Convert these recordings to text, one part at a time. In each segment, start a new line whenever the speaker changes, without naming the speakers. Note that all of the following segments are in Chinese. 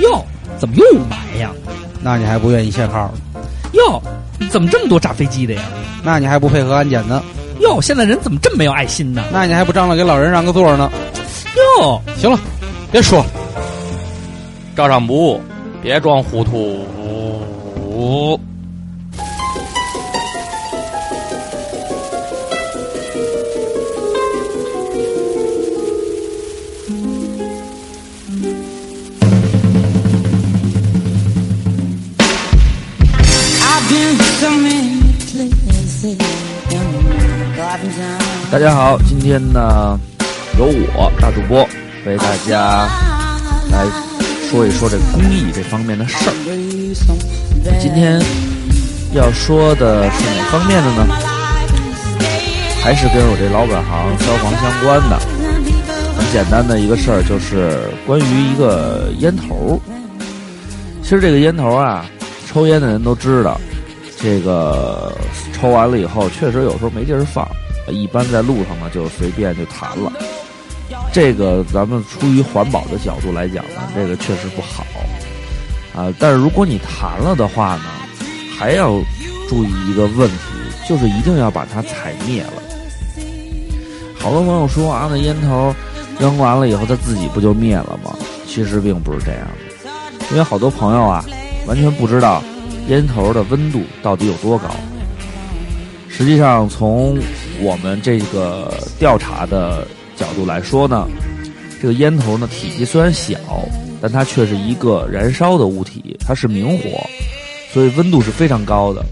哟，怎么又雾霾呀？
那你还不愿意限号？
哟，怎么这么多炸飞机的呀？
那你还不配合安检呢？
哟，现在人怎么这么没有爱心呢？
那你还不张罗给老人让个座呢？
哟，
行了，别说了，
照上不误，别装糊涂。
I've been to so many places, done gotten down.
大家好，今天呢由我大主播为大家来说一说这公益这方面的事儿。今天要说的是哪方面的呢？还是跟我这老本行消防相关的。很简单的一个事儿就是关于一个烟头儿。其实这个烟头啊，抽烟的人都知道，这个呃抽完了以后，确实有时候没地儿放，一般在路上呢就随便就弹了。这个咱们出于环保的角度来讲呢，这个确实不好啊。但是如果你弹了的话呢，还要注意一个问题，就是一定要把它踩灭了。好多朋友说啊，那烟头扔完了以后，它自己不就灭了吗？其实并不是这样的，因为好多朋友啊，完全不知道烟头的温度到底有多高。实际上，从我们这个调查的角度来说呢，这个烟头呢体积虽然小，但它却是一个燃烧的物体，它是明火，所以温度是非常高的。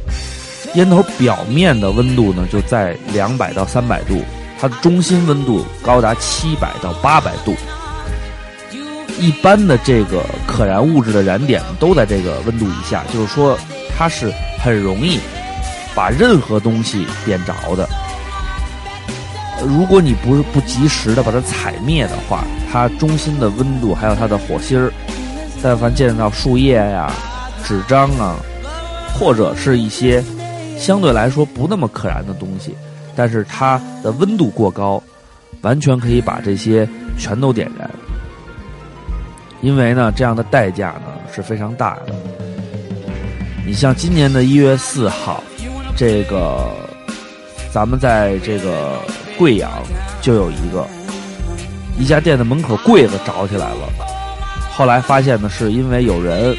烟头表面的温度呢就在两百到三百度，它的中心温度高达七百到八百度。一般的这个可燃物质的燃点都在这个温度以下，就是说它是很容易把任何东西点着的。呃如果你不是不及时的把它踩灭的话，它中心的温度还有它的火星儿，但凡见到树叶呀、纸张啊，或者是一些相对来说不那么可燃的东西，但是它的温度过高，完全可以把这些全都点燃。因为呢，这样的代价呢是非常大的。你像今年的一月四号，这个咱们在这个贵阳就有一个一家店的门口柜子着起来了，后来发现呢是因为有人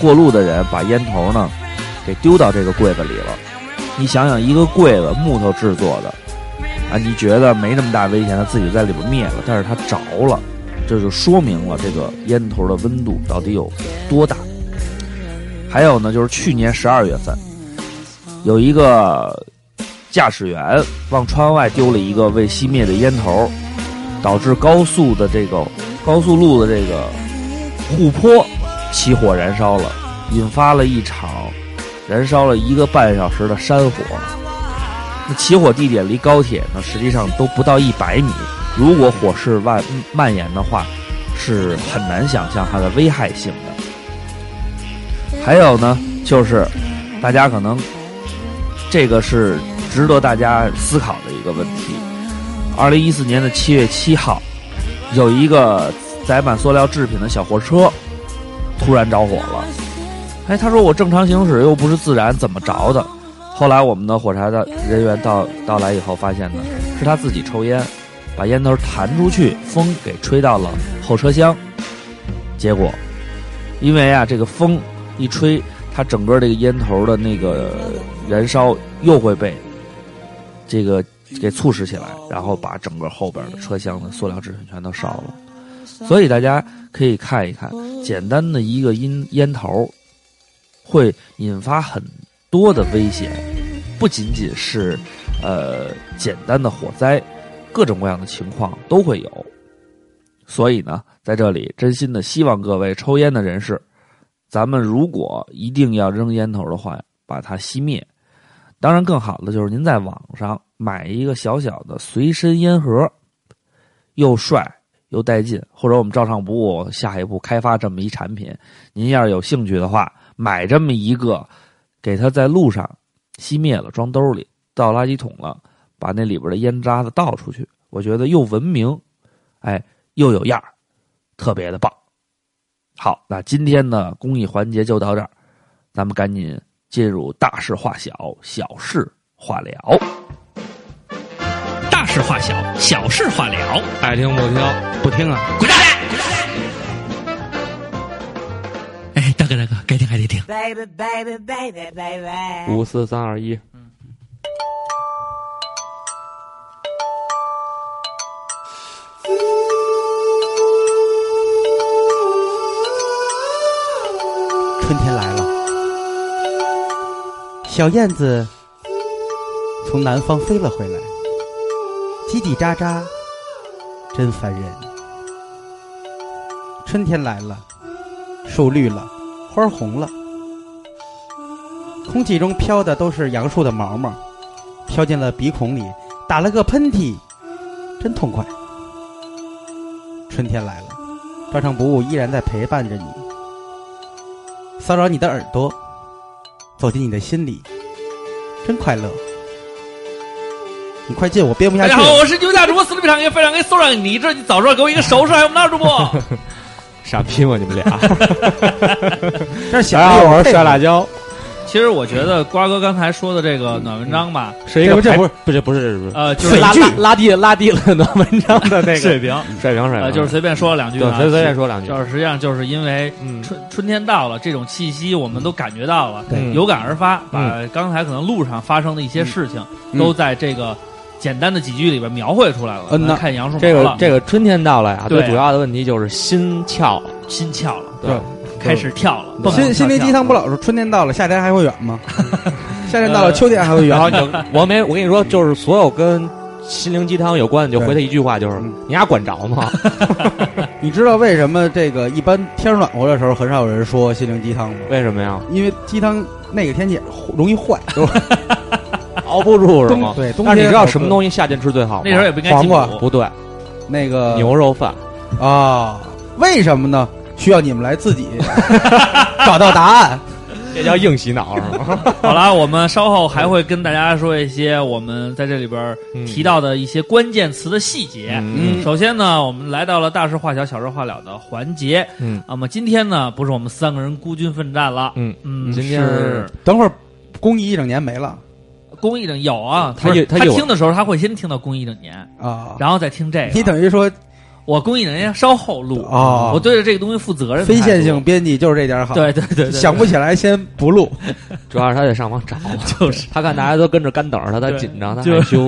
过路的人把烟头呢给丢到这个柜子里了。你想想，一个柜子木头制作的啊，你觉得没那么大危险，它自己在里边灭了，但是它着了。这就说明了这个烟头的温度到底有多大。还有呢，就是去年十二月份，有一个驾驶员往窗外丢了一个未熄灭的烟头，导致高速的这个高速路的这个护坡起火燃烧了，引发了一场燃烧了一个半小时的山火。那起火地点离高铁呢，实际上都不到一百米。如果火势蔓蔓延的话，是很难想象它的危害性的。还有呢，就是大家可能这个是值得大家思考的一个问题。二零一四年的七月七号，有一个载满塑料制品的小货车突然着火了。哎，他说我正常行驶又不是自燃，怎么着的？后来我们的火柴的人员到到来以后，发现呢是他自己抽烟，把烟头弹出去，风给吹到了后车厢。结果，因为啊这个风一吹，它整个这个烟头的那个燃烧又会被这个给促使起来，然后把整个后边的车厢的塑料制品全都烧了。所以大家可以看一看，
嗯
简单的一个烟烟头会引发很多的危险，不仅仅是呃简单的火灾，各种各样的情况都会有。所以呢，在这里真心的希望各位抽烟的人士，咱们如果一定要扔烟头的话，把它熄灭。当然，更好的就是您在网上买一个小小的随身烟盒，又帅又带劲。或者我们照上不误，下一步开发这么一产品，您要是有兴趣的话，买这么一个，给它在路上熄灭了，装兜里，倒垃圾桶了，把那里边的烟渣子倒出去，我觉得又文明，哎，又有样儿，特别的棒。
好，那今天呢，公益环节就到这儿，咱们赶紧进入大事化小，小事化了。
大事化小，小事化了。
爱听不听，
不听啊，
滚蛋！哎，大哥大哥，该听还得听。
Baby, baby, baby, baby.
五四三二一，
春天来了，小燕子从南方飞了回来，叽叽喳喳，真烦人。春天来了，树绿了，花儿红了，空气中飘的都是杨树的毛毛，飘进了鼻孔里，打了个喷嚏，真痛快。春天来了，照常不误依然在陪伴着你。骚扰你的耳朵，走进你的心里，真快乐。你快进，我编不下
大
去
家
了。
好，哎我是你们大主播四零场，也非常给送上你这，你早知道给我一个手势，还有我们大主播。
傻逼吗？你们 俩？
这是小
大家好，我是
帅
帅辣椒，
其实我觉得瓜哥刚才说的这个暖文章吧，
是一
这
个哎
不这不
排
是
不是不是不是
呃，就
水
是拉
拉 拉拉地 拉地了暖文章的那个
水平，
帅平帅
呃，
平，
就是随便说了两句
嗯对
啊，
随随便说两句，
就是实际上就是因为
嗯，
春春天到了，这种气息我们都感觉到了，
对嗯
有感而发，把刚才可能路上发生的一些事情，都在这个简单的几句里边描绘出来了。
嗯呐
咱看杨树
呃这
毛
个
了，
这个春天到了呀，
对
最主要的问题就是心窍，
心窍了，
对，
开始跳了。蹦蹦
心
跳
心灵
跳
鸡汤不老说，春天到了，夏天还会远 吗？夏天到了，
呃
秋天还会远 吗？
然后你 就我没我跟你说，就是所有跟心灵鸡汤有关，你就回他一句话，就是
嗯
你丫管着 吗？
你知道为什么这个一般天暖和的时候很少有人说心灵鸡汤吗？
为什么呀？
因为鸡汤那个天气容易坏，
熬不住是
冬
吗？
对冬
但是你知道什么
西？
东西夏天吃最好吗？
那时候也不应该
黄
进
瓜
补，
不对，呃
那个
牛肉饭。
啊，为什么呢？需要你们来自己找到答案。
这叫硬洗 脑是吗？
好啦，我们稍后还会跟大家说一些我们在这里边
嗯
提到的一些关键词的细节。
嗯
首先呢，我们来到了大事化小、小事化了的环节。啊
嗯
那么今天呢，不是我们三个人孤军奋战了，
嗯
嗯，
今天
是
等会儿公益一整年没了
公益整有啊，
他
不是
有
他
他有
听的时候他会先听到公益整年，
啊，
然后再听这个。
你等于说
我公益整年稍后录
哦
我对着这个东西负责任态度。
非线性编辑就是这点好。
对，对对对对，
想不起来先不录。
主要是他得上网找，啊
就是
他看大家都跟着干等着他，他
对
紧张，他
就
害 羞。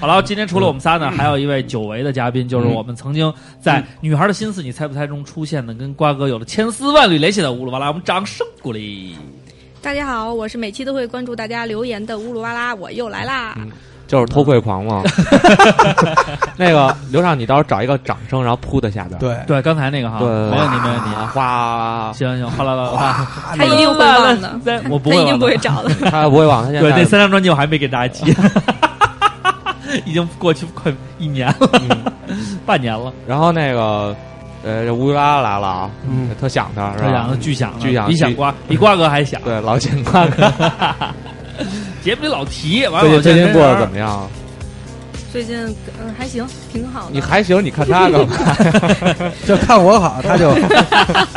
好了。今天除了我们仨呢，还有一位久违的嘉宾，就是我们曾经在《女孩的心思你猜不猜》中出现的，跟瓜哥有了千丝万缕联系的乌鲁巴拉，我们掌声鼓励。
大家好，我是每期都会关注大家留言的乌鲁哇啦，我又来啦！
嗯就是偷窥狂 嘛。那个刘畅，你到时候找一个掌声，然后扑在下边。
对，
对，刚才那个哈，
对，
没问题没问题。
啊！哗，
行行，哗啦啦啦，
他一定会忘的，
在我 不
他
会
一
忘
定
的
不会找的。
他不会忘，他现
对，那
在
三张专辑我还没给大家寄，已经过去快一年了，半年了，
然后那个呃，这乌拉来了啊，
嗯
特想他，是
他想的
吧？
巨响呢，
巨响
比想
巨
瓜比瓜哥还响。
对， 老秦瓜哥，
节目里老提，完
最
了
近
我
最近过得
么
怎？么样？
最近嗯还行，挺好
你
的。
还行，你看他干 嘛？
就看我好，他 就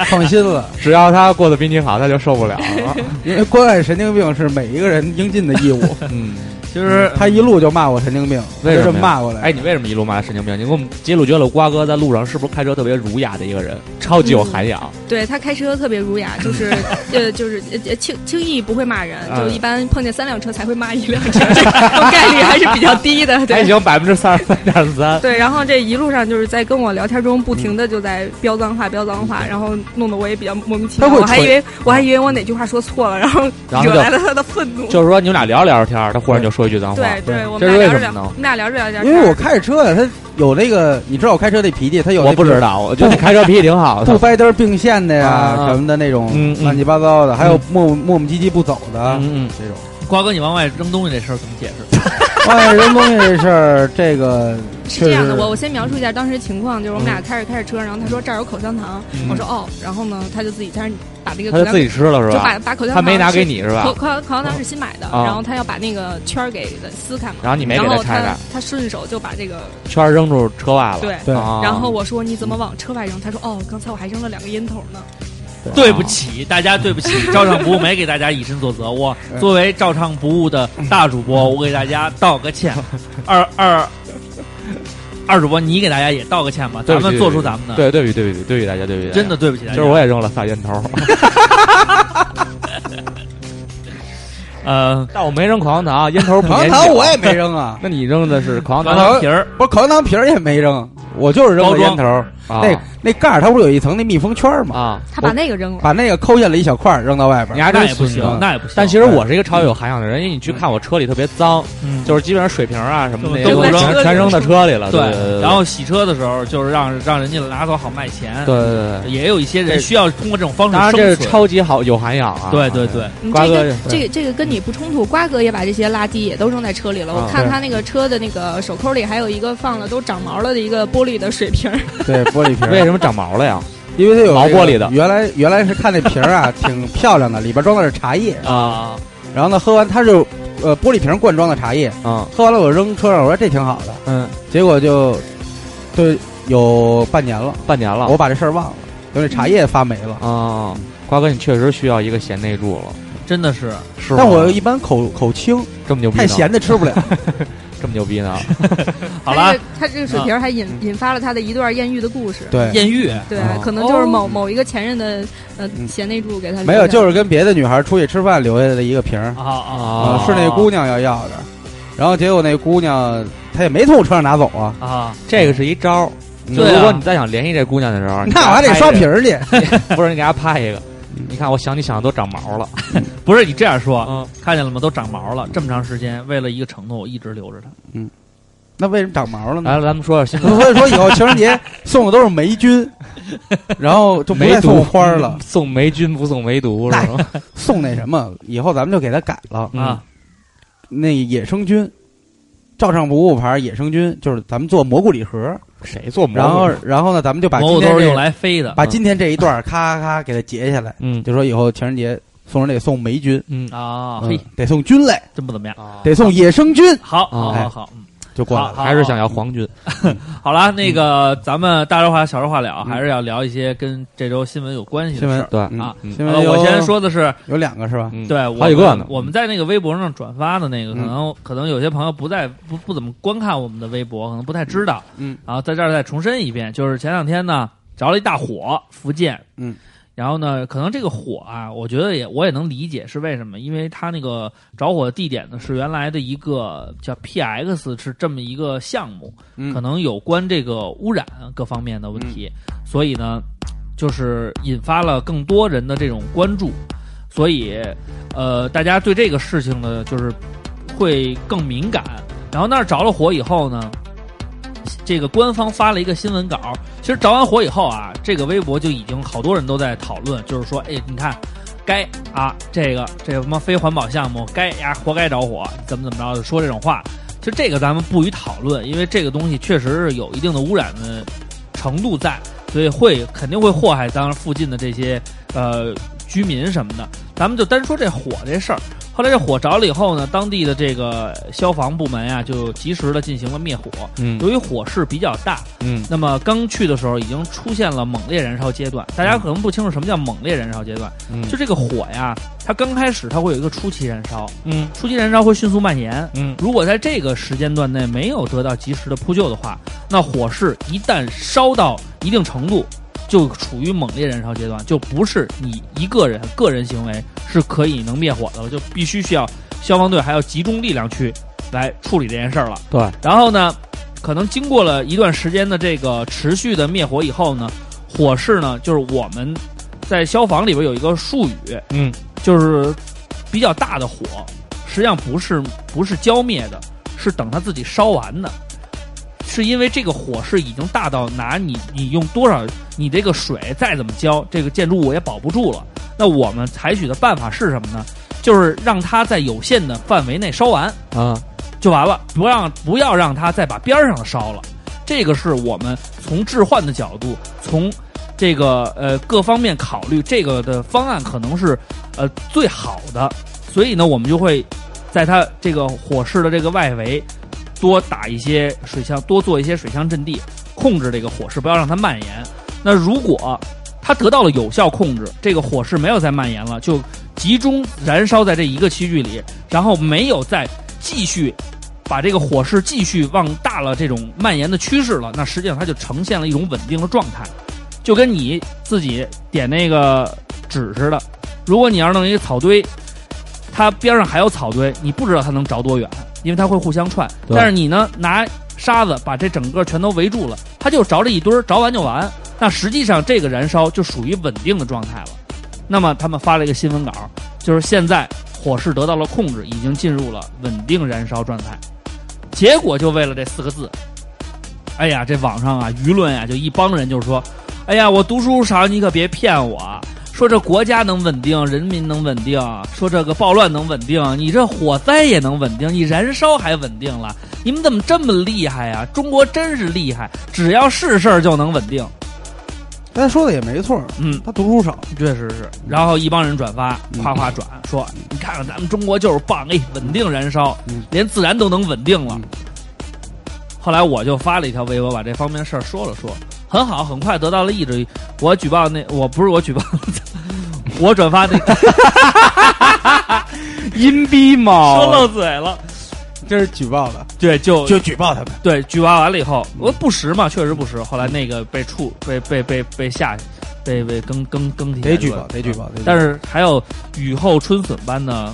放心了。
只要他过得比你好，他就受不了了。
因为关爱神经病是每一个人应尽的义 务。
嗯，
其实
他一路就骂我神经病，
为
就
什
这么
么呀
骂过来。
哎，你为什么一路骂他神经病？你给我们揭露揭露，瓜哥在路上是不是开车特别儒雅的一个人，超级有
嗯
涵养？
对他开车特别儒雅，就是呃就是呃轻轻易不会骂人，
嗯
就一般碰见三辆车才会骂一辆车，这种概率还是比较低的。
还
对
行，百分之三十三点三。
对，然后这一路上就是在跟我聊天中不停的就在飙脏话飙脏话，然后弄得我也比较莫名其妙，
他会
我还
锤
以为我还以为我哪句话说错了，然后
然后就
惹来了他的愤怒。
就是说，你们俩聊着聊着天儿，他忽然就说一句脏话，
对对，我
这
们俩
是为
聊着聊，
什么呢
我们俩聊着聊着天
因
儿，
为我开着车呀，他有那个，你知道我开车那脾气，他有那
我不知道，我觉得你开车脾气挺好
不
的。
掰灯并线的呀
啊
什么的那种
嗯嗯
乱七八糟的，还有磨磨磨唧唧不走的
嗯嗯，
这种。
瓜哥，你往外扔东西这事儿怎么解释？
哎，扔东西这事儿，这个
是
确
这
实
样的，我我先描述一
嗯
下当时情况，就是我们俩开着开着车，然后他说这儿有口香糖，我说哦，然后呢，他就自己在那儿把那个口
他就
香
自己吃了是
就
吧？
把把口香
他
糖
没拿给
是
你是吧
口？口香口香糖是新买的，
啊
然后他要把那个圈儿给它撕开嘛，
然后你没给
然
他
后
拆
他
开，
他顺手就把这个
圈儿扔住车外了。
对。
对
啊
然后我说你怎么往车外扔？他说哦，刚才我还扔了两个烟头呢。
对不起，大家对不起， 照唱不误没给大家以身作则。我作为照唱不误的大主播，我给大家道个 歉。二二二主播，你给大家也道个歉吧，
啊对
咱
不起
们做出咱们的。，
对对不起对不起对不起大家对不起大家
真的对不起大家。
今儿我也扔了仨烟头，
呃，
但我没扔口香糖，烟头不
口香
粘
糖
脚
我也没扔啊，
那你扔的是口香
刚
糖
刚
才皮儿
不是口香糖皮儿也没扔，我就是扔
包
了
装
烟头儿。
啊
那那盖儿它不是有一层那密封圈儿吗？
啊，
他把那个扔了，
把那个抠下来一小块儿扔到外边
你
儿。
还
那
真
也不
损
行
呢，
那也不行。
但其实我是一个超有涵养的人，因为你去看我车里特别脏，
嗯
就是基本上水瓶啊什么的
都
都
扔
全全扔到车里了。对，对
对，然后洗车的时候就是让让人家拿走好卖钱。
对对对对，
也有一些人
这
需要通过这种方
当然
式
这是
哎生存。
超级好有涵养啊。
对对对，
嗯
瓜
这
哥
个这个这个跟你不冲突。瓜哥也把这些垃圾也都扔在车里了。我
啊
看
对
他那个车的那个手扣里还有一个放了都长毛了的一个玻璃的水瓶儿，
对，玻璃瓶
为
儿，
什么长毛了呀？
因为它有
毛
这个
玻璃的
原来原来是看那瓶儿啊， 挺漂亮的，里边装的是茶叶。
啊
然后呢，喝完它就呃玻璃瓶灌装的茶叶，
嗯
喝完了我扔车上，我说这挺好的，
嗯，
结果就就有半年了，
半年了
我把这事儿忘了，因为茶叶发霉了。
啊，瓜哥你确实需要一个贤内助了，
真的是
是吗
但我一般口口轻，
这么牛逼呢
嗯太咸的吃不了。
这么牛逼
啊
呢？
哎
好
他
了
这个，他这个水瓶
啊
儿还引
嗯
引发了他的一段艳遇的故事。
对，
艳遇。
对
哦，
可能就是某某一个前任的呃
嗯
贤内助给他
没有，就是是跟别的女孩出去吃饭留下的一个瓶儿，
啊啊
啊
啊，
是那姑娘要要的，然后结果那姑娘她也没从我车上拿走啊，
啊！
这个是一招儿。就
对啊
如果你再想联系这姑娘的时候，你 给
那我
她
还得
拍
刷
一个
皮，儿去。
不是你给她拍一个。你看，我想你想的都长毛了。
不是你这样说，
嗯，
看见了吗？都长毛了，这么长时间，为了一个承诺，我一直留着它。
那为什么长毛了
来
呢？
了，咱们说 说新
所以说以后情人节送的都是霉 菌，然后就不
梅
再
毒嗯
送花儿 了，哎
送霉菌不送梅毒是嗯吗？
送那什么，以后咱们就给它改了，
啊，
那野生菌。照上不误牌野生菌就是咱们做蘑菇礼盒，
谁做蘑
然后
菇？
然后呢，咱们就把
蘑
今
菇
天
都是用
这
来嗯飞的
把今天这一段儿咔咔咔给它截下来，
嗯
就说以后情人节送人得送霉菌，
嗯
啊，
嗯
嘿，
得送菌类，
真不怎么样。
得送野生菌，
好，好，
哎
好，好，嗯
就过来了。
好
还是想要黄菌
好啦，那个咱们大事化小小事化了，
嗯
还是要聊一些跟这周新闻有关系的
新
事
闻
儿。
对
嗯
啊
嗯
新
呃，
闻有
我先说的是，
有两个是吧？
嗯
对，我们
好几个呢。
我们在那个微博上转发的那个，可
嗯
能可能有些朋友不在不不怎么观看我们的微博，可能不太知道。
嗯，
然后在这儿再重申一遍，就是前两天呢着了一大火，福建。
嗯，
然后呢，可能这个火啊，我觉得也我也能理解是为什么，因为它那个着火的地点呢是原来的一个叫 PX 是这么一个项目，
嗯
可能有关这个污染啊各方面的问题，所以呢，就是引发了更多人的这种关注，所以呃，大家对这个事情呢，就是会更敏感。然后那儿着了火以后呢，这个官方发了一个新闻稿。其实着完火以后啊，这个微博就已经好多人都在讨论，就是说，哎，你看，该啊，这个这个什么非环保项目，该呀，活该着火，怎么怎么着，就说这种话。就这个咱们不予讨论，因为这个东西确实是有一定的污染的程度在，所以会肯定会祸害当然附近的这些呃居民什么的。咱们就单说这火这事儿。后来这火着了以后呢，当地的这个消防部门啊，就及时的进行了灭火。
嗯
由于火势比较大，
嗯
那么刚去的时候已经出现了猛烈燃烧阶段。大家可能不清楚什么叫猛烈燃烧阶段，
嗯，
就这个火呀，它刚开始它会有一个初期燃烧，
嗯
初期燃烧会迅速蔓延，
嗯
如果在这个时间段内没有得到及时的扑救的话，那火势一旦烧到一定程度，就处于猛烈燃烧阶段，就不是你一个人个人行为是可以能灭火的了，就必须需要消防队还要集中力量去来处理这件事儿了。
对，
然后呢，可能经过了一段时间的这个持续的灭火以后呢，火势呢，就是我们在消防里边有一个术语，
嗯
就是比较大的火，实际上不是不是浇灭的，是等它自己烧完的。是因为这个火势已经大到拿你你用多少你这个水再怎么浇，这个建筑物也保不住了。那我们采取的办法是什么呢？就是让它在有限的范围内烧完
啊
就完了，不让不要让它再把边儿上的烧了。这个是我们从置换的角度，从这个呃各方面考虑，这个的方案可能是呃最好的，所以呢，我们就会在它这个火势的这个外围多打一些水枪，多做一些水枪阵地，控制这个火势，不要让它蔓延。那如果它得到了有效控制，这个火势没有再蔓延了，就集中燃烧在这一个区域里，然后没有再继续把这个火势继续往大了这种蔓延的趋势了，那实际上它就呈现了一种稳定的状态，就跟你自己点那个纸似的。如果你要是弄一个草堆，它边上还有草堆，你不知道它能着多远，因为它会互相串。
对
但是你呢，拿沙子把这整个全都围住了，它就着这一堆儿，着完就完。那实际上这个燃烧就属于稳定的状态了。那么他们发了一个新闻稿，就是现在火势得到了控制，已经进入了稳定燃烧状态。结果就为了这四个字，哎呀，这网上啊舆论呀、就一帮人就是说，哎呀，我读书少，你可别骗我啊。说这国家能稳定，人民能稳定，说这个暴乱能稳定，你这火灾也能稳定，你燃烧还稳定了，你们怎么这么厉害呀、中国真是厉害，只要是事儿就能稳定。
但他说的也没错，
嗯，
他读书少，
确实是。然后一帮人转发，
嗯
夸夸转说：“你看看咱们中国就是棒，哎，稳定燃烧
嗯，
连自然都能稳定了
嗯。”
后来我就发了一条微博，把这方面事儿说了说，很好，很快得到了抑制。我举报那我不是我举报， 我转发那个
阴逼
说
毛，
漏嘴了，
这是举报了，
哦对，就嗯
就举报他们。
对，举报完了以后，我不实嘛，确实不实。后来那个被处被被被被下被被更更更替
得举报，得举
报。
报，得举报。
但是还有雨后春笋般的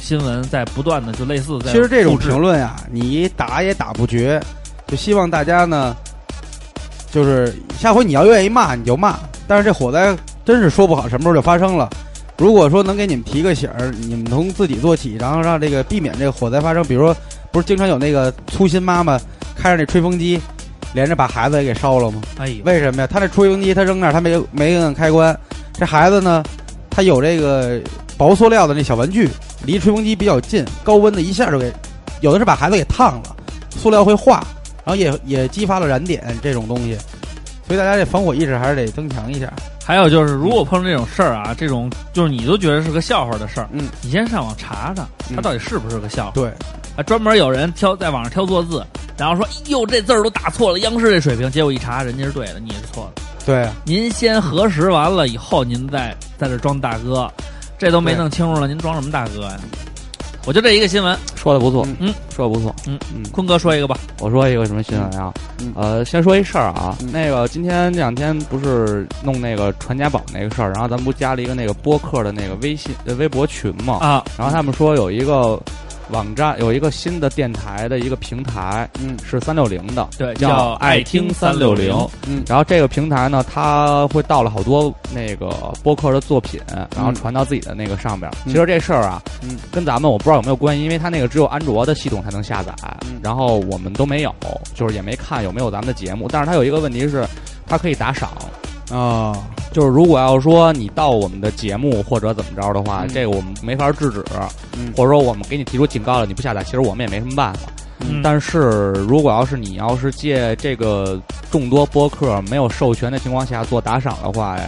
新闻在不断的就类似在
其实这种
复制
评论啊，你打也打不绝，就希望大家呢，就是下回你要愿意骂你就骂，但是这火灾真是说不好什么时候就发生了。如果说能给你们提个醒儿，你们从自己做起，然后让这个避免这个火灾发生。比如说，不是经常有那个粗心妈妈开着那吹风机，连着把孩子也给烧了吗？
哎呦，
为什么呀？他这吹风机他扔那儿，他没没摁开关。这孩子呢，他有这个薄塑料的那小玩具，离吹风机比较近，高温的一下就给，有的是把孩子给烫了，塑料会化，然后也 也激发了燃点这种东西。所以大家这防火意识还是得增强一下。
还有就是，如果碰上这种事儿啊，这种就是你都觉得是个笑话的事儿，啊
嗯，
你先上网查查，它
嗯
到底是不是个笑话。
对，
还专门有人挑在网上挑错字，然后说：“哎呦，这字儿都打错了，央视这水平。”结果一查，人家是对的，你是错的。
对，
您先核实完了以后，您再在这装大哥，这都没
对
弄清楚了，您装什么大哥呀？我就这一个新闻，
说的不错，
嗯
嗯，
说的不错。
嗯，
坤哥说一个吧。
我说一个什么新闻啊？
嗯
呃，先说一事儿啊，
嗯
那个今天这两天不是弄那个传家宝那个事儿，然后咱们不加了一个那个播客的那个微信、呃、微博群嘛？
啊，
然后他们说有一个网站，有一个新的电台的一个平台，
嗯
是三六零的，
对，
叫
爱听三六零，
嗯
然后这个平台呢，它会到了好多那个播客的作品，然后传到自己的那个上边。
嗯
其实这事儿啊，
嗯
跟咱们我不知道有没有关系，因为它那个只有安卓的系统才能下载，
嗯
然后我们都没有，就是也没看有没有咱们的节目。但是它有一个问题是，它可以打赏。
啊，
就是如果要说你到我们的节目或者怎么着的话，
嗯
这个我们没法制止，
嗯
或者说我们给你提出警告了，你不下载，其实我们也没什么办法。
嗯
但是如果要是你要是借这个众多播客没有授权的情况下做打赏的话，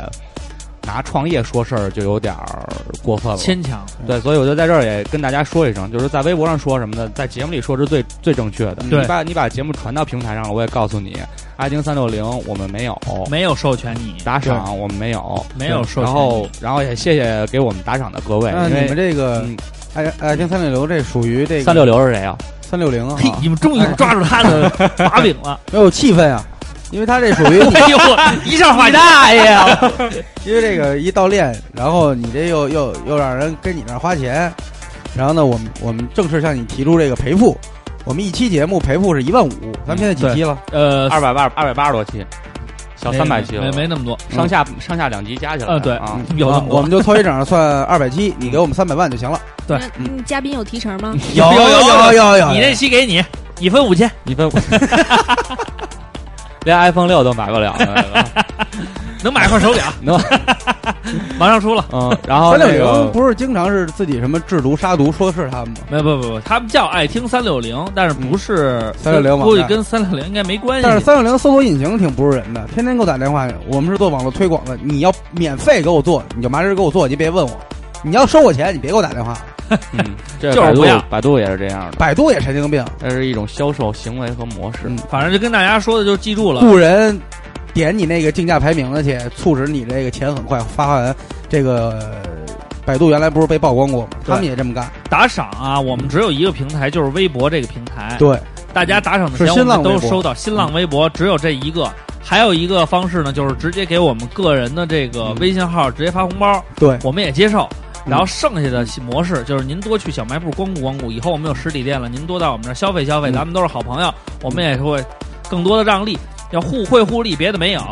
拿创业说事儿就有点儿过分了。
牵强。
对，所以我就在这儿也跟大家说一声，就是在微博上说什么的，在节目里说是最最正确的。
对
你把你把节目传到平台上了，我也告诉你，爱听三六零我们没有。
没有授权你，
打赏我们没有，
没有授权
然后，然后也谢谢给我们打赏的各位，
那
因
你们
为
这个
嗯
爱爱听三六零这属于这个
三六零是谁啊？
三六零啊，
嘿，你们终于抓住他的把柄了！
要有气氛啊，因为他这属 于你
哎呦，一上话大爷啊！
因为这个一到练，然后你这又又又让人跟你那儿花钱，然后呢，我们我们正式向你提出这个赔付，我们一期节目赔付是一万五，咱们现在几期了？
呃，
二百八二百八十多期，小
没
三百期
没
了，
没那么多，
上下上下两集加起来，
嗯对
啊，
有那
啊
么
我
多。
们就凑一整算二百七，你给我们三百万就行了。
对
那嗯嘉宾有提成 吗？
有有有有
有有有，
你这期给你一分五千，
一分， 连 iPhone 六都买不了，那个
能买块手表。
能
马上出了。
嗯，然后
三六
那个
零不是经常是自己什么制毒杀毒说是他们吗？
没有，不不不，他们叫爱听三六零，但是不是
360
估计
网站
跟三六零应该没关系。
但是三六零搜索引擎挺不是人的，天天给我打电话。我们是做网络推广的，你要免费给我做，你就拿着给我做，你就别问我。你要收我钱，你别给我打电话。
嗯，这
就是
百
不
度
要
百度也是这样的，
百度也神经病，
这是一种销售行为和模式。
嗯
反正就跟大家说的，就是记住了，
雇人点你那个竞价排名的去，促使你这个钱很快发完。这个百度原来不是被曝光过吗？他们也这么干。
打赏啊，我们只有一个平台，就是微博这个平台。
对，
大家打赏的
是
钱我
新浪
们都
微博嗯
收到，新浪微博只有这一个。还有一个方式呢，就是直接给我们个人的这
嗯
个微信号直接发红包，
对，
我们也接受。
嗯
然后剩下的模式就是您多去小卖部光顾光顾，以后我们有实体店了，您多到我们这儿消费消费，
嗯
咱们都是好朋友，我们也会更多的让利，要互惠互利，别的没有，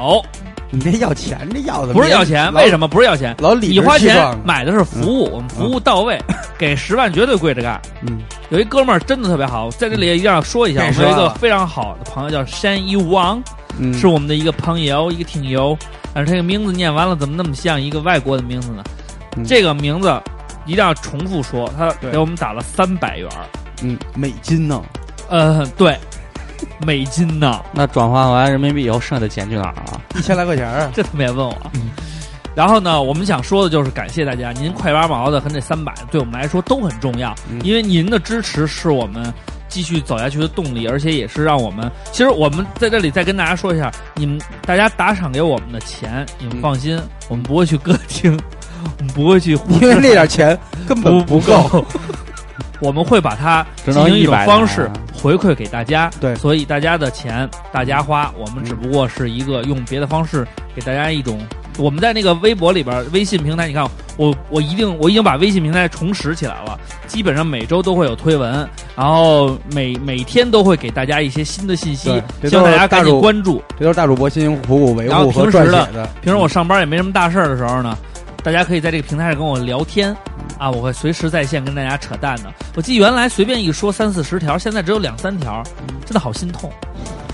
你这要钱，这要的
不是要钱，为什么不是要钱？
老理
你
直
花
气
钱
壮？
买的是服务，我们服务到位，给十万绝对跪着干。
嗯，
有一哥们儿真的特别好，在这里一定要说一下，
嗯
我们有一
给10万
个
了
非常好的朋友叫山一王，
嗯
是我们的一个朋友，一个听友。但是这个名字念完了，怎么那么像一个外国的名字呢？
嗯
这个名字一定要重复说，他
对
给我们打了三百元儿，
嗯美金呢？
呃，对，美金呢、
那转换完人民币以后，剩下的钱去哪儿啊？
一千来块钱儿。
这他们也问我。
嗯
然后呢，我们想说的就是感谢大家，您快八毛的和这三百对我们来说都很重要，
嗯
因为您的支持是我们继续走下去的动力，而且也是让我们。其实我们在这里再跟大家说一下，你们大家打赏给我们的钱，你们
嗯
放心，我们不会去歌厅， 我们不会去忽
因为
视
那点钱根本
不
够。
够， 我们会把它
只
进
能
行一种
100
方式
拿
回馈给大家。
啊对
所以大家的钱大家花，我们只不过是一个用别的方式给大家一种。我们在那个微博里边、微信平台，你看我我一定我已经把微信平台重拾起来了，基本上每周都会有推文，然后每每天都会给大家一些新的信息
对，这
希望
都
大
是
家
大
赶紧
主
关注。
这都是大主播辛辛苦苦维
然后
护
平
和
时
撰写
的
的。
平时我上班也没什么大事儿的时候呢，大家可以在这个平台上跟我聊天啊，我会随时在线跟大家扯淡的。我记得原来随便一说三四十条，现在只有两三条，真的好心痛。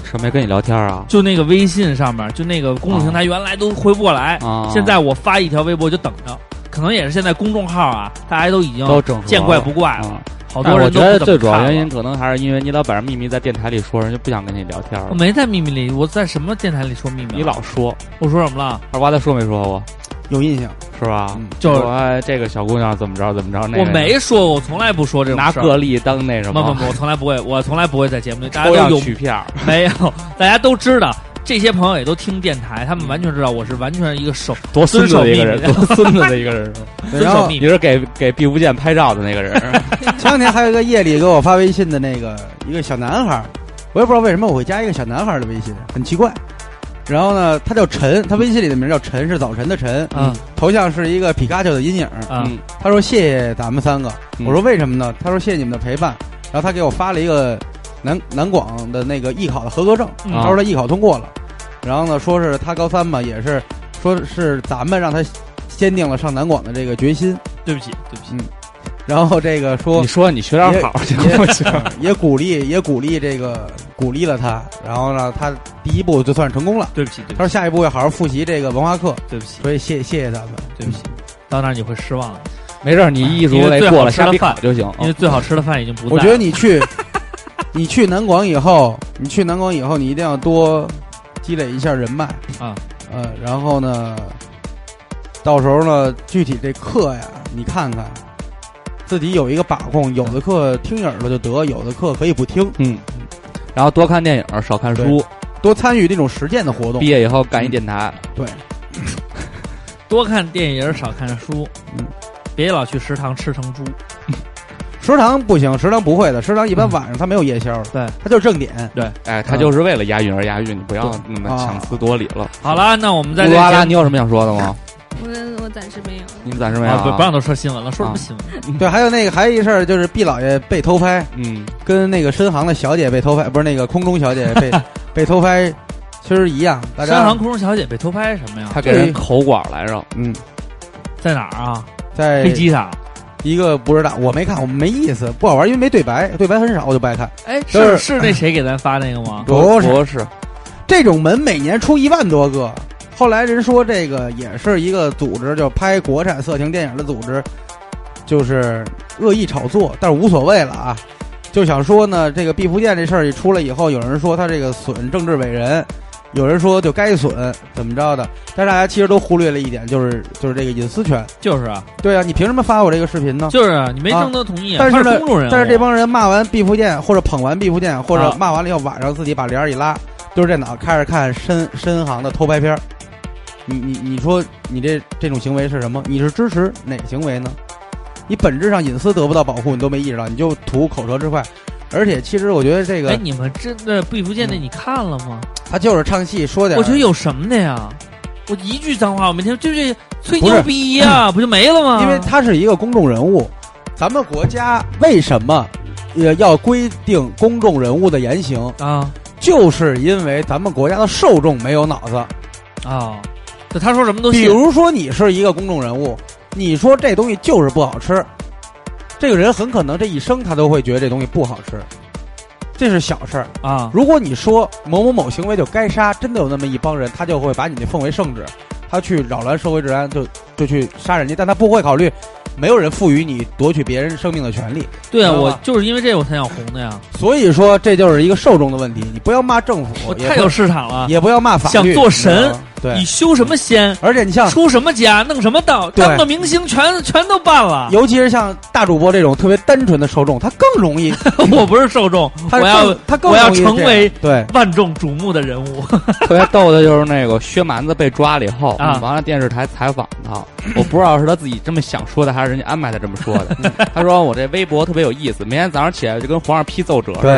是没跟你聊 天啊？
就那个微信上面，就那个公众平台，原来都回不过来，
啊，
现在我发一条微博就等着。可能也是现在公众号啊，大家都已经
都整合了
见怪不怪了，
啊，
好
但
多人
是我
都
觉得
不怎么
最主要
看了
原因可能还是因为你老把秘密在电台里说，人家不想跟你聊天
我
了。
没在秘密里，我在什么电台里说秘密了？啊
你老说
我说什么了？
二瓜，他说没说过
有印象，
是吧？
嗯
就是
说哎这个小姑娘怎么着怎么着，那个
我没说，我从来不说这种
拿
事儿
个例当那什
不不
么
不，我从来不会，我从来不会在节目里，大家都
抽样
有
取片儿，
没有？大家都知道，这些朋友也都听电台，他们完全知道我是完全一个守
多孙子的一个
遵守秘密
人，多孙子的一个人。
遵
然
守
后
秘
你
密。
是给给毕福剑拍照的那个人，
前两天还有一个夜里给我发微信的那个一个小男孩儿，我也不知道为什么我会加一个小男孩儿的微信，很奇怪。然后呢，他叫陈，他微信里的名叫陈，是早晨的晨，
嗯
头像是一个皮卡丘的阴影。
啊
嗯
他说谢谢咱们三个，
嗯
我说为什么呢？他说谢谢你们的陪伴。然后他给我发了一个南南广的那个艺考的合格证，
啊
嗯
他说他艺考通过了。然后呢，说是他高三嘛，也是说是咱们让他坚定了上南广的这个决心。
对不起，对不起，
然后这个说
你说你学点好行不行？
也鼓励也鼓励这个鼓励了他，然后呢，他第一步就算是成功了。
对不起，对不
他说
起，
下一步要好好复习这个文化课，
对不起，
所以谢谢谢咱们，嗯
对不起，到那儿你会失望的，
没事儿，你艺术
因为
类
最好
过了，
吃的
下笔考
饭
就行。
因为最好吃的饭已经不在了。
我觉得你去你去南广以后，你去南广以后，你一定要多积累一下人脉
啊，
呃，然后呢，到时候呢，具体这课呀，你看看。自己有一个把控，有的课听耳朵就得，有的课可以不听，
嗯，然后多看电影，少看书。
多参与这种实践的活动
毕。业以后干一电台，
对，
多看电影，少看书
嗯，
别老去食堂吃成猪。
食堂不行，食堂不会的，食堂一般晚上它没有夜宵的，
对，
它就是正点。
哎，他就是为了押韵而押韵，你不要那么强词夺理了。
好了，那我们在
乌
这
拉拉，
啊，
你有什么想说的吗？
我我暂时没有。
你暂时没有啊
不不让他说新闻了，说什么
啊
新闻？
对，还有那个还有一事儿就是毕老爷被偷拍，
嗯，
跟那个深航的小姐被偷拍，不是那个空中小姐 被被偷拍，其实一样。大
山
家
航空中小姐被偷拍什么呀？
他给人口管来着，
嗯，
在哪儿啊？
在
飞机上？
一个不知道，我没看，我没意思，不好玩，因为没对白，对白很少，我就不爱看。
哎，
就是
是是那谁给咱发那个吗？
不是
博士，
这种门每年出一万多个，后来人说这个也是一个组织，就拍国产色情电影的组织，就是恶意炒作，但是无所谓了啊。就想说呢，这个毕福剑这事儿一出来以后，有人说他这个损政治伟人，有人说就该损怎么着的，但是大家其实都忽略了一点，就是就是这个隐私权。
就是啊，
对啊，你凭什么发我这个视频呢？
就是啊，你没征得同意，
但是
他
呢
公众人物，
但是这帮人骂完毕福剑，或者捧完毕福剑，或者
啊
骂完了以后，晚上自己把帘儿一拉，对着电脑开始看深深航的偷拍片儿。你你你说你这这种行为是什么？你是支持哪个行为呢？你本质上隐私得不到保护，你都没意识到，你就图口舌之快。而且其实我觉得这
哎，
个
你们真的毕福剑那你看了吗？
他就是唱戏说点儿，
我觉得有什么的呀？我一句脏话我没听，就是吹
不是嗯
牛逼呀、不就没了吗？
因为他是一个公众人物，咱们国家为什么呃要规定公众人物的言行？
啊
就是因为咱们国家的受众没有脑子。
啊，就他说什么都
比
信。
如说你是一个公众人物，你说这东西就是不好吃，这个人很可能这一生他都会觉得这东西不好吃，这是小事儿。
啊，
如果你说某某某行为就该杀，真的有那么一帮人，他就会把你那奉为圣旨，他去扰乱社会治安，就就去杀人家，但他不会考虑，没有人赋予你夺取别人生命的权利。
对啊，
知道
我
吧
就是因为这我才想红的呀，
所以说，这就是一个受众的问题。你不要骂政府，
我
也
太
不
有市场了。
也不要骂法律，
想做神
你知道吗，
你
对。
修什么仙，
而且你像
出什么家，弄什么道，
嗯对
当个明星全全都办了。
尤其是像大主播这种特别单纯的受众，他更容 易，
我不是受众，
他
我要
更他更
我要
容易这样
成为
对
万众瞩目的人物。
特别逗的就是那个薛蛮子被抓了以后，嗯
啊
完了电视台采访他，我不知道是他自己这么想说的，还是人家安排他这么说的。
嗯
他说我这微博特别有意思，明天早上起来就跟皇上批奏折似
对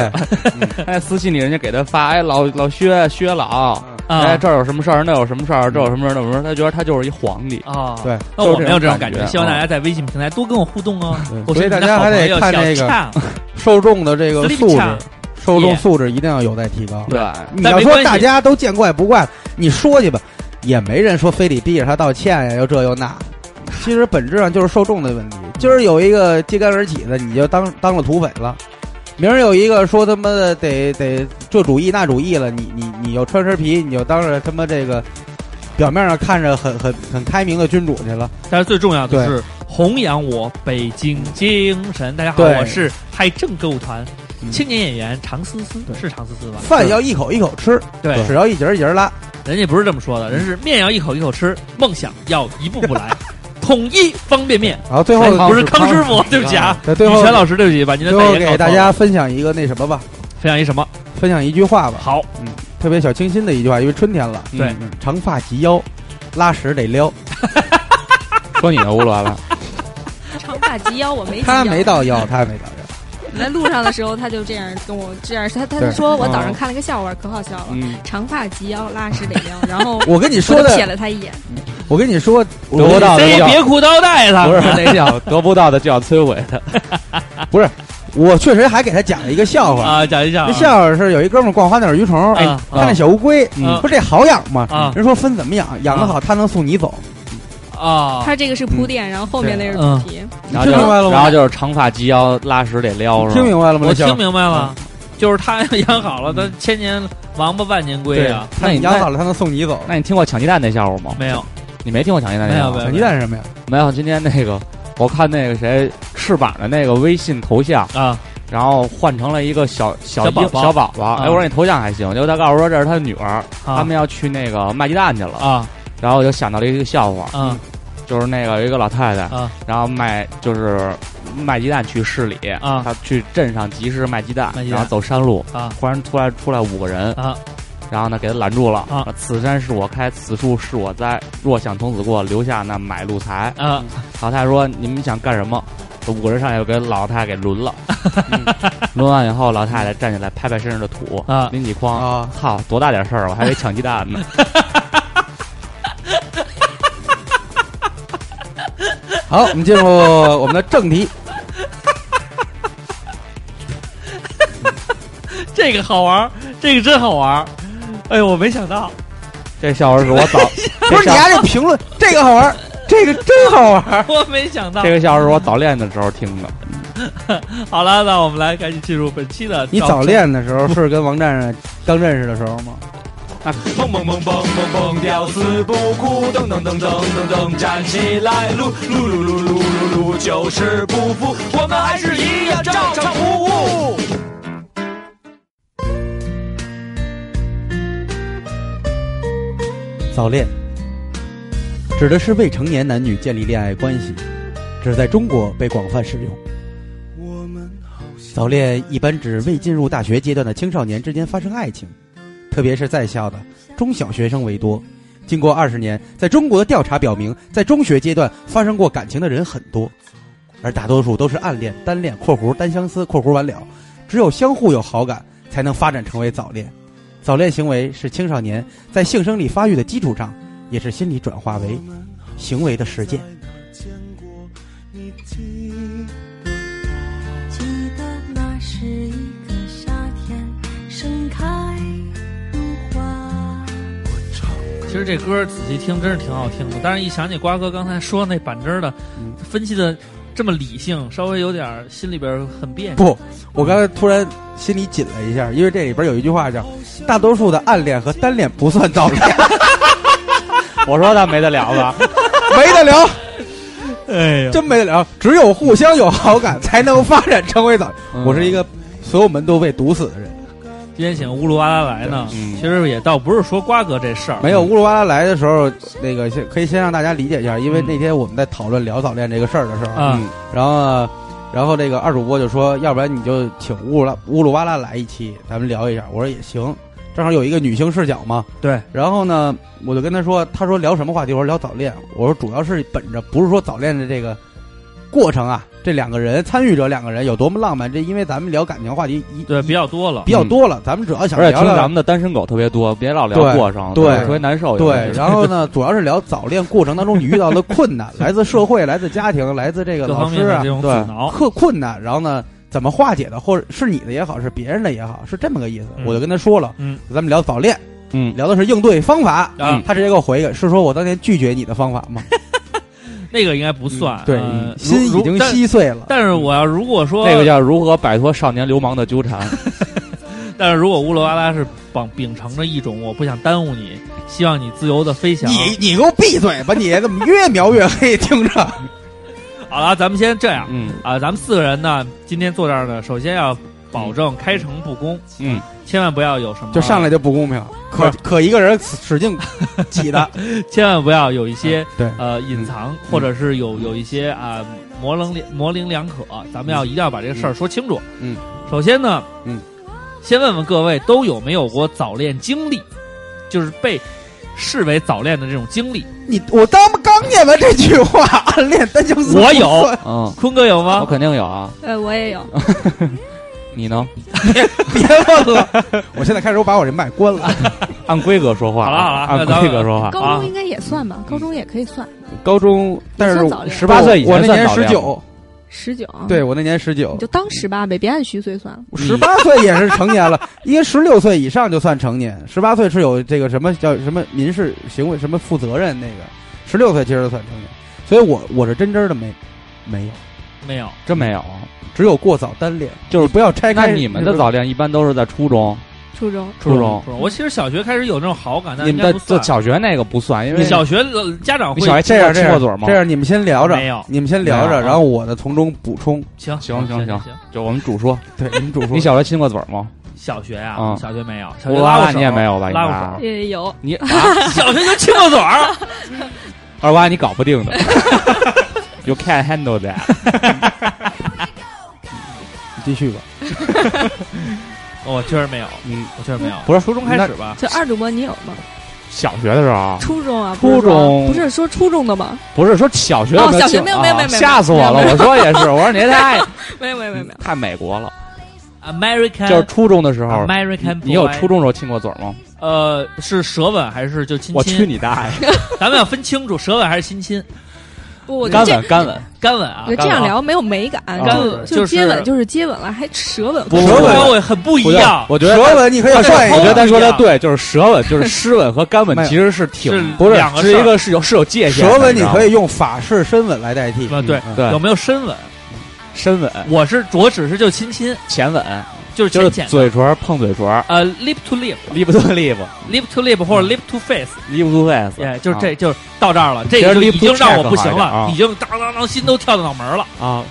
的。哎，私信里人家给他发，哎老老薛薛老，哎
啊
这儿有什么事儿，那有什么事儿，这有什么事儿，那有什么事儿，他觉得他就是一皇帝。
啊，
对，
那
就是
我没有这种感
感
觉，
觉
希望大家在微信平台多跟我互动哦。
对
我
啊嗯所
是
以
你
大
的
家
好
还
朋
得
友
看
小
这个
畅
受众的这个素
Sleepy
质
Chan，
受众素质一定要有待提高。
对，
你
但
要
没
说
关系
大家都见怪不怪，你说去吧，也没人说非得逼着他道歉呀，又这又那。其实本质上就是受众的问题。今儿有一个揭竿而起的，你就当当了土匪了；明儿有一个说他妈的得得这主义那主义了，你你你又穿身皮，你就当着他妈这个表面上看着很很很开明的君主去了。
但是最重要的是弘扬我北京精神。大家好，
对
我是嗨正歌舞团
嗯
青年演员常思思，
对
是常思思吧？
饭要一口一口吃，
对，
屎要一节儿一节儿拉。
人家不是这么说
嗯
的，人是面要一口一口吃，梦想要一步步 来，统一方便面。
然后最后
哎不是康师傅，对不起啊，
对最
羽
后
泉老师，对不起，把您的
最
代
后
言
给
搞
大
错了
家分享一个那什么吧，
分享一什么？
分享一句话吧。
好，
特别小清新的一句话，因为春天了，
对
嗯，长发及腰，拉屎得撩，
说你呢，乌罗拉，
长发及腰，我没及腰
他没到腰，他没到腰，
我在路上的时候，他就这样跟我这样，他他
对哦
就说我早上看了个笑话，可好笑了，
嗯，
长发及腰，拉屎得撩，然后
我跟你说
我就瞥
的，
了他一眼，
我跟你说，
得不到的
谁也
叫
别裤腰带他
不
们
是那叫得不到的就要摧毁他。
我确实还给他讲了一个笑话。
啊，讲一下啊
那笑话是有一哥们儿逛花鸟鱼虫，哎
啊
看见小乌龟，
嗯
说这好养吗
啊？
人说分怎么养，养得好他能送你走。
啊，
他这个是铺垫，然后后面那是主题，
然后
听明白了
就
吗
然后就是长发及腰，拉屎得撩，是
听
吧？
明白了吗？
我
这笑
听
话
明白了，就是他 养好了，他千年王八万年龟啊，
他
那你
养好了他能送你走。
那你听过抢鸡蛋那笑话吗？
没有
你没听过抢鸡蛋那
没
笑
有
话
没？有
小鸡蛋是什么呀？
没有，今天那个我看那个谁翅膀的那个微信头像，
啊
然后换成了一个小小
小
婴
宝宝
小宝宝。
啊
哎，我说你头像还行，结果他告诉我说这是他的女儿，
啊
他们要去那个卖鸡蛋去了。
啊
然后我就想到了一个笑话，
啊
就是那个有一个老太太，
啊
然后卖就是卖鸡蛋去市里，
啊
她去镇上集市卖鸡蛋，
卖鸡蛋
然后走山路，
啊
忽然突然出来五个人，
啊
然后呢给他拦住了。
啊
此山是我开，此树是我栽，若想从此过，留下那买路财。
啊！
老太太说：“你们想干什么？”五个人上来就给老太太给抡了，抡完以后，老太太站起来拍拍身上的土
啊
拎起筐
啊
操，多大点事儿，我还得抢鸡蛋呢。
好，我们进入我们的正题。
这个好玩儿，这个真好玩儿。哎呦，我没想到，
这笑话是我早，
不是你家这评论，这个好玩儿，这个真好玩儿。
我没想到
这。个笑话是我早恋的时候听的。
好了，那我们来赶紧进入本期的。
你早？恋的时候是跟王站站刚认识的时候吗？
蹦蹦蹦蹦蹦蹦，吊死不哭，噔噔噔噔噔噔，站起来，撸撸撸撸撸撸撸，就是不服，我们还是一样照常服务。
早恋指的是未成年男女建立恋爱关系，只在中国被广泛使用。
我们好
早恋一般指未进入大学阶段的青少年之间发生爱情，特别是在校的中小学生为多。经过二十年，在中国的调查表明，在中学阶段发生过感情的人很多，而大多数都是暗恋、单恋（括弧单相思）（括弧完了），只有相互有好感才能发展成为早恋。早恋行为是青少年在性生理发育的基础上，也是心理转化为行为的实践。
记得那是一个夏天，盛开如花。
其实这歌仔细听真是挺好听的，但是一想起瓜哥刚才说那板针的，分析的这么理性，稍微有点儿心里边儿很别扭。
不，我刚才突然心里紧了一下，因为这里边有一句话叫“大多数的暗恋和单恋不算早 恋
我说咱没得了啊吧？”，
没得聊，
哎呀，
真没得聊，只有互相有好感 才能发展成为早恋。 我是一个所有门都被堵死的人，
今天请乌噜哇啦来呢，
嗯
其实也倒不是说瓜哥这事儿，
没有乌鲁哇啦来的时候，那个先可以先让大家理解一下，因为
嗯
那天我们在讨论聊早恋这个事儿的时候，
啊
嗯
然后呢，然后这个二主播就说，要不然你就请乌拉乌鲁哇啦来一期，咱们聊一下。我说也行，正好有一个女性视角嘛。
对。
然后呢，我就跟他说，他说聊什么话题？我说聊早恋。我说主要是本着不是说早恋的这个过程啊，这两个人参与者两个人有多么浪漫，这因为咱们聊感情话题一
对比较多了
比，较多了，咱们主要想
而且
聊
听咱
聊
们的单身狗特别多，别老聊
对
过程，
对
特别难受。
对，然后呢，主要是聊早恋过程当中你遇到的困 难，来自社会，来自家庭，来自这个
各
老
方
师
面的
啊
这，种阻
对
挠，
克困难，然后呢，怎么化解的，或者是你的也好，是别人的也好，是这么个意思。
嗯
我就跟他说了，
嗯，
咱们聊早恋，
嗯，
聊的是应对方法。嗯
啊
他直接给我回一个，是说我当年拒绝你的方法 吗？
那个应该不算。
嗯对
呃，
心
如
已经
但
稀碎了。
但是我要如果说
那个叫如何摆脱少年流氓的纠缠。
但是如果乌鲁哇啦是秉秉承着一种我不想耽误你，希望你自由的飞翔。
你你给我闭嘴吧！你怎么越描越黑？听 着，
好了，咱们先这样
嗯
啊，咱们四个人呢，今天坐这儿呢，首先要保证开诚布公，
嗯，
千万不要有什么，
嗯就上来就不公平，可可一个人使劲挤 的，
千万不要有一
哎
些、
对
呃隐
嗯
藏，或者是有有一些啊模棱两模棱两可，咱们要一定要把这个事儿说清楚。
嗯，
首先呢，
嗯，
先问问各位都有没有过早恋经历，就是被视为早恋的这种经历。
你我刚刚念完这句话，暗恋单相思，
我有
不算
嗯，
坤哥有
我
吗？
肯定有啊。
呃，我也有，
你呢？
别问了，我现在开始我把我这麦关了。
按规格说话。啊
好了好了那
按
咱们
规格说话。
高中应该也算吧，高中也可以算，
高中，但是
算早恋
十八岁以前
我那年
算早
十
恋
九，
十九，
对，我那年十九
你，就当十八呗，别按虚岁算了。
十八岁也是成年了，因为十六岁以上就算成年，十八岁是有这个什么叫什么民事行为什么负责任那个，十六岁其实就算成年，所以我我是真真的没没有，
没有。
真没有。
哎
只有过早单恋，
就是
不要拆
那
开
你们的早恋一般都是在初中，
初中
初中
初。中我其实小学开始有那种好感，但
你
应
们
该
的
不
就
算。
小学哎那个不算，因为
你小学呃家长
你
会
小学
这样这
亲
样
过嘴吗
这？样你们先聊着，
没有
你们先聊
没有
着，
啊
然后我呢从中补充，
行
行
行
行
行
行，就我们主说，
对你 们主说，
你小学亲过嘴吗？
小学啊，
嗯
小学没有，小
我
学拉过手啊
你也没有吧？
拉过
应该
手，
也有，
你啊
小学就亲过嘴儿，
二娃你搞不定的 ，You can handle that。
你继续吧，
我哦确实没有，
嗯，
我确实没有。
不是
初中开始吧？
就二主播你有吗？
小学的时候
初中啊，
初
不是说
中
不是说初中的吗？
不是说小学
哦
有
小学
亲
没有
啊
没有没有没有
吓死我了！
没有没
我说也是，我说你太
没有没有没有没有，
太美国了，
American
就是初中的时
啊
候。
American，
你有
boy
初中时候亲过嘴吗？
呃是舌吻还是就亲亲？
我去你大爷！
咱们要分清楚，舌吻还是亲亲？
不，我觉
干
得这
吻干吻，
干吻啊
我觉，得这样聊没有美感，
干
吻
就
就是
接吻就是接吻了，还舌吻，
不
舌吻
舌吻很不一样，
我觉得
舌吻你可以算一
我觉得
个，
他说的对，就是舌吻，就是湿吻和干吻
没有
其实是挺
是
不是
两个
是
事儿
一个是有是有界限的。
舌吻你
知道吗
可以用法式深吻来代替
啊，对
嗯
对
有没有深吻？
深吻、
我是我只是就亲亲，
前吻，
就是
就是
浅浅的
嘴唇碰嘴唇
呃，lip to lip，lip
，lip to lip，lip
to lip
嗯
或者 lip to face，
to face，
哎，就是这就是到这儿了，这
其
个就
实啊 lip
已经
to
让
check
我不行
好一点啊
了，已经当当当心都跳到脑门了，
啊，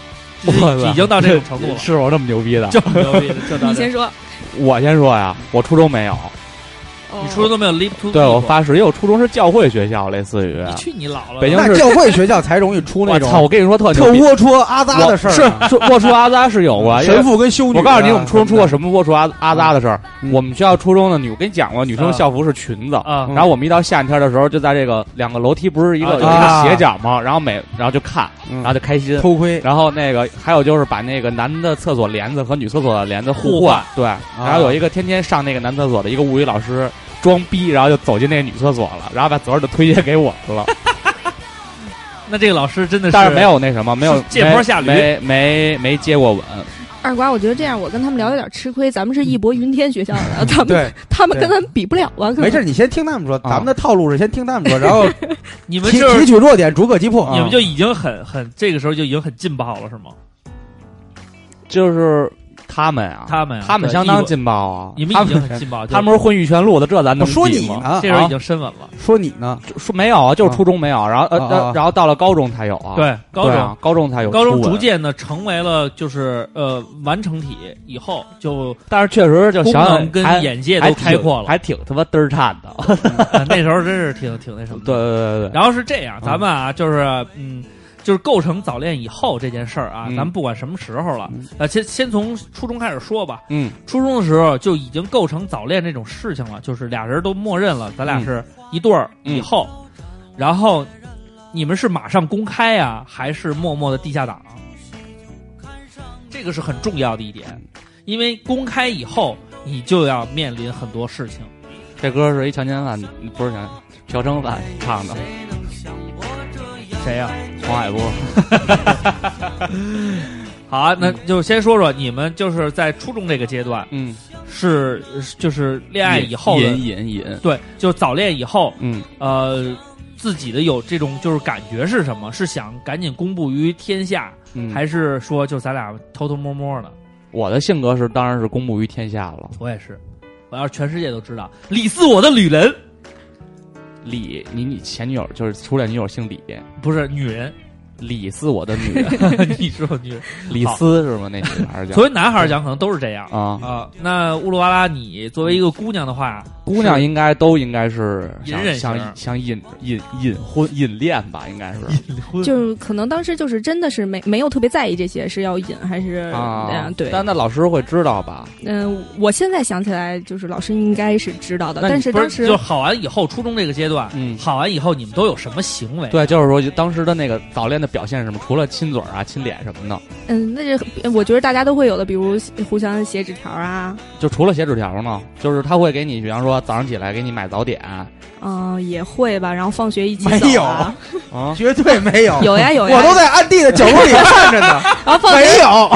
就
我操
是已经到这种程度了，
是我这么牛逼的？
就很牛逼，就到
你
这
先
儿。
说，
我先说呀，我初中没有，
你初中都没有 lip to，
对
lip
我发誓，因为我初中是教会学校，类似于。
你去你姥姥，
啊北京
那教会学校才容易出那
我操！我
种
跟你说特
特
牛逼，
龌龊阿扎
我
的事儿啊
是
呢，
说龌龊阿扎是有过，因为
神父跟修女啊。
哦我告诉你，我们初中出过什么龌龊阿阿扎的事儿。
嗯
我们学校初中的女，我跟你讲过，女
嗯
生校服是裙子。
啊
嗯
然后我们一到夏天的时候，就在这个两个楼梯不是一个有一
啊
个斜角吗？然后每然后就看，
嗯
然后就开心。
偷窥，
然后那个还有就是把那个男的厕所帘子和女厕所的帘子互
互
换
换，啊
对。然后有一个天天上那个男厕所的一个物理老师装逼，然后就走进那个女厕所了，然后把责任就推卸给我 了。
那这个老师真的
但是没有那什么，没有
是借坡下驴
没没没没接过吻。
哦二瓜，我觉得这样我跟他们聊有点吃亏，咱们是义薄云天学校的，咱们
对，
他们
对
跟咱们比不了啊，可能
没事儿，你先听他们说，
啊
咱们的套路是先听他们说，然后
你们
提
就
提
是
取弱点，逐个击破。
你们
嗯
啊
就已经很很这个时候就已经很劲爆了是吗？
就是他们啊，
他们啊
他们
对
相当
义薄
劲爆啊！
你们
他
已经
们
很劲爆，
他们是混玉泉路的，这咱
我
能
说
比
你
吗？
呢，
这时候已
啊
经深吻了，
说你呢，
说没有啊，
嗯
就是初中没有，然后
啊
呃
啊啊
呃，然后到了高中才有啊。
对，高
对
中
啊高中才有初
高
吻，
中逐渐的成为了就是呃完成体以后，就
但是确实就
功
想
能
想
跟
还
眼界
还
都开
挺
阔了。
还挺他妈嘚儿颤的。
呃那时候真是挺挺那什么
对嗯
的。
对对对，
然后是这样，咱们啊，就是嗯，就是构成早恋以后这件事儿啊，
嗯
咱们不管什么时候了
嗯，
呃，先先从初中开始说吧。
嗯，
初中的时候就已经构成早恋这种事情了，就是俩人都默认了咱俩是一对儿
嗯
以后，然后你们是马上公开啊，还是默默的地下党？这个是很重要的一点，因为公开以后你就要面临很多事情。
这歌是一强奸犯，不是强奸，嫖娼犯唱的，
谁啊呀、
黄海波。
好啊，那就先说说你们就是在初中这个阶段
嗯，
是就是恋爱以后的
隐隐隐，
对，就是早恋以后，
嗯，
呃，自己的有这种就是感觉是什么？是想赶紧公布于天下，
嗯
还是说就咱俩偷偷摸摸的？
我的性格是当然是公布于天下了。
我也是，我要是全世界都知道，李四我的女人
李，你你前女友就是初恋女友姓李，
不是女 人，
李是我的 女人，
你说我 女人。
李斯是吗？那女孩 儿叫
作为男孩儿讲，可能都是这样
啊。
啊、那乌鲁哇啦，你作为一个姑娘的话，
姑娘应该都应该是
隐
想
忍
想
型
想隐隐隐婚隐恋吧，应该是嗯
就是可能当时就是真的是没没有特别在意这些是要引还是
啊
嗯，对。
但那老师会知道吧？
嗯，我现在想起来就是老师应该是知道的，
那你
但是
不
当
是
时
就好完以后，初中这个阶段，
嗯
好完以后你们都有什么行为？
对，就是说当时的那个早恋的表现是什么？除了亲嘴儿啊、亲脸什么的，
嗯，那这我觉得大家都会有的，比如互相写纸条啊，
就除了写纸条呢，就是他会给你，比方说早上起来给你买早点啊，
嗯、也会吧，然后放学一起
没
走啊、
绝对没有，
有呀有呀，
我都在暗地的角落里看着呢，
然后放
没
学
有。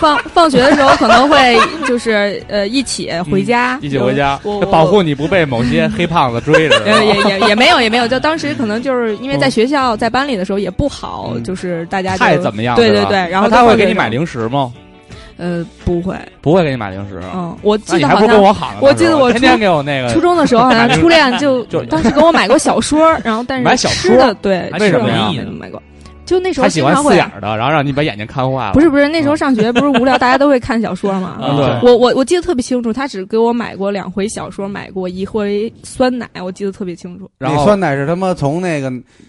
放放学的时候可能会就是呃一起回家，
嗯一起回家
我我，
保护你不被某些黑胖子 追着。
有。呃，也也也没有，也没有。就当时可能就是因为在学校、在班里的时候也不好，
嗯
就是大家就
太怎么样？
对
对
对
吧
对然后
那他
就
会
放
给
这
你买
种
零食吗？
呃，不会。
不会给你买零食。
嗯，我
啊那你
记得
还
好
不如跟
像
我好呢？
我
那时
记得
候
我
天
初
天给我那个
初中的时候，好 像初恋就
就
当时给我买过小说，然后但是
买小
吃
说
的对，
还
为什
吃的
么呀
好像没买过。就那时候
他喜
经
欢啊
常
刺
会
眼，儿的，然后让你把眼睛看坏了。
不是不是，
嗯
那时候上学不是无聊，大家都会看小说嘛。
啊，对，
我我我记得特别清楚，他只给我买过两回小说，买过一回酸奶，我记得特别清楚。
然
那
后
酸奶是他妈从那个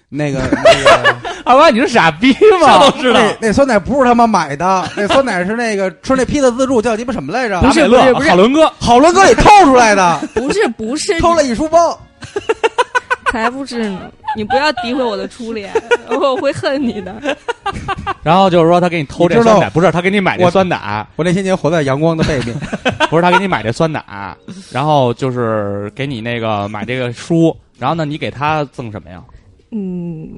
那个那个。
二瓜，你是傻逼
这
吗？
都 知道。
那那酸奶不是他妈买的，那酸奶是那个吃那披萨自助叫鸡巴什么来着？
达美乐
不是不是
好 伦哥，
好伦哥里偷出来 的，
不是不是，
偷了一书包。
才不是呢！你不要诋毁我的初恋， 我会恨你的。
然后就是说他给你偷
你
这
知道
酸奶，不是他给你买这
我
酸奶，
我那些年活在阳光的背面，
不是他给你买这酸奶，然后就是给你那个买这个书，然后呢，你给他赠什么呀？
嗯，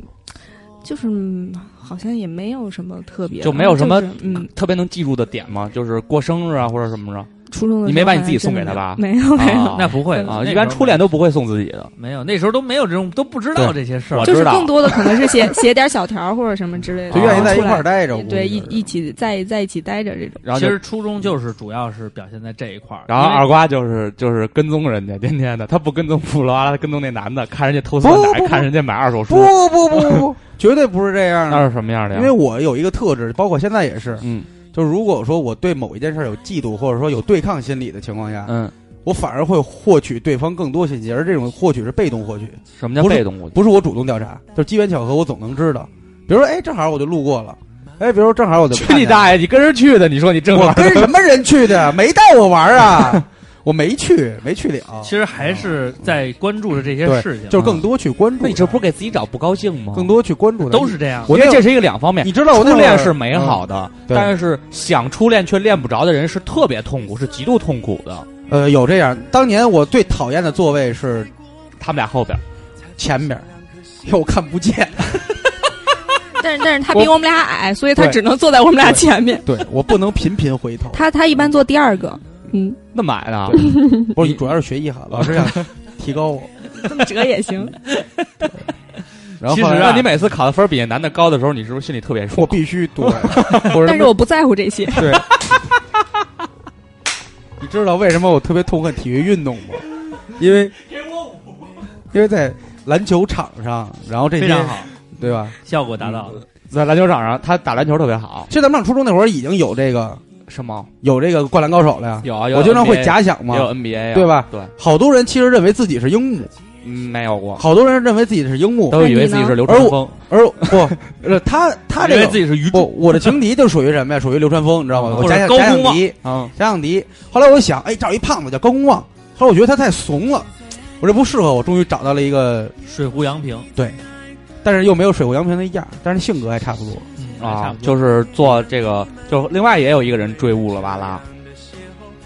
就是嗯好像也没有什么特别的，
就没有什么
就是嗯，
特别能记住的点吗？就是过生日啊，或者什么着？
初中的时候
你没把你自己
好像
送给
真
他
的
吧
没有没有，
啊
嗯那不会
啊，一般初恋都不会送自己的。
没有，那时候都没有这种，都不知道这些事儿
我。
就是
知道
更多的可能是写写点小条或者什么之类的，
就愿意在一块
然后
儿待
出
着
来。。 对，
我
一
觉得
一起在在一起待着这种。
然后
其
就，
实初中就是主要是表现在这一块儿，
然后
因为
二瓜就是就是跟踪人家，天天的，他不跟踪普罗拉，他跟踪那男的，看人家偷酸
不
奶，
不不
看人家买二 手书，
不不不不不， 绝对不是这样
那
的。
是什么样的呀？
因为我有一个特质，包括现在也是，
嗯
就是如果说我对某一件事儿有嫉妒，或者说有对抗心理的情况下，
嗯，
我反而会获取对方更多信息，而这种获取是被动获取，
什么叫
不是
被动？我
不是我主动调查，就是机缘巧合，我总能知道。比如说，哎，正好我就路过了，哎，比如说正好我就
去你大爷！你跟人去的，你说你正
我
好
跟什么人去 的？没带我玩儿啊，我没去，没去 了。
其实还是在关注着这些
对
事情，
就是更多去关注，
那你这不是给自己找不高兴吗？
更多去关注它
都是。这样。
我觉得这是一个两方面
你。知道我那
初
会儿
恋是美好的，
对
但是想初恋却恋不着的人是特别痛苦，是极度痛苦的。
呃有这样，当年我最讨厌的座位是
他们俩后边，
前边 儿，又看不见。
但是但是他
我
比我们俩矮，所以他
对
只能坐在我们俩
对
前面。
对我不能频频回头，
他他一般坐第二个，嗯，
那买的
不是主要是学艺哈，老师想提高 我。
这么折也行。
然后
其
后
实
来
啊，你每次考的分比那男的高的时候，你是不是心里特别
我
爽？
必须多，
但是我不在乎这些，
对。 你知道为什么我特别痛恨体育运动吗？ 因为因为在篮球场上，然后这
非
些
常好，
对吧？
效果达到
嗯
了。
在篮球场上，他打篮球特别好，
其实咱们上初中那会儿已经有这个
是吗？
有这个灌篮高手了呀，
有啊，
嗯
有
我经常
NBA
会假想
也有
嘛。
NBA 呀，
对吧？
对，
好多人其实认为自己是樱木，
嗯没有过，
好多人认为自己是樱木，
都以为自己是流川枫，
而不，呃他他
认
这
为
个
自己是鱼
不
柱，，
我的情敌就属于什么呀？属于流川枫，你知道吗？
或
我
者
假想
高
假想
公望
敌，
嗯，
假想敌。后来我想，哎，找一胖子叫高公望。后来我觉得他太怂了，我这不适合我。终于找到了一个，
水壶洋平
但是又没有水户洋平的样儿，但是性格还差不多。
嗯还差
啊
不，多
就是做这个，就另外也有一个人追乌了哇啦，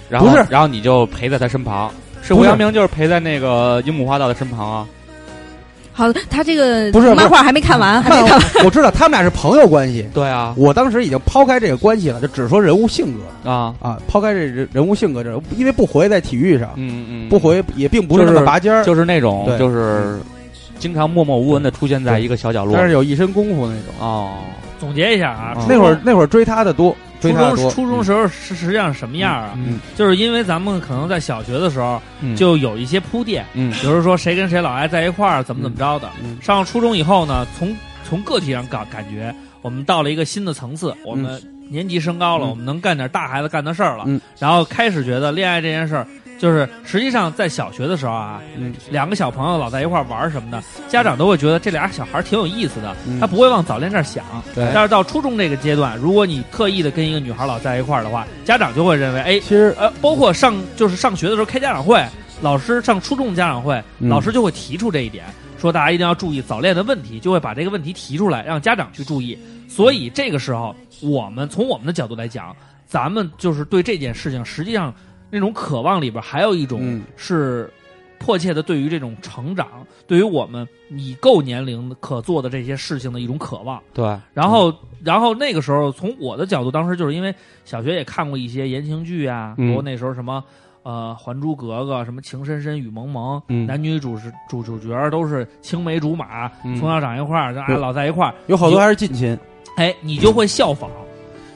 然后
不是
然后你就陪在他身旁，是
不
胡
是
杨明就是陪在那个樱木花道的身旁啊，
好，他这个
不是哎
漫画还没看完，还没看完。
我知道他们俩是朋友关系，
对啊，
我当时已经抛开这个关系了，就只说人物性格
啊，
啊，抛开这人人物性格这，因为不活跃在体育上，
嗯嗯，
不活跃也并不是
就
那
是
么拔尖儿，
就是那种
对
就是经常默默无闻的出现在一个小角落
但是有一身功夫那种。
哦，
总结一下啊
嗯，
初
那会儿
中
那会儿追他的多，追
初
他的
中
多。
初中时候是实际上是什么样啊？
嗯
就是因为咱们可能在小学的时候
嗯
就有一些铺垫，
嗯
比如说谁跟谁老爱在一块儿，怎么怎么着的。
嗯嗯
上了初中以后呢，从从个体上感感觉，我们到了一个新的层次，我们年级升高了，
嗯
我们能干点大孩子干的事儿了。
嗯
然后开始觉得恋爱这件事儿，就是实际上在小学的时候啊，
嗯
两个小朋友老在一块儿玩儿什么的，家长都会觉得这俩小孩儿挺有意思的，
嗯
他不会往早恋这儿想。
对
但是到初中这个阶段，如果你特意的跟一个女孩儿老在一块儿的话，家长就会认为，哎，
其实
呃，包括上就是上学的时候开家长会，老师上初中家长会，
嗯
老师就会提出这一点，说大家一定要注意早恋的问题，就会把这个问题提出来，让家长去注意。所以这个时候，我们从我们的角度来讲，咱们就是对这件事情，实际上那种渴望里边还有一种
嗯
是迫切的对于这种成长，对于我们已够年龄可做的这些事情的一种渴望。
对，
然后，
嗯
然后那个时候，从我的角度，当时就是因为小学也看过一些言情剧啊，
嗯
包括那时候什么呃《还珠格格》、什么《情深深雨蒙蒙》，
嗯
男女主是主主角都是青梅竹马，
嗯
从小长一块儿，然后
对
老在一块儿，
有好多还是近亲，
哎，你就会效仿，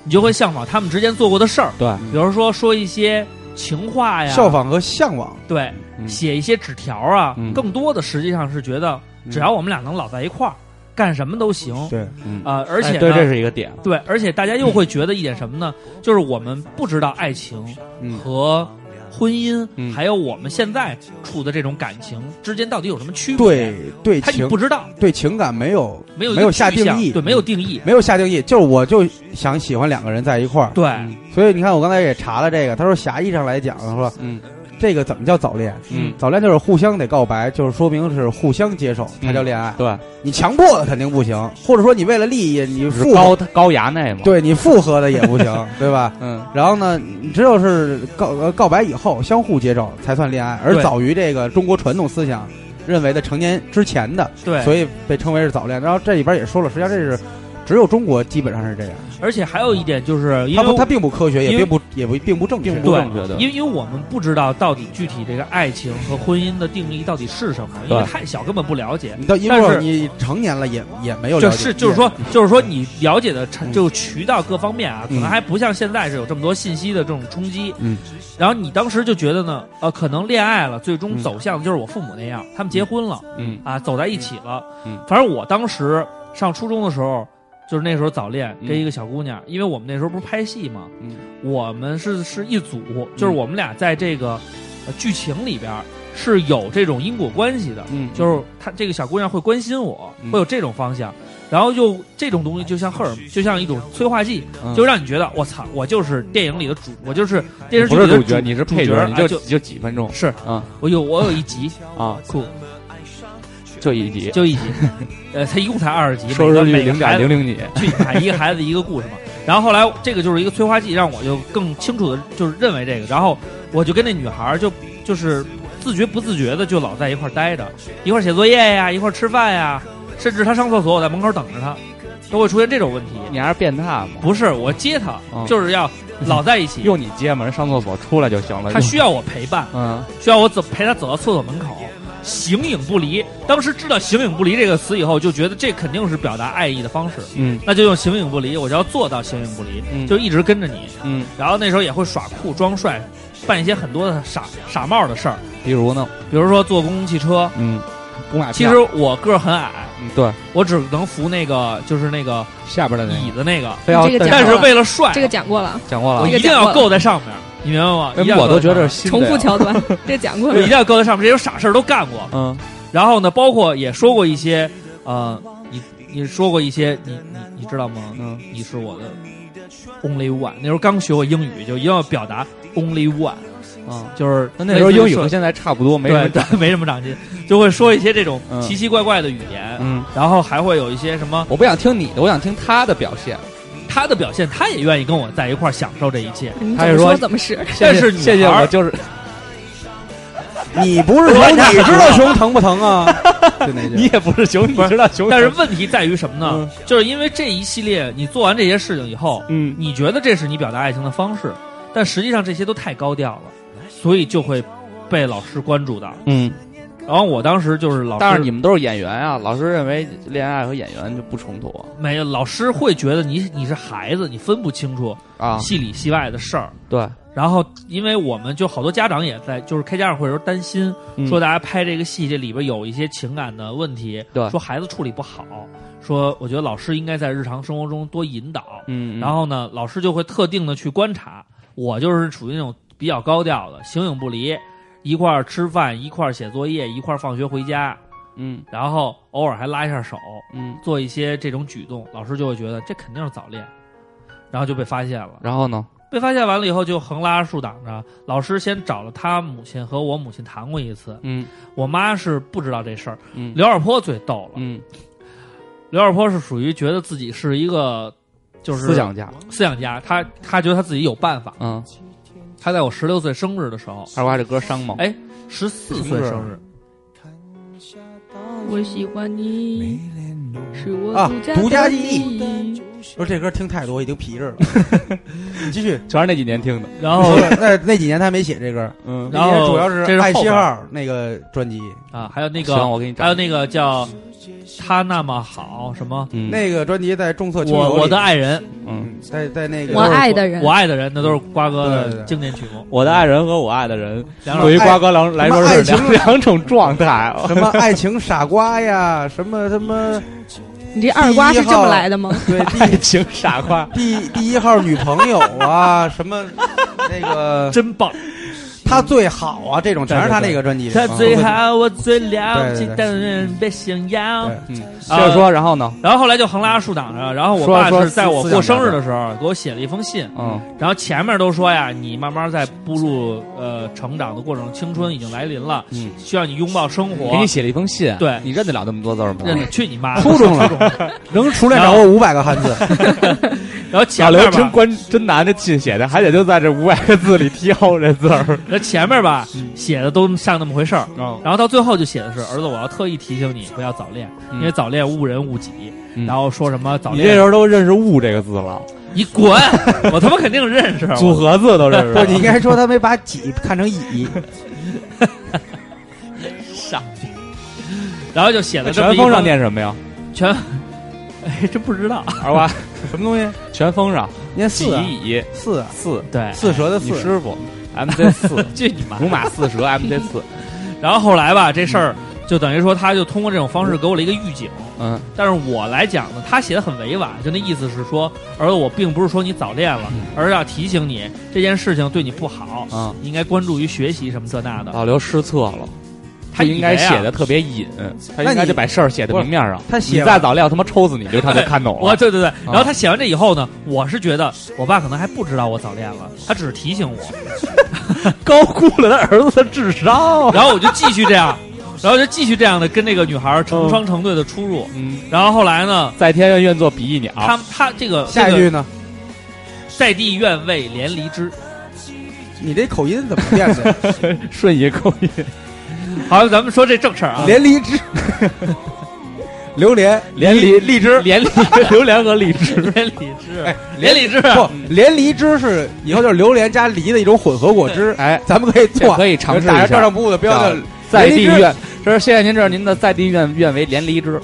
你就会效仿他们之间做过的事儿，
对，
比如说说一些情话哎呀，
效仿和向往。
对，
嗯
写一些纸条啊，
嗯
更多的实际上是觉得
嗯
只要我们俩能老在一块儿，干什么都行啊、
对，
嗯，
呃而且
哎
呢。
对，这是一个点，
对，而且大家又会觉得一点什么呢？就是我们不知道爱情
嗯
和婚姻，
嗯
还有我们现在处的这种感情之间到底有什么区别？
对对
他你
情
不知道，
对情感没有
没有一个
没有下
具象
定义，
对，没有定义，
没有下定义，就是我就想喜欢两个人在一块儿。
对，
所以你看，我刚才也查了这个，他说狭义上来讲，他说
嗯
这个怎么叫早恋？
嗯，
早恋就是互相得告白，就是说明是互相接受
嗯
才叫恋爱。
对，
你强迫的肯定不行，或者说你为了利益你
就是
附
高
和，
高衙内嘛，，
对你附和的也不行，对吧？
嗯，
然后呢，你只有是告呃告白以后相互接受才算恋爱，而
对
早于这个中国传统思想认为的成年之前的，
对，
所以被称为是早恋。然后这里边也说了，实际上这是只有中国基本上是这样，
而且还有一点就是，因
它
为
不
我
它并不科学，也
因为
并不也不并不正确，
并不
对
正确的，
因为因为我们不知道到底具体这个爱情和婚姻的定义到底是什么，因为
对
太小根本不了解。
你到因
但
为
是
你成年了也也没有了
就
解
是就是说，就是说，你了解的
嗯
就渠道各方面啊，可
嗯
能还不像现在是有这么多信息的这种冲击。
嗯，
然后你当时就觉得呢，呃，可能恋爱了，最终
嗯
走向就是我父母那样，他们结婚了
嗯
啊，走在一起了。
嗯，
反正我当时上初中的时候，就是那时候早恋，
嗯
跟一个小姑娘，因为我们那时候不是拍戏嘛，
嗯
我们是是一组，
嗯
就是我们俩在这个呃剧情里边是有这种因果关系的。
嗯，
就是她这个小姑娘会关心我，
嗯
会有这种方向，然后就这种东西就像荷尔，就像一种催化剂，
嗯
就让你觉得我操，我就是电影里的主，我就是电视剧
不
里
是
的
主角，你是配
主角
角，你
啊
就
就
你就几分钟
是
啊
我有我有一集
啊，
酷，
就一集，
就一集，呃，它一共才二十集，
嗯收视率
每个
零
每个孩
点
子
零零几，
去买一个孩子一个故事嘛。 然后后来这个就是一个催化剂，让我就更清楚的就是认为这个，然后我就跟那女孩儿就就是自觉不自觉的就老在一块儿待着，一块儿写作业呀，一块儿吃饭呀，甚至她上厕所我在门口等着她，都会出现这种问题。
你还是变态吗？
不是我接她，
嗯
就是要老在一起，
用你接门上厕所出来就行了。
她需要我陪伴，
嗯，
需要我走陪她走到厕所门口。形影不离，当时知道“形影不离”这个词以后，就觉得这肯定是表达爱意的方式。
嗯
那就用形影不离，我就要做到形影不离，
嗯
就一直跟着你。
嗯，
然后那时候也会耍酷装帅，办一些很多的傻傻帽的事儿，
比如呢，
比如说坐公共汽车。
嗯，不买
其实我个儿很矮，
对
我只能扶那个就是那个
下边的那
椅子
个，
那 个，
非要
这个
但
但
讲
是
过了
为了帅，
这个讲过了，
讲过
我
了，啊
一定要够在上面，你明白吗？一定
哎
要够
我
在
都觉
上
得
面
是新
重
的
复
呀，
桥段，这讲过
我一定
了。
要够在上面，这种傻事儿都干过。
嗯
然后呢，包括也说过一些，呃，你你说过一些，你你你知道吗？
嗯，
你是我的 only one。那时候刚学过英语，就一定要表达 only one，
啊，
就是
那那时候英语
类
和
似于
现在差不多，没什
对
么
对 没什么长进，就会说一些这种
嗯
奇奇怪怪的语言，
嗯，
然后还会有一些什么
我不想听你的，我想听他的表现。
他的表现，他也愿意跟我在一块儿享受这一切。
你
他
怎
是
么
说
说怎么是，
但是
谢
女
谢
孩儿
我就是
你不是熊，你知道熊疼不疼啊？就那
你
句，
也不是熊，你知道熊，
但是问题在于什么呢？就是因为这一系列你做完这些事情以后，
嗯
你觉得这是你表达爱情的方式，但实际上这些都太高调了，所以就会被老师关注到。
嗯，
然后我当时就是老师，
但是你们都是演员啊，老师认为恋爱和演员就不冲突
没有老师会觉得你你是孩子，你分不清楚
啊。
戏里戏外的事儿。
对，
然后，因为我们就好多家长也在，就是开家长会的时候担心，
嗯
说大家拍这个戏这里边有一些情感的问题，
对
说孩子处理不好，说我觉得老师应该在日常生活中多引导。
嗯，
然后呢，老师就会特定的去观察。我就是属于那种比较高调的，形影不离，一块儿吃饭，一块儿写作业，一块儿放学回家，
嗯
然后偶尔还拉一下手，
嗯，
做一些这种举动，老师就会觉得这肯定是早恋，然后就被发现了。
然后呢？
被发现完了以后，就横拉竖挡着。老师先找了他母亲和我母亲谈过一次，
嗯
我妈是不知道这事儿。
嗯
刘二坡最逗了，
嗯，
刘二坡是属于觉得自己是一个就是
思想家，
思想家，他他觉得他自己有办法。
嗯，
他在我十六岁生日的时候，
二瓜这歌伤吗？
哎，十四岁生日，
我喜欢你，是我
啊独
独
家
家
记忆
忆。
说这歌听太多，已经 皮着了。你继续。
全是那几年听的。
然 后
那那几年他没写这歌，
嗯，
然后
主要
这
是
是
爱
后
七
边
号那个专辑，
啊，还有那
行，
个
我给你找
还有那个叫他那么好什么，
嗯
那个专辑在重色轻
我
友
我
里
的，爱人，
嗯，
在在那个
我爱的人
我，爱的人，那都是瓜哥
对对
的
对
经典曲目。
我的爱人和我爱的人，
两
对于
首
瓜哥来来说是
什么爱
两两种状态。
什么爱情傻瓜呀，什么什么
你这 二瓜是这么来的吗？
对
爱
第
情傻瓜，嗯
第第一号女朋友啊，什么那 个
真棒！
他最好啊，这种全是他那个专辑啊里。
他最
啊
好，我最了
对
解
对对，
但人别想要。
对
嗯，接着说，然后呢？
然后后来就横拉竖挡着，然后我
说
爸
说
是在我
思
过
思想
生日
家
的时候给我写了一封信，
嗯
然后前面都说呀，你慢慢在步入呃成长的过程，青春已经来临了，
嗯，
需要你拥抱生活
给。你写了一封信，
对
你认得了那么多字儿吗？
嗯认得去你妈！
初中 了，能出来掌握五百个汉 字，
然后
小
前
刘
面
真
吧，
关真拿那信写的，还得就在这五百个字里挑这字儿。
那前面吧写的都像那么回事儿，
嗯
然后到最后就写的是儿子，我要特意提醒你不要早恋，
嗯
因为早恋误人误己。
嗯
然后说什么早
你这时
恋，
候都认识“物”这个字了，
你滚！我他妈肯定认识。啊
组合字都认识
不
了
是，。你应该说他没把己看成 乙，
傻逼。然后就写了这么
全
一封
哎封上念什么呀？
全， 哎，真不知道。
二娃，什么东西？全封上，
念
己
四啊
乙
四啊
四，
对，
四蛇的
你
四，
师 傅 MC 四，
去你妈！
五马嗯四蛇 MC 四，
然后后来吧，这事儿就等于说，他就通过这种方式给我了一个预警。
嗯，
但是我来讲呢，他写的很委婉，就那意思是说，儿子，我并不是说你早恋了，
嗯
而是要提醒你这件事情对你不好，
啊
你应该关注于学习什么这那的。
老刘失策了，
他
他
以为
应该
啊
写的特别隐，他
那
应该
你
就把事儿写在明面上。
他写
你再早恋，我他妈抽死你！就他就看懂
我
了。
哦对对对，然后他写完这以后呢，我是觉得我爸可能还不知道我早恋了，他只是提醒我，
高估了他儿子的智商。
然后我就继续这样， 然后就继续这样的跟那个女孩成双成对的出入，
嗯，
然后后来呢，
在天愿愿做比翼鸟。
他他这个
下一
这
句
个
呢？
在地愿为连离枝，
你这口音怎么变 的？
瞬移勾引，
好，咱们说这正事儿啊，
连离 枝，榴莲
连荔荔 枝，连荔榴莲和荔枝。
连理枝
哎，
连理枝，
不，连离枝是以后就是榴莲加梨的一种混合果汁，
哎，
咱们可以
这
做，
可以尝试一
打着照
下。
上不误的标
叫
的
在地
莲
愿，这是谢谢您，这是您的在地愿愿为连荔枝。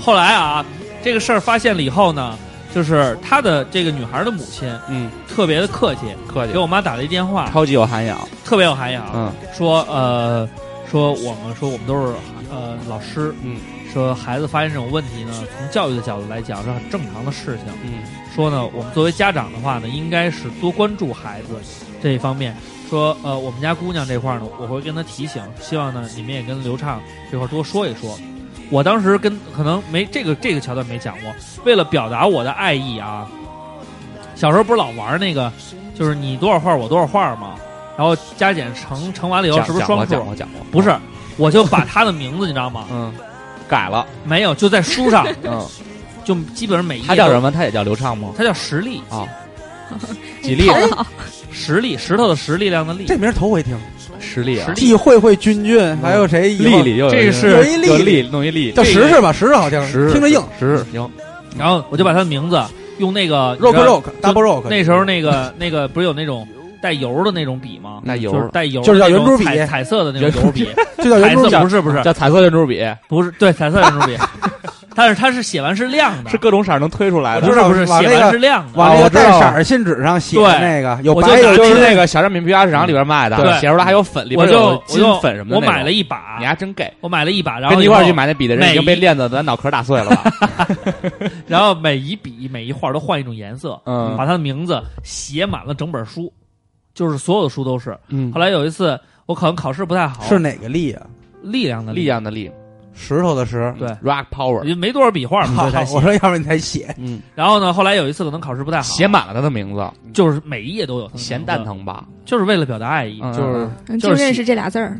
后来啊，这个事儿发现了以后呢，就是他的这个女孩的母亲
嗯，
特别的客气，
客啊
给，我妈打了一电话，
嗯超级有涵养。
特别有涵养，
嗯，
说呃，说我们说我们都是呃老师，
嗯，
说孩子发现这种问题呢，从教育的角度来讲是很正常的事情。
嗯，
说呢，我们作为家长的话呢，应该是多关注孩子这一方面。说呃，我们家姑娘这块儿呢，我会跟她提醒，希望呢你们也跟刘畅这块儿多说一说。我当时跟可能没这个这个桥段没讲过，为了表达我的爱意啊，小时候不是老玩那个，就是你多少画我多少画吗？然后加减乘乘完了以后
讲
是不是
讲
双
过
数
讲？过讲过，？
不是，我就把她的名字你知道吗
啊嗯，改了。
没有，就在书上，
嗯，
就基本上每一页
他叫
都
什？么？他也叫刘畅吗？啊
她叫实力，
几力？
实力，石头的石，力量的力。
这名儿头回听，
实力啊
实。力
既慧慧君君，还有谁？
丽丽又有
这
一个
是
有一
有
丽
丽弄一丽，
叫石
是
石吧，石石好听，
石
听着硬
石行。
然后我就把她的名字用那个
，rock rock double rock。
那时候那个那个不是有那种带油的那种笔吗？
带油
就是带油的
就是叫
那种
圆珠笔
彩彩色的那种油笔，
就叫
彩
圆珠
色
笔，
不是不是
叫彩色圆珠笔，
不是对彩色圆珠笔，但是它是写完是亮的，
是各种色儿能推出来
不
我
的
是
知。道
不是
往
写
那个
完是亮的，
往那
啊我
个
知道
带色儿信纸上写
对
的那个，有
我就
白
拿
有
就是
青
那个小商品批发市场里边卖的，
对
写出来还有粉，里
我
边有
就我
金
就
粉什么的。
我买了
一，
一
你
把，
还真给。
我买了一把，然后
跟你一块儿去
以后，
买那笔的
每
人已经被
一
链子咱脑壳打碎了吧？
然后每一笔每一画都换一种颜色，
嗯
把他的名字写满了整本书，就是所有的书都是。
嗯
后来有一次我可能考试不太好，
是哪个力啊？
力量的
力，量的力
石头的 石。
对
，rock power，
也没多少笔画 嘛，所以才
我
写。
说要不然你才写，
嗯，
然后呢，后来有一次可能考试不太好，嗯
写满了他的名字，
就是每一页都 有他的
咸
名字
蛋，疼吧？
就是为了表达爱意。
嗯
就是
就
就是认识这俩字儿，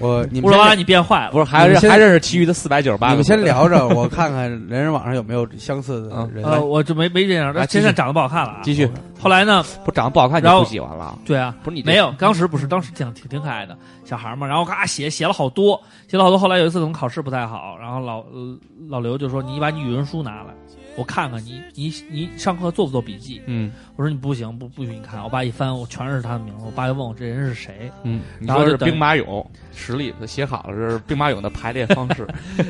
我你
乌
们
拉拉，
先
你变坏了
不。是还
你
认
们先
还认识其余的四百九十八？
你们先聊着，我看看人人网上有没有相似的
嗯
人。
呃，我这没没这样，
来
但
继续
现在长得不好看了啊。
继续，
后来呢？
不长得不好看你
然后
就不喜欢了？
对啊，
不是你这
没有，当时不是，当时挺挺挺可爱的小孩嘛，然后咔写写了好多，写了好多。后来有一次可能考试不太好，然后老、呃老刘就说：“你把你语文书拿来，我看看你你你上课做不做笔记。
嗯”
我说：“你不行，不不许你看。”我爸一翻，我全是他的名字。我爸就问我这人是谁，
嗯，你
然后
说
就是等于
兵马俑，实力写好了是兵马俑的排列方式，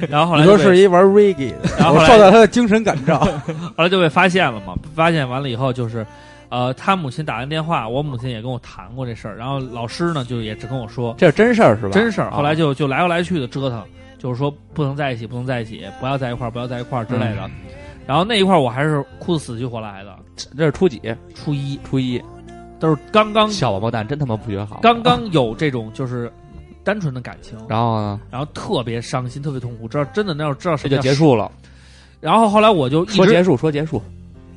然后后
你
来就
说
被
是一玩 reggae
然
的，
后
我
后来
受到他的精神感召。
后来就被发现了嘛，发现完了以后就是，呃，他母亲打完电话，我母亲也跟我谈过这事儿，然后老师呢就也只跟我说
这是真事儿是吧？
真事儿，
啊
后来就就来回来去的折腾，就是说不能在一起，不能在一起，不要在一块儿，不要在一块儿之类
嗯
的。然后那一块儿我还是哭死去活来的，
啊这是初几？
初一
初一，
都是刚刚
小王八蛋真他妈不学好，
刚。刚有这种就是单纯的感情，
然后呢，
然后特别伤心，特别痛苦，知道真的那要知道
这
谁
就结。束了。
然后后来我就一
说结
直
束，说结束。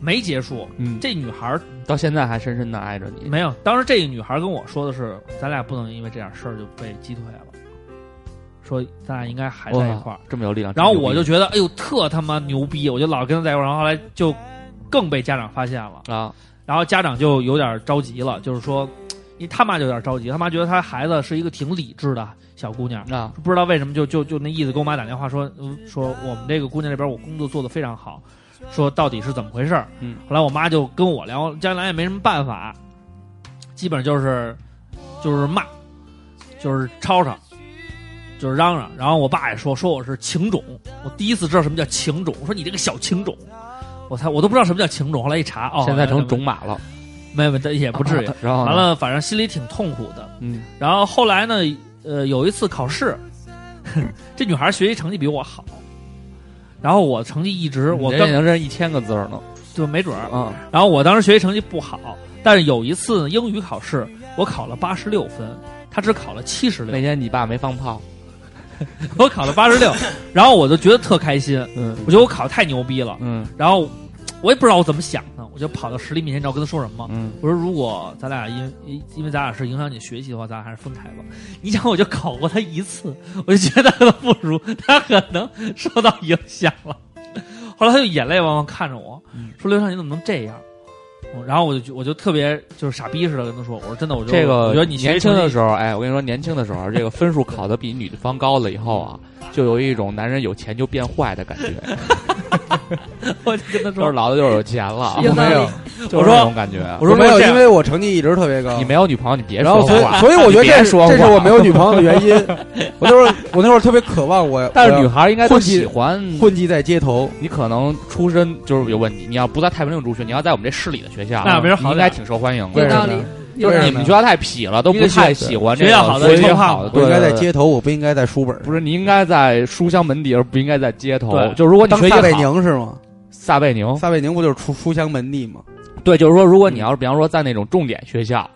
没结束，
嗯，
这女孩儿
到现在还深深的爱着你。
没有，当时这个女孩跟我说的是，咱俩不能因为这点事儿就被击退了，说咱俩应该还在一块儿
哇。，这么有力量。
然后
真牛
我
逼
就觉得，哎呦，特他妈牛逼！我就老跟她在一块儿，然后后来就更被家长发现了。
啊，
然后家长就有点着急了，就是说，因为他妈就有点着急，他妈觉得他孩子是一个挺理智的小姑娘，
啊，
不知道为什么就就就那意思给我妈打电话说，嗯说我们这个姑娘这边我工作做得非常好，说到底是怎么回事儿？
嗯，
后来我妈就跟我聊，将来也没什么办法，基本就是就是骂，就是吵吵，就是嚷嚷。然后我爸也说说我是情种，我第一次知道什么叫情种，我说你这个小情种，我才我都不知道什么叫情种，后来一查哦，
现
原
在
来
成
这
种哦马了，
没有没有这也不至于。
然后呢
完，了，反正心里挺痛苦的。
嗯，
然后后来呢，呃，有一次考试，这女孩学习成绩比我好，然后我成绩一直我
人家
刚嗯
能认一千个字儿呢，
就没准儿。
啊，
然后我当时学习成绩不好，但是有一次呢英语考试，我考了八十六分，她只考了七十
那
六，
天你爸没放炮，
我考了八十六，然后我就觉得特开心，
嗯
我觉得我考得太牛逼了。
嗯
然后我也不知道我怎么想的，我就跑到石力面前，你知道我跟他说什么吗？
嗯，
我说如果咱俩因因因为咱俩是影响你学习的话，咱俩还是分开吧。你想，我就考过他一次，我就觉得他不如，他可能受到影响了。后来他就眼泪汪汪看着我
嗯
说：“刘畅，你怎么能这样？”嗯然后我就觉我就特别就是傻逼似的跟他说：“我说真的，我就
这
我
个
觉得你学
年
习
轻的时
候
候，哎，我跟你说，年轻的时候，这个分数考的比女方高了以后啊，就有一种男人有钱就变坏的感觉，
我就跟他
就是
说，
老子就是有钱了，
有道理
有，
就是这种感觉。
我说
没
这
有，
样
因为我成绩一直特别高。
你没有女朋友，你别
然
说
后所以
话。
所以我觉得
你别
这是
说话
这是我没有女朋友的原因。我那会儿我那会儿特别渴望我，
但是
我
女孩应该都
呃混迹
喜欢
混迹在街头，
你可能出身就是有问题，你要不在太平令中学，你要在我们这市里的学校，
那没人
你
好
应该挺受欢迎
为
有
的。
什
道
么
理
呢？
就是你们学校太痞了，都不太喜欢这
学校
个
好的
所以
人
学校
胖
好的，
我
对
应该在
对对
街头，我不应该在书本。
不是你应该在书香门第，而不应该在街头
对。
就如果你
当
学习
撒贝
好，
宁是吗？
撒贝宁，
撒贝宁不就是书书香门第吗？
对，就是说，如果你要是比方说在那种重点学校，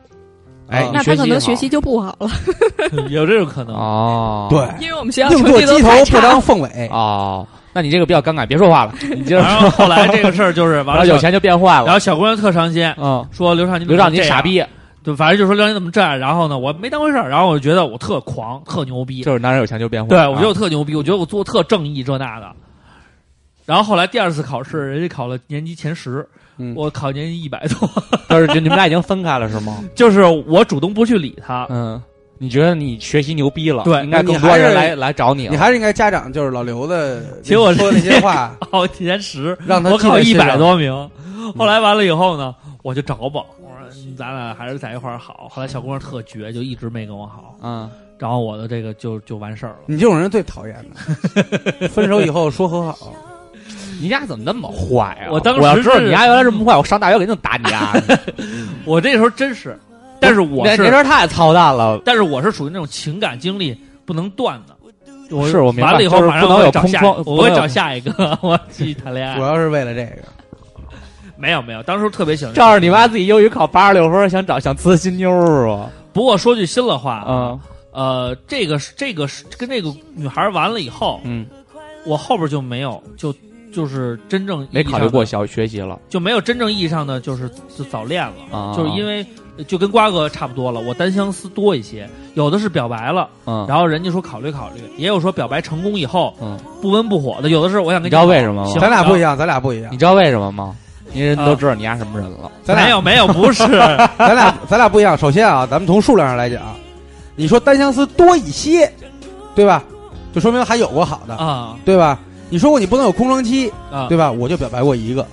哎，
啊
你
那他可能
学
学习就不好了，
有这种可能。
哦，
对，
因为我们学校
宁
成
做
绩都
鸡头
太
不
差了。
当凤尾。
哦，那你这个比较尴尬，别说话了，你接着
然
说。
后后来这个事儿就是完
然
了
后
小，
有钱就变坏
然
了，
后小姑娘特伤心，
嗯，
说刘畅你怎
刘
么
畅你
这样
傻，逼，
对，反正就说刘畅你怎么这样。然后呢，我没当回事儿，然后我就觉得我特狂，特牛逼，
就是男人有钱就变坏。
对，我觉得我
啊
特牛逼，我觉得我做特正义这那的。然后后来第二次考试，人家考了年级前十，
嗯
我考年级一百多，
就是就你们俩已经分开了是吗？
就是我主动不去理他。
嗯，你觉得你学习牛逼了，
对
应该更
你
多
还是
人来来找你了。
你还是应该家长就是老刘 的，
结果是
说那些话，
考前十，
让他
我
记在
考一
心
百
上。
多名。后来完了以后呢，我就找吧，我说咱俩还是在一块儿好。后来小姑娘特绝，就一直没跟我好。
嗯，
然后我的这个就就完事儿了。
你这种人最讨厌 的，分手以后说和好，
你家怎么那么坏啊？
我当时
我要知道
是
你家原来这么坏，我上大学肯定打你家。
我这时候真是，但是我
那那
是，
阵太操蛋了，
但是我是属于那种情感经历不能断的。我
是我明白
完了以后
就是
马上
不能
我
有
找
空
下
窗
一
不
我会
能有
找下一个， 我继续谈恋
哎
爱
主。要是为了这个。
没有没有，当时特别喜欢。
照着你妈自己英语考八十六分，想找想呲新妞儿是吧？
不过说句心里话，
嗯
呃，这个是这个是跟这个女孩完了以后，
嗯，
我后边就没有就就是真正意义
没考虑
上的
过小学习了
就没有真正意义上的就是就早恋了，
啊，
就是因
为
为就跟瓜哥差不多了，我单相思多一些，有的是表白了，
嗯，
然后人家说考虑考虑，也有说表白成功以后，
嗯，
不温不火的，有的是我想
你
跟
知道为
么？
什么吗
行？
咱俩不一样，咱俩不一样
你，知道为什么吗？因为人
啊
都知道你家什么人了。
咱
没
俩
有没有，不 是，
咱俩咱俩不一样。首先啊，咱们从数量上来讲，你说单相思多一些，对吧？就说明还有过好的，
啊
对吧？你说过你不能有空窗期，
啊，
对吧？我就表白过一个，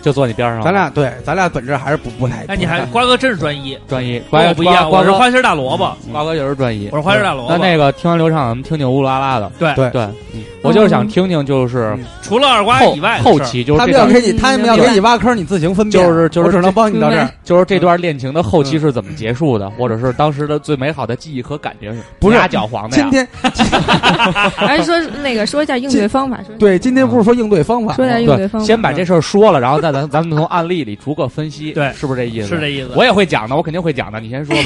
就坐你边上了，
咱俩对，咱俩本质还是不不太。
哎，你还
不太
瓜哥真是专一，
专一，
跟
瓜
我不一样，
瓜
我是
瓜嗯
花心大萝卜，
瓜哥就是专一
我。是花心大萝卜。
那那个听完刘畅，咱们听听乌拉拉的。
对
对
对，嗯我就是想听听，就是
除了二瓜
后
以外的
后
事儿
期就是
他
这
们要
段
给你，他们要给你挖坑，你自行分辨。
就是就是
我只能帮你到这
明
儿嗯
白，
就是这段恋情的后期是怎么结束的，或者是当时的最美好的记忆和感觉是
不是
俩搅黄的呀
今？天
还是说那个说一下应对方法，说
对，今天不是说应对方法吗，
说一下应对方
对，
法。嗯
先把这事儿说了，然后再咱咱们从案例里逐个分析，
对
是不是这意思？
是这意思。
我也会讲的，我肯定会讲的，你先说 吧。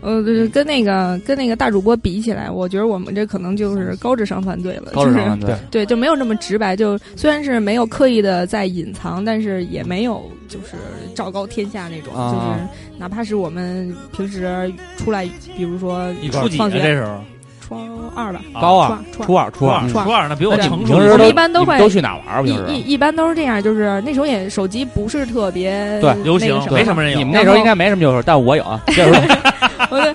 呃，就是跟那个跟那个大主播比起来，我觉得我们这可能就是高智商犯罪了，
高
就
智
是
商对，
对，就没有那么直白。就虽然是没有刻意的在隐藏，但是也没有就是昭告天下那种，
啊
就是哪怕是我们平时出来，比如说
你初几啊？
放
这
学
时候
初二吧，
啊
高
初
啊，
二初
初二
初二，
初二
初二
初二呢比我
对
成
你
熟
平
多
时
了。
我
都
一般都
你
会
都去哪玩儿？啊
一
平时
一一般都是这样，就是那时候也手机不是特别
对
流行
那个
没什么人有
你们那时候应该没什么优势，但我有 啊。就是说
我就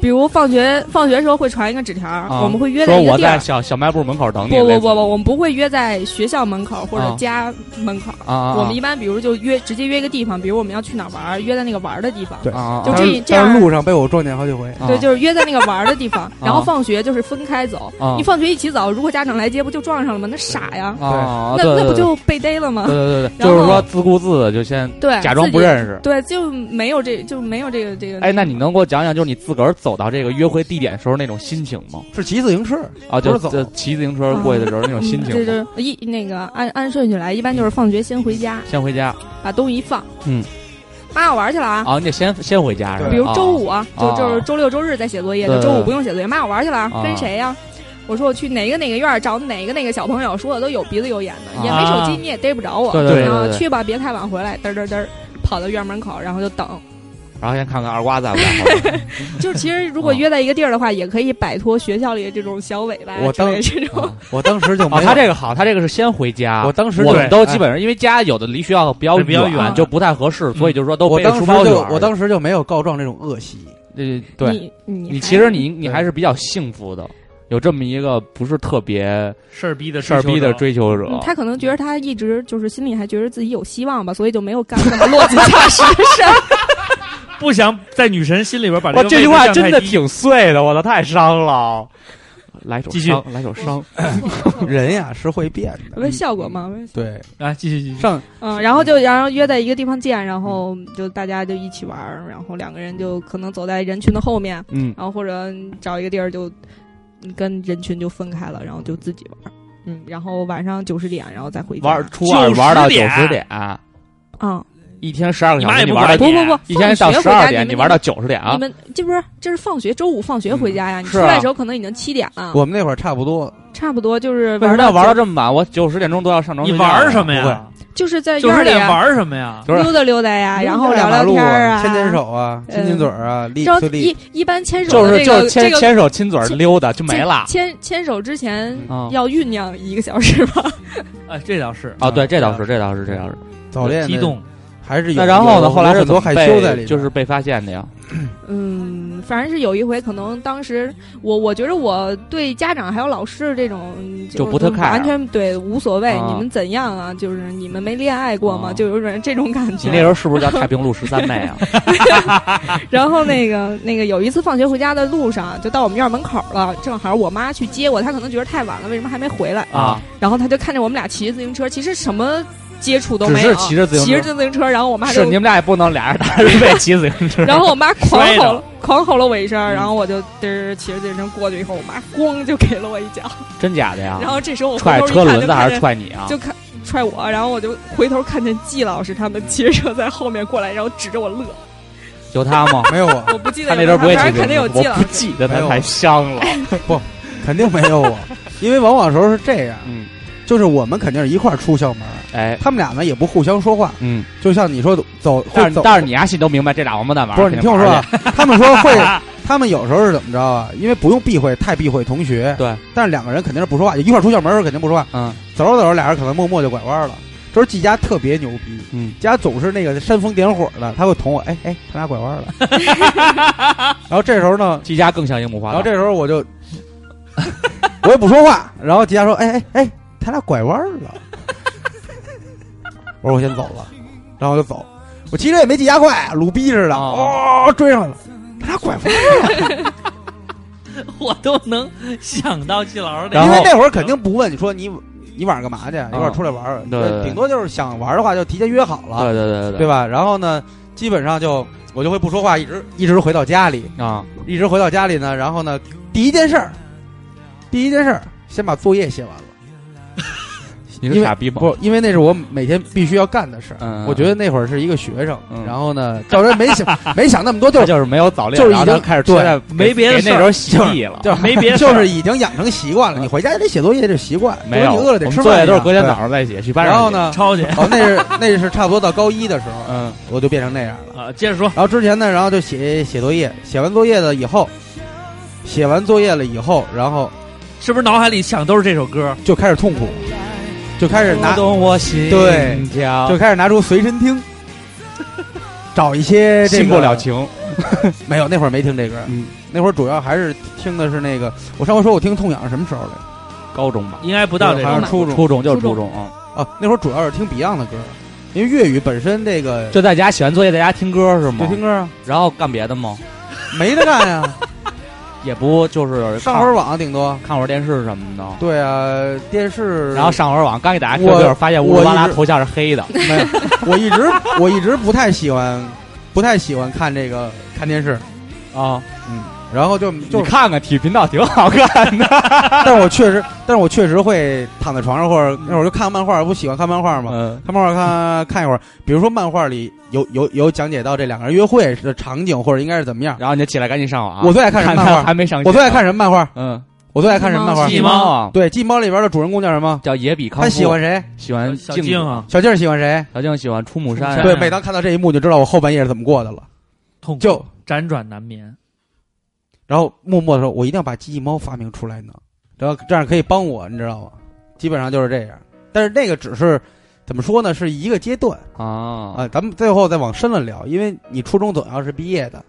比如放学放学的时候会传一个纸条儿，
啊
我们会约在
说
一个
我
地
在
儿。
小小卖部门口等你。
不
类似
不不不，我们不会约在学校门口或
啊
者家门口，
啊啊！
我们一般比如就约直接约一个地方，比如我们要去哪儿玩儿，约在那个玩儿的地方。
对
啊啊，
就
嗯但
这
是
这样
但是路上被我撞见好几回。
啊
对，就是约在那个玩儿的地 方，然后放学就是分开走。
啊
你放学一起走，如果家长来接，不就撞上了吗？那傻呀，
啊，
那
对
那不
对
就被逮了吗
对？对对对，
然
就是说
后
自顾自的就先
对，
假装不
自己
认识。
对，就没有这就没有这个这个。
哎，那你能给我讲讲，就是你自个儿走到这个约会地点时候那种心情吗？
是骑自行 车，不
啊，就是
走
就骑自行车过去的时候那种
嗯
心
这
情
就
吗。
是一那个按按顺序来，一般就是放学先回家，
先回家
把东西一放，
嗯，
妈，我玩去了啊。
啊，你得先先回家是吧？
比如周五
啊
啊，
啊
就就是周六周日在写作业，
对
就周
对
五不用写作业。妈，我玩去了啊
啊，
跟谁呀？我说我去哪个哪个院儿找哪个哪个小朋友，说的都有鼻子有眼的，也没手
啊
机，你也逮不着我。
哦对对对
然后
对对
去吧，别太晚回来，嘚儿嘚儿嘚儿，跑到院门口，然后就等。
然后先看看二瓜在不 在后边。
就是其 实如果
啊
约在一个地儿的话，也可以摆脱学校里的这种小尾巴
我
之类
当
这种。
啊我当时就没
哦，
有啊
他这个好，他这个是先回家。
我当时
我
就哎
们都基本上因为家有的离学校比较
对比较
远，
远
就不太合适，所以就是说都
嗯我
背着
当时
书包去
就
玩儿
我当时就没有告状这种恶习。
对对，
你你
你
还
其实你你
对
还是比较幸福的，有这么一个不是特别
事儿逼的
事儿逼的
追
追求者
嗯。他可能觉得他一直就是心里还觉得自己有希望吧，所以就没有干那么落井下石 的事儿。
求者，不想在女神心里边把个
哇，哦这句
位置
话
降
真
太
的
低
挺碎的，我操，太伤了。来首
继续
伤，来首伤。
人呀是会变 的，嗯
不是效果吗？
对，
啊！继续继续，
上
嗯，然后就然后约在一个地方见，然后
嗯
就大家就一起玩儿，然后两个人就可能走在人群的后面，
嗯，
然后或者找一个地儿就跟人群就分开了，然后就自己玩儿。嗯，然后晚上九十点，然后再回家。
玩初二玩到九十
90
点，
啊，
一天十二个
你
小
妈
时，
也
你
不
玩
管
到
不不不，
一天到
放学
十
回家
二点，你玩到九十点
你
啊？
们这不是这是放学，周五放学回家呀？你
是
出
啊
来的时候可能已经七点了，
我们那会儿差不多，
差不多就是
为什么
到
要玩到
九
这么晚？我九十点钟都要上床
你
睡觉了。
玩儿什么呀？
就是在
就
院
是
儿里
得
啊
玩儿什么呀？
就是
溜达溜达呀，哎然后聊聊
马
天
路
儿啊，
牵牵。手啊，亲亲嘴儿啊，立
然后
就立
一。一般牵手
就
的
是
这
就是
个
牵
这个
牵手亲嘴儿溜达 就没了
牵牵手之前
啊
要酝酿一个小 时吧，
哎，这倒是
啊！对，这倒是，这倒是，这倒是。
早恋
激
的
动，
还是有。
那然后
有
呢？后来
有
是
很
怎
多
么
害
被
羞在里边，
就是被发现的呀。
嗯，反正是有一回，可能当时我我觉得我对家长还有老师这种
就不特
是
care
完全对无所谓，
啊
你们怎样啊？就是你们没恋爱过吗？
啊
就有点这种感
你那时
觉。
候是不是叫太平路十三妹啊？
然后那个那个有一次放学回家的路上，就到我们院门口了，正好我妈去接我，她可能觉得太晚了，为什么还没回来？
啊，
然后她就看见我们俩骑自行车，其实什么接触都
只
没
是
有，
骑着自行
骑
车
着自行车，然后我妈
是
就
你们俩也不能俩人打着被骑自 行车。
然后我妈狂
摔
吼
着
了，狂吼了我一声，然
嗯
后我就嘚儿骑着自行车过去以后，我妈咣就给了我一脚，
真假 的呀？
然后这时候我回
啊踹
头一
车
看
轮
就
子
看
还是
见
踹你啊？
就看踹我，然后我就回头看见季老师他们骑着车在后面过来，然后指着我乐，
有他 吗？
没有我，
我不记
他
得
那
有
时候不会
他
骑
反
自
正肯定有
行
季
车，
老
我不
师。
记得
没
他
有
太香了。
肯定没有我，因为往往时候是这样，
嗯，
就是我们肯定是一块儿出校门，
哎，
他们俩呢也不互相说话，
嗯，
就像你说走，
但是
走
但是你丫心都明白这俩王八蛋玩
不
儿
是
肯
你
定
听我
玩儿
说
去，
啊，他们说会，他们有时候是怎么着啊？因为不用避讳，太避讳同学。
对，
但是两个人肯定是不说话，一块儿出校门的时候肯定不说话，
嗯，
走着走着俩人可能默默就拐弯了。这时候季家特别牛逼，
嗯，
家总是那个煽风点火的，他会捅我，哎哎， 他俩拐弯了。然后这时候呢，
季家更像樱木
然
花道。
后这时候我就， 我也不说话，然后季家说，哎哎哎，他俩拐弯了。 我说我先走了，然后我就走，我骑车也没季家快，鲁逼似的，
哦
哦，追上了，他俩拐弯了。
我都能想到季老师那
然
因
后
为那会儿肯定不问你说你你晚上干嘛去，一会儿出来玩儿，
对对对
顶多就是想玩的话就提前约好了，
对对对对
对吧？然后呢，基本上就我就会不说话，一直一直回到家里，
对啊，
一直回到家里呢，然后呢，第一件事儿，第一件事儿，先把作业写完了，
你
因
是
为
傻逼吗？
不，因为那是我每天必须要干的事儿。
哦嗯，
我觉得那会儿是一个学生，
嗯
然后呢，照人没 想没想那么多，就
他
是
就是没有早恋，
就是
然后
已经
他开始
对
现在
没别的
给那
事儿
时候洗地了。
就
没别的事儿
就是已经养成习惯了。你回家就得写作业，这习惯。
嗯没有，
你饿了得
我
吃饭。
们作业都是隔天早。上再写，去班上。
然后？呢，
超 去
哦，那是那是差不多到高一的时候，
嗯，
我就变成那样了。
啊！接着说，
然后之前呢，然后就写写作业，写完作业了以后，写完作业了以后，然后
是不是脑海里想都是这首歌？
就开始痛苦，就开始拿
动我心
对
跳
就开始拿出随身听， 找一些这个
新不了情。
没有，那会儿没听这歌、
嗯
那会儿主要还是听的是那个。我上回说我听痛痒是什么时候来着
高中吧，
应该不到这
好
种
像初中
初中就是
初中
初中啊，
啊，那会儿主要是听 Beyond 的歌，因为粤语本身这个
就在家写完作业在家听歌是吗
就？听歌啊，
然后干别的吗？
没得干呀，
也 不就是
上
看
会儿网啊顶多。
看会儿电视什么的。
对啊，电视，
然后上会儿网，刚给大家
我
说就是发现乌
我
拉
一
拉
直
头像是黑的，
没有，我一直我一直不太喜欢，不太喜欢看这个看电视，
啊，
然后就
你
就，
看看体育频道挺好看 的。
但是我确实，但是我确实会躺在床上，或者那会儿就看漫画，不喜欢看漫画嘛，
嗯
看漫画看看一会儿，比如说漫画里有有有讲解到这两个人约会的场景，或者应该是怎么样。
然后你就起来赶紧上网啊，
我最爱看什么
看
漫画？
还没上线，
我最爱看什么漫画？
嗯，
我最爱看什么漫画
记
记？
忆猫
猫啊，
对，《鸡猫》里边的主人公叫什么？
叫野比康夫，
他喜欢谁？
喜欢
小
静
静
子，
啊，
小静儿喜欢谁？
小静喜欢出木山，
哎
对，每当看到这一幕，就知道我后半夜是怎么过的了。
痛苦
就
辗转难眠。
然后默默的说：“我一定要把机器猫发明出来呢，然后这样可以帮我，你知道吗？基本上就是这样。但是那个只是怎么说呢，是一个阶段
啊
啊。咱们最后再往深了聊，因为你初中总要是毕业的，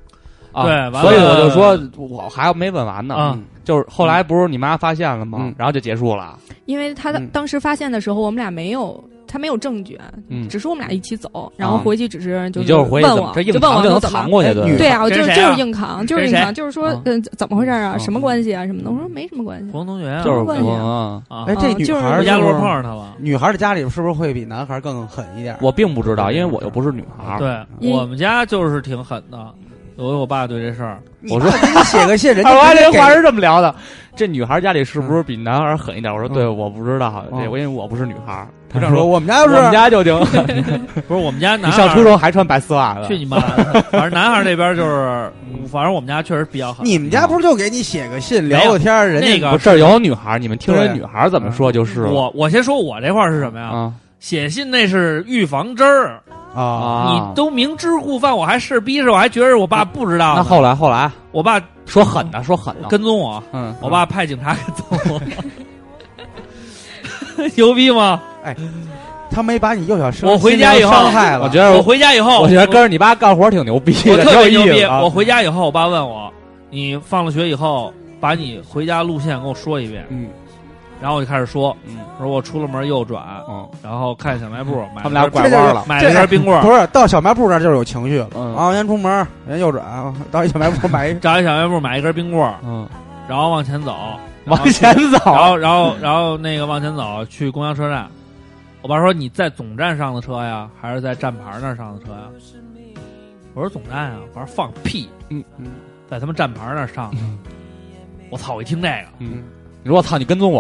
啊，
对完
所以我
了
就说我还没问完呢，
啊
嗯
就是后来不是你妈发现了吗？
嗯
然后就结束了，
因为他
嗯
当时发现的时候，我们俩没有，他没有证据，啊
嗯，
只是我们俩一起走，然后
啊
回去只是就
你
是
就是回去
问
怎么
我，
这硬
就问我
扛就能
说怎么
扛过去，
哎女
对
对啊，我就
这
是
是谁
就
啊
是硬扛，就是
这
硬
是谁
扛，就是说
啊，
嗯，怎么回事啊？
嗯
什么关系啊？什么的？我说没什么关系，
黄同学啊，
嗯
就是
关系啊
我，
啊
哎，，这
嗯
女
就是
孩
我
儿
压
是不
根
是
碰上他了。
女孩儿的家里是不是会比男孩儿更狠一点？
我并不知道，因为我又不是女孩儿，
对
因
我们家就是挺狠的，我有我爸对这事儿，
我说给你写个信，人
哎，我还
家
这
直接
话
给
是这么聊的，这女孩家里是不是比男孩狠一点？我说
嗯
对，我不知道，
嗯
这我因为我不是女孩儿。
我
他
想说，
说
我们家
我
要是
们家 就挺，
不是我们家
你
男孩
上
儿
初中还穿白丝袜的，
去你妈的！反正男孩儿这边就是，嗯反正我们家确实比
啊
较狠。
你们家不是就给你写个信
没有
聊个天儿，人
那
家
个
我这儿有女孩儿，你们听人
对
女孩儿怎么说就是了
我我先说我这块儿是什么呀？
嗯啊
写信那是预防针儿，
啊，
啊！
你都明知故犯，我还是逼着，我还觉着我爸不知道呢。
那后来后来
我爸
说狠的说狠的，
跟踪我，
嗯，
我爸派警察跟踪我， 牛逼吗？
他没把你幼小生
我回家以后
心灵伤害了，
我觉得
我回家以后，
嗯我觉得跟着你爸干活挺牛逼
我
的，
特别
挺
牛
有意
逼
思。啊
我回家以后，我爸问我，你放了学以后把你回家路线给我说一遍，
嗯
然后我就开始说，
嗯
我说我出了门右转，
嗯，
然后看小卖部，买
他们俩
了根
拐弯了，
买了根冰棍儿，
不是到小卖部那儿就是有情绪了、
嗯
啊！先出门儿，人右转，啊到一小卖部买一
找一小卖部买一根冰棍儿，
嗯，
然后往前走，然后
往前
然
走，
后然后然后那个往前走去公交车站，我爸说你在总站上的车呀，还是在站牌那儿上的车呀？我说总站啊，我说放屁，
嗯
嗯，
在他们站牌那儿上的。我操！我一听这个，
嗯，你说我操，你跟踪我，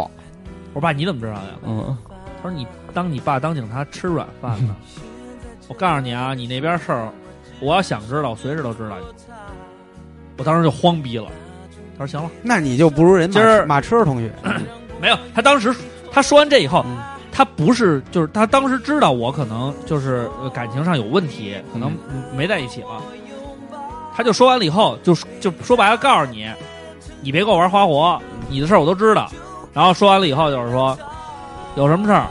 我说爸你怎么知道的呀？
嗯
他说你当你爸当警察吃软饭呢。我告诉你啊，你那边事儿，我要想知道，我随时都知道你。我当时就慌逼了。他说行了。
那你就不如人马
今儿
马车同学，
没有，他当时他说完这以后，
嗯
他不是就是他当时知道我可能就是呃感情上有问题，可能没在一起了。他就说完了以后，就就说白了告诉你，你别跟我玩花活，你的事儿我都知道。然后说完了以后就是说，有什么事儿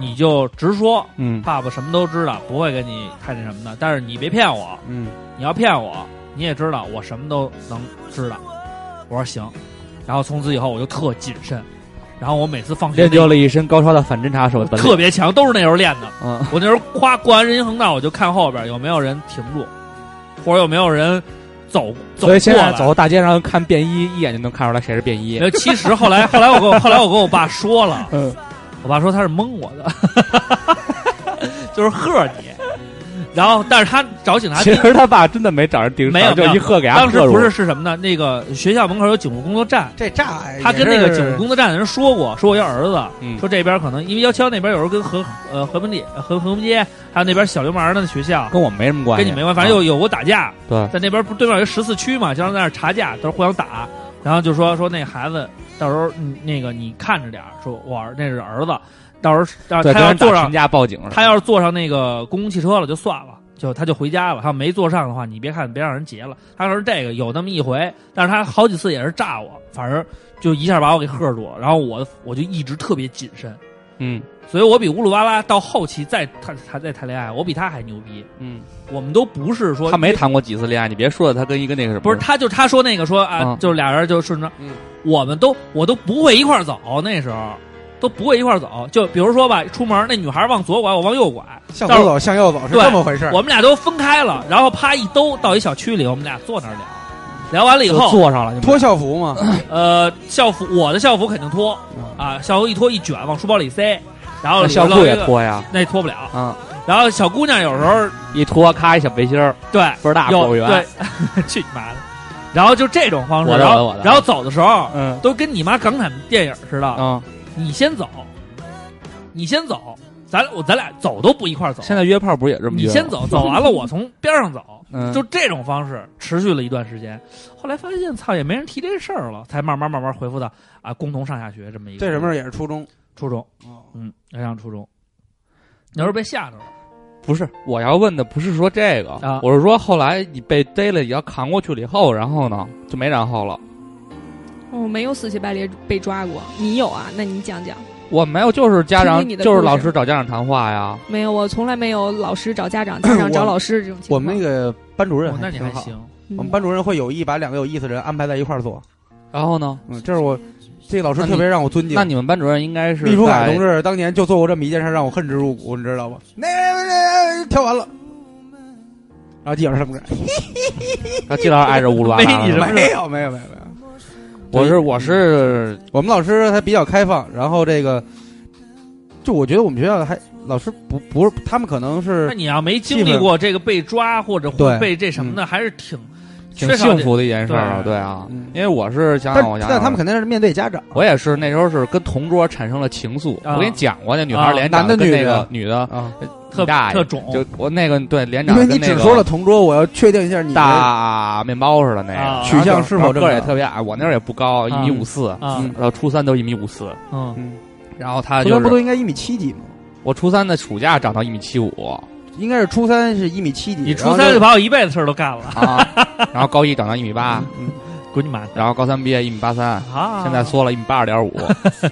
你就直说，
嗯
爸爸什么都知道，不会跟你太那什么的。但是你别骗我，
嗯，
你要骗我，你也知道我什么都能知道。我说行，然后从此以后我就特谨慎，然后我每次放学
练就
那
了一身高超的反侦察手本领，
特别强，都是那时候练的。
嗯
我那时候夸过完人行横道，我就看后边有没有人停住，或者有没有人走走
所以现
过呃
在
来
走到大街上看便衣，一眼就能看出来谁是便衣
没。有其实后来后来我跟我后来我跟我爸说了，
嗯
我爸说他是蒙我的， 就是吓你。然后但是他找警察
其实他爸真的没找人盯上，
没有
就
没有
一喝给他
当时
喝住
不是是什么呢？那个学校门口有警务工作站，
这炸也是
他跟那个警务工作站的人说过，说我要儿子，
哎嗯
说这边可能因为幺七幺那边有时候跟和呃和平里和和平街还有那边小流氓的学校
跟我们没什么关系，
跟你没关系，反正
啊
有有过打架，
对
在那边不是对面有十四区嘛，经常在那儿查架，都是互相打，然后就说说那孩子到时候嗯那个你看着点儿，说我儿那是儿子，到时候到时候
对，
他
跟
要
人
坐
打群
上
架报警，
他要是坐上那个公共汽车了就算了，就他就回家了。他没坐上的话，你别看别让人劫了。他说这个有那么一回，但是他好几次也是炸我，反正就一下把我给吓住了。然后我我就一直特别谨慎，
嗯
所以我比乌鲁巴拉到后期再谈谈再谈恋爱，我比他还牛逼。
嗯，
我们都不是说
他没谈过几次恋爱，你别说的他跟一个那个什么
不是，他就他说那个说啊，
嗯
就是俩人就顺着，
嗯
我们都我都不会一块儿走，那时候都不会一块儿走。就比如说吧，出门那女孩往左拐，我往右拐，
向左走，向右走是
对
这么回事儿。
我们俩都分开了，然后啪一兜到一小区里，我们俩坐那儿聊，聊完了以
就
后，
坐上了，就
脱校服嘛，
呃，校服我的校服肯定脱啊，校服一脱一卷往书包里塞，然后
嗯那
里
校
边
裤
露一
也
个，
脱呀，
那脱不了。
啊，
然后小姑娘有时候
一脱咔一小背心儿，
对
倍儿大
有
口圆，
对， 去你妈的！然后就这种方式，
我的
然
我的
后
我的
然后走的时候，
嗯
都跟你妈港产电影似的，
嗯，
你先走，你先走，咱我咱俩走都不一块儿走，
现在约炮不是也这么约？
你先，走，走完了我从边上走，
嗯，
就这种方式持续了一段时间。后来发现，操，也没人提这事儿了，才慢慢慢慢恢复到啊，共同上下学这么一个。
这什么时候也是初中？
初中？嗯，要上初中，那时候被吓着了。
不是我要问的不是说这个
啊，
我是说后来你被逮了，也要扛过去了以后，然后呢就没然后了。
我哦没有死乞白赖被抓过，你有啊？那你讲讲。
我没有，就是家
听
长
听你，的
就是
故事
老师找家长谈话呀。
没有，我从来没有老师找家长，家长找
我
老师这种情
我
况。
们那个班主任
哦，那你
挺
还
好。
行，
嗯
我们班主任会有意把两个有意思的人安排在一块儿做，
然后呢？
嗯，这是我这个老师
那你
特别让我尊敬。
那你们班主任应该是
毕淑凯
在
同志当年就做过这么一件事，让我恨之入骨，你知道吗？那那跳完了，然后记者上不是
他经常挨着乌鲁巴拉
没你什
的。
么
没有没有没有没有，
我是我是
我们老师他比较开放，然后这个就我觉得我们学校还老师不不是他们可能
那
是
你要没经
气
历
氛
过这个被抓或者
对
被这什么的，还是挺
嗯挺
缺少
幸
这
福的一件事儿，
对
对啊
嗯，
因为我是想
但
想我想想，啊
但他们肯定是面对家长
我也是那时候是跟同桌产生了情愫。
啊
我跟你讲过，那女孩儿
啊
连
男
长
的
跟
女
那
的
个女的
啊，
特
你大爷
特种
就我那个对连
因
长
为
跟
你
那
只
个
说了同桌，我要确定一下你的
大啊面包似的那
啊
个
取向是
然
否
后
正
个儿也
常。
特别矮，我那时候也不高，一
啊
米五四，
啊
嗯，到初三都一米五四，
嗯
嗯，
然后他
同学
就
不
是
都应该一米七几吗？
我初三的暑假长到一米七五
应该是初三是一米七几，
你
然
初
后
三就把我一辈子事儿都干了，
啊， 然后高一长到一米八，
嗯滚你妈的！
然后高三毕业一米八三，
啊，
现在缩了一米八二点 五，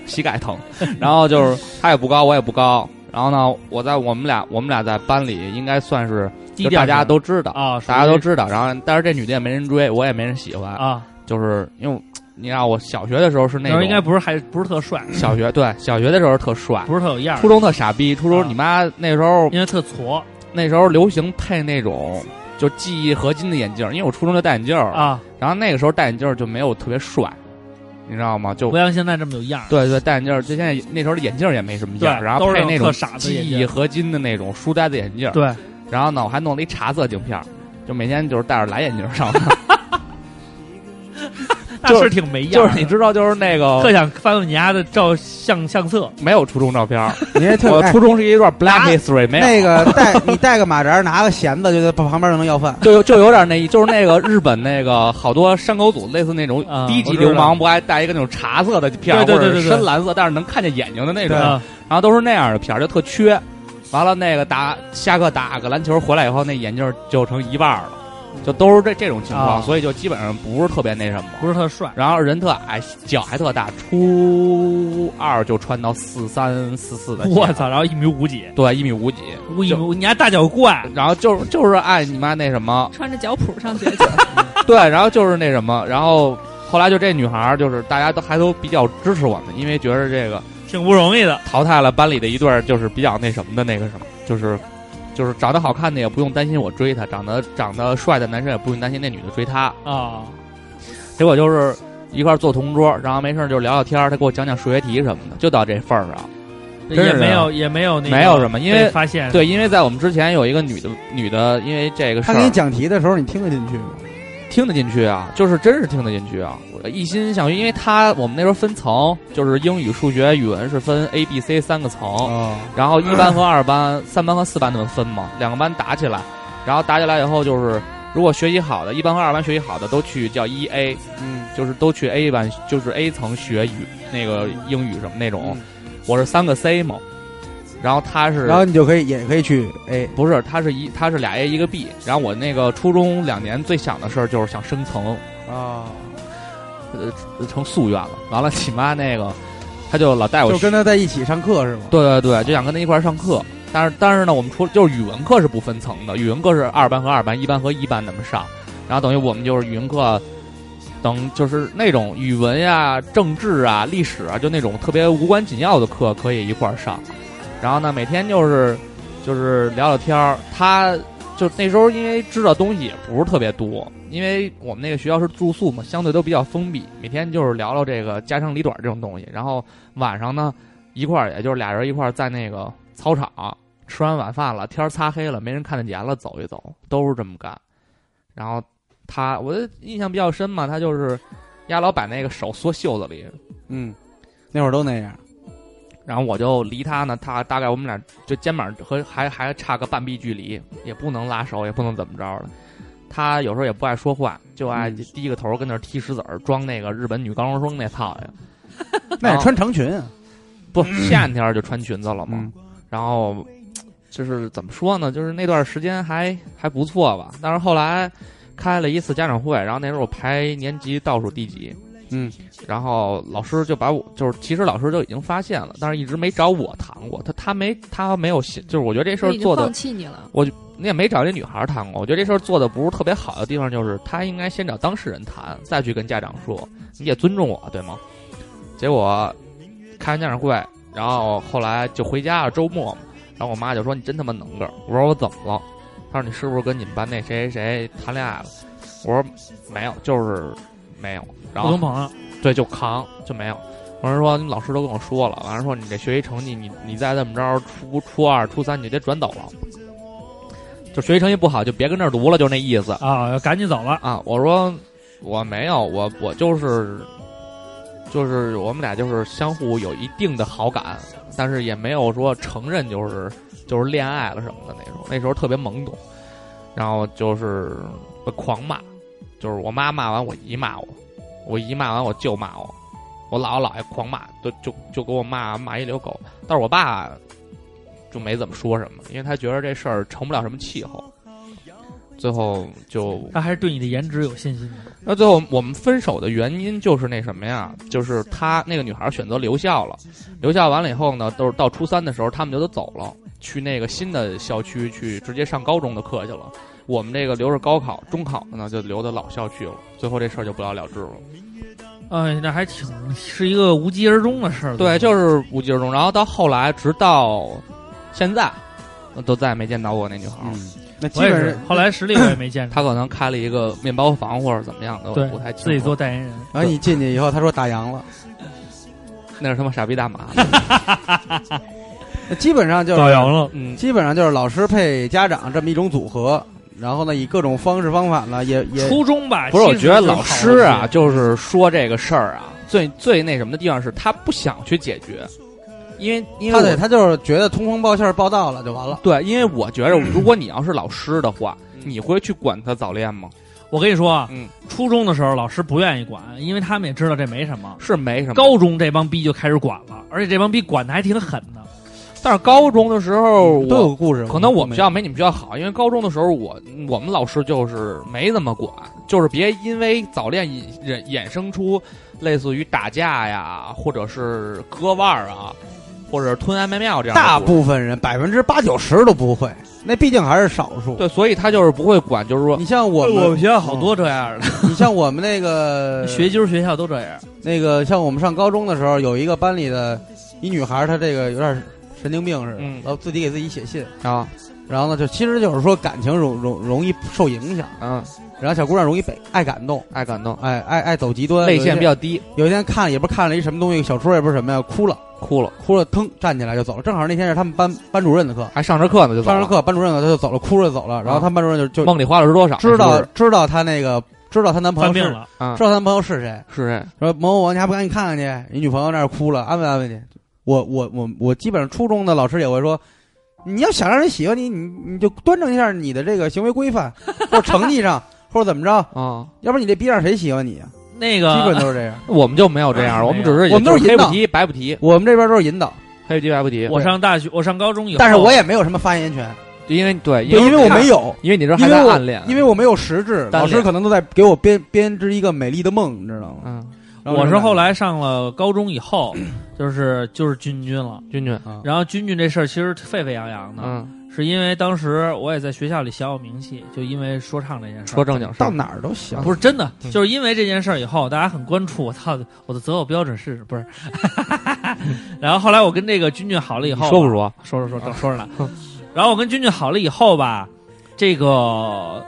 膝盖疼。然后就是他也不高，我也不高。然后呢，我在我们俩我们俩在班里应该算是
低
就
调
大家
型
都知道，
啊，
大家都知道。然后但是这女的也没人追，我也没人喜欢，
啊，
就是因为你让我小学的时候是
那
那
时候
种
应该不是还不是特帅，
小学对小学的时候特帅。
不是特有样儿，
初中特傻逼，初
啊
中你妈那时候
因为特矬
那时候流行配那种就记忆合金的眼镜，因为我初中就戴眼镜儿，
啊，
然后那个时候戴眼镜儿就没有特别帅，你知道吗？就
不像现在这么有样儿。
对对，戴眼镜儿，就现在那时候的眼镜儿也没什么样儿，
对
然
都
后
是
配那
特
种
傻的
记
眼镜
忆合金的那种书呆子眼镜儿，
对，
然后呢，我还弄了一茶色镜片儿，就每天就是戴着蓝眼镜儿上班，
那是挺 没样
就
儿
是你
的，
知道，就是那
特
个
想翻翻你家的照相相册，
没有初中照 片儿，
你还特
我
哎
初中是一段 Black History，没有
那个带 你带个马扎，拿个弦子，就在旁边就能要饭。
就有就有点那，就是那个日本那个好多山口组类似那种
啊
低级
我知道
流氓，不爱戴一个那种茶色的片儿，
对对对
或者
对
是
对
深蓝色，但是能看见眼睛的那种，然
啊
后都是那样的片儿，就特缺。完了，那个打下课打个篮球回来以后，那眼镜就成一半儿了，就都是这这种情
嗯啊
况，所以就基本上不是特别那什么。
不是特帅，
然后人特矮，脚还特大，初二就穿到四三四四的，
我，操，然后一米五几，
对，一米五几，
我一米五，你家大脚怪，
然后就是就是爱你妈那什么，
穿着脚蹼上学去，
对，然后就是那什么，然后后来就这女孩儿，就是大家都还都比较支持我们，因为觉得这个
挺不容易的。
淘汰了班里的一对儿，就是比较那什么的那个什么，就是就是长得好看的也不用担心我追她，长得长得帅的男生也不用担心那女的追他。
啊，
结果就是一块儿坐同桌，然后没事儿就聊聊天儿，他给我讲讲数学题什么的，就到这份儿上。真
也
是啊
没有也没有那个
没有什么因为
被发现
对，因为在我们之前有一个女的，女的因为这个事
他
儿，
给你讲题的时候，你听得进去吗？
听得进去啊，就是真是听得进去啊。我一心想学，因为他我们那时候分层，就是英语、数学、语文是分 A、B、C 三个层，
哦，
然后一班和二班、三班和四班那么 分嘛，两个班打起来，然后打起来以后就是，如果学习好的，一班和二班学习好的都去叫一 A，
嗯，
就是都去 A 班，就是 A 层学语那个英语什么那种
嗯。
我是三个 C 嘛，然后他是
然后你就可以也可以去哎 A，
不是，他是一他是俩 A 一个 B。然后我那个初中两年最想的事儿就是想升层，
啊，
哦呃成夙愿了。完了，你妈那个，他就老带我
就
去，
跟他在一起上课是吗？
对对对，就想跟他一块儿上课。但是但是呢，我们除就是语文课是不分层的，语文课是二班和二班，一班和一班那么上。然后等于我们就是语文课，等就是那种语文呀、政治啊、历史啊，就那种特别无关紧要的课可以一块儿上。然后呢，每天就是就是聊聊天儿。他就那时候因为知道东西也不是特别多，因为我们那个学校是住宿嘛，相对都比较封闭，每天就是聊聊这个家长里短这种东西。然后晚上呢，一块儿也就是俩人一块儿在那个操场吃完晚饭了，天儿擦黑了，没人看得见了，走一走，都是这么干。然后他，我的印象比较深嘛，他就是丫老把那个手缩袖子里，
嗯，那会儿都那样。
然后我就离他呢，他大概我们俩就肩膀和还还差个半臂距离，也不能拉手，也不能怎么着了。他有时候也不爱说话，就爱
嗯
低个头跟那儿踢石子儿，装那个日本女高中生那操呀。
那也穿长裙啊，
不，夏天就穿裙子了嘛。
嗯
然后就是怎么说呢？就是那段时间还还不错吧，但是后来开了一次家长会，然后那时候我排年级倒数第几，
嗯，
然后老师就把我就是其实老师就已经发现了，但是一直没找我谈过，他他没他没有写，就是我觉得这事
我
儿
已经
做的
放弃你了。
你也没找这女孩谈过，我觉得这事儿做的不是特别好的地方就是，他应该先找当事人谈，再去跟家长说，你也尊重我，对吗？结果开完家长会，然后后来就回家了，周末嘛，然后我妈就说你真他妈能个儿，我说我怎么了？她说你是不是跟你们班那谁谁谁谈恋爱了？我说没有，就是没有。然
普
后
通朋友，
对，就扛就没有。完事说你老师都跟我说了，完事说你这学习成绩，你你再这么着，初初二、初三你就得转走了。就学习成绩不好，就别跟这儿读了，就那意思
啊，赶紧走了，
啊。我说我没有，我我就是就是我们俩就是相互有一定的好感，但是也没有说承认就是就是恋爱了什么的那种。那时候特别懵懂，然后就是被狂骂，就是我妈骂完我姨骂我，我姨骂完我舅骂我，我姥姥姥爷狂骂，都就就给我骂骂一溜狗。但是我爸就没怎么说什么，因为他觉得这事儿成不了什么气候。最后就
他还是对你的颜值有信心的。
那最后我们分手的原因就是那什么呀？就是她那个女孩选择留校了，留校完了以后呢，都是到初三的时候，他们就都走了，去那个新的校区去直接上高中的课去了。我们这个留着高考、中考的呢，就留到老校去了。最后这事儿就不了了之了。
哎，那还挺是一个无疾而终的事儿。
对，就是无疾而终。然后到后来，直到现在，都再也没见到过那女孩儿。
嗯，那基
我也
本
是
上，
后来实力我也没见着，
她可能开了一个面包房或者怎么样的，我
对
不太清楚。
自己做代言人。
然后你进去以后，他说打烊了，
那是他妈傻逼大 妈。
那基本上就是
了，
嗯，
基本上就是老师配家长这么一种组合，然后呢，以各种方式方法呢，也也
初中吧，
不是，我
哎其实
觉得
就是
老
好
师啊，
东西
就是说这个事儿啊，最最那什么的地方是他不想去解决，因为因为
他对
我
他就是觉得通风报信儿报道了就完了。
对，因为 我觉着，如果你要是老师的话，
嗯
你会去管他早恋吗？
我跟你说啊，
嗯
初中的时候老师不愿意管，因为他们也知道这没什么。
是没什么。
高中这帮逼就开始管了，而且这帮逼管的还挺狠的。
但是高中的时候
嗯都
我。
有故事，
可能哦我
们
们学校没你们学校好，因为高中的时候我我们老师就是没怎么管，就是别因为早恋引衍衍生出类似于打架呀，或者是割腕儿啊，或者吞安眠药这样的
大
故事
部分人百分之八九十都不会，那毕竟还是少数。
对，所以他就是不会管，就是说
你像哎我们，
学校好多这样的，
你像我们那个
学究学校都这样。
那个，像我们上高中的时候，有一个班里的一女孩儿，她这个有点神经病似的，
嗯
然后自己给自己写信，
啊，
然后呢，就其实就是说感情容容容易受影响，
嗯，
然后小姑娘容易被爱感动，
爱感动，
哎爱爱走极端，
泪腺比
有一天
较低，
有一天看也不是看了一什么东西，小说也不是什么呀，哭了
哭了，
哭了，腾站起来就走了。正好那天是他们班班主任的课，
还上着课呢，就走
上
了嗯
着，课班主任呢他就走了，哭着走了，然后他们班主任就就
梦里花了是多少？
知
那
道
时
知道她那个知道她男朋
犯
友是
病
知
了，
啊
道她男朋友是谁，
候是谁？
说某某某，你还不赶紧看看去？你女朋友那儿哭了，安慰安慰去。我我我我基本上初中的老师也会说，你要想让人喜欢你，你你就端正一下你的这个行为规范，或者成绩上，或者怎么着，
啊，
要不然你这逼样谁喜欢你啊？
那
基本
个
都是这样。
我们就没有这样，
没有
我们只是
我们都是引
也就黑
导
不提白不提，
我们这边都是引导，
黑不提白不提。
我上大学，我上高中以后，
但是我也没有什么发言权，啊
因为对，
对， 因为我没
有，
有，
因为你这
因
还
为
在
我
暗恋，
因为我没有实质，
单
老
恋
师可能都在给我编编织一个美丽的梦，你知道吗？
嗯，
然
我
就是
后来上了高中以后，就是就是军军了。
君君，
啊
然后军军这事儿其实沸沸扬扬的，
嗯，
是因为当时我也在学校里小有名气，就因为说唱这件事儿。
说正经事
到
儿，
哪儿都行，
不是真的，
嗯
就是因为这件事儿以后，大家很关注我到底我的择偶标准是不是？ 然后后来我跟这个君君好了以
你
后，
说不？说？
说说说，正说着呢。然后我跟君君好了以后吧，这个呃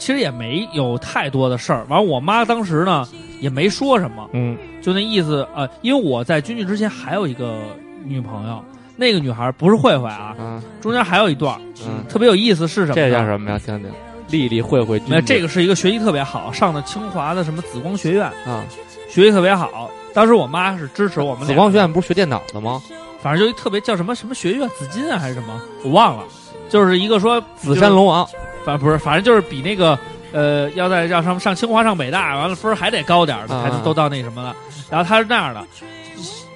其实也没有太多的事儿。完，我妈当时呢也没说什么，
嗯，
就那意思呃，因为我在君君之前还有一个女朋友，那个女孩不是慧慧啊，
嗯
中间还有一段
嗯，
特别有意思是什么呢？
这叫什么呀？听听，丽丽慧慧君
没有，
君，
这个是一个学习特别好，上的清华的什么紫光学院，
啊，
学习特别好。当时我妈是支持我们俩
紫光学，院不是学电脑的吗？
反正就一特别叫什么什么学院，紫金啊还是什么，我忘了。就是一个说
紫山，龙王，
就是反不是，反正就是比那个呃，要在让上上清华上北大，完了分儿还得高点儿的，
啊
才都到那什么了。然后她是那样的，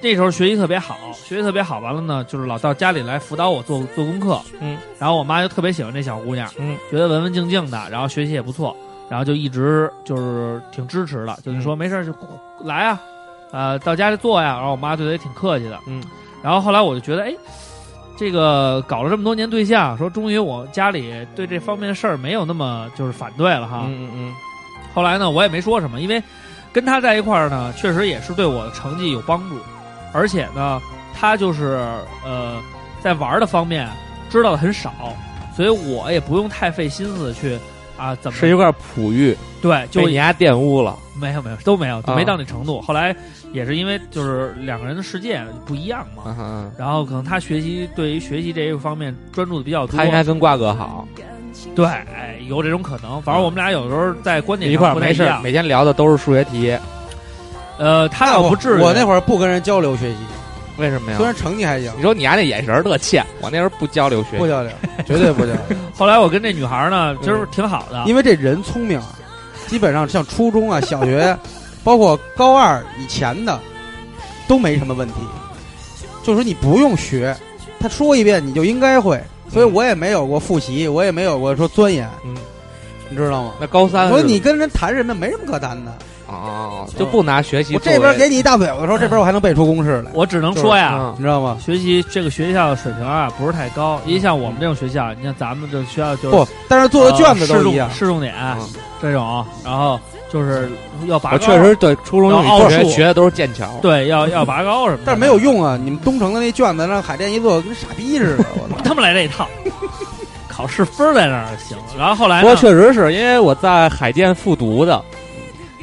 那时候学习特别好，学习特别好，完了呢，就是老到家里来辅导我做做功课，
嗯，
然后我妈就特别喜欢这小姑娘，
嗯，
觉得文文静静的，然后学习也不错，然后就一直就是挺支持的，就
嗯
是说没事儿就来啊，呃，到家里坐呀。然后我妈对她也挺客气的，
嗯。
然后后来我就觉得，哎，这个搞了这么多年对象，说终于我家里对这方面的事儿没有那么就是反对了哈。
嗯嗯
后来呢，我也没说什么，因为跟他在一块儿呢，确实也是对我的成绩有帮助，而且呢，他就是呃，在玩儿的方面知道的很少，所以我也不用太费心思去啊怎
嗯，
么
是一块璞玉，
对，就
被你家玷污了，
没有没有都没有，
啊
没到那程度。后来也是因为就是两个人的世界不一样嘛，
嗯嗯，
然后可能他学习对于学习这一方面专注的比较多
他，应该跟瓜
啊
哥好，
对，哎有这种可能。反正我们俩有时候在观点
一块
上
儿
不太
没
一
事儿，
样。
每天聊的都是数学题，
呃，他倒不至于，
我那会儿不跟人交流学习，
为什么呀
虽？然成绩还行，
你说你家那眼神儿特欠，我那时候不交流学
不
习，
交流，绝对不交流，
后来我跟这女孩呢，就是挺好的，
啊
因为这人聪明啊，基本上像初 中啊、小学，包括高二以前的，都没什么问题。就是说你不用学，他说一遍你就应该会，所以我也没有过复习，我也没有过说钻研，
嗯，
你知道吗？
那高三
所以
是
你跟人谈什么没什么可谈的。
哦，就不拿学习
我
作
这
为，
边给你一大嘴巴的时候，这边我还能背出公式来，
我只能说呀，
嗯
你知道吗？
学习这个学校的水平啊不是太高，因为像我们这种学校，你像咱们这学校就是
不，但是做的卷子
呃市
都
重
一
啊
样。
市重点这种，然后就是要拔
我
高，
确实对初中英
然后奥
语学
数
学的都是剑桥，
对要要拔高什么的，
但是没有，用啊！你们东城的那卷子让海淀一做，跟傻逼似的。我 操！
他们来这一套，考试分儿在那儿就行。然后后来
不过
呢，
确实是因为我在海淀复读的，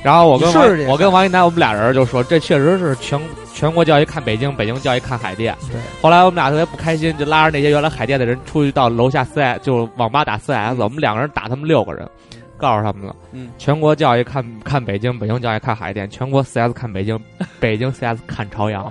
然后我跟
你
王
试试去
我跟王一楠我们俩人就说，这确实是全全国教育看北京，北京教育看海淀。
对。
后来我们俩特别不开心，就拉着那些原来海淀的人出去到楼下 C 就是网吧打 CS，我们两个人打他们六个人，告诉他们了，
嗯，
全国教育看看北京，北京教育看海淀，全国 CS 看北京，北京 CS 看朝阳。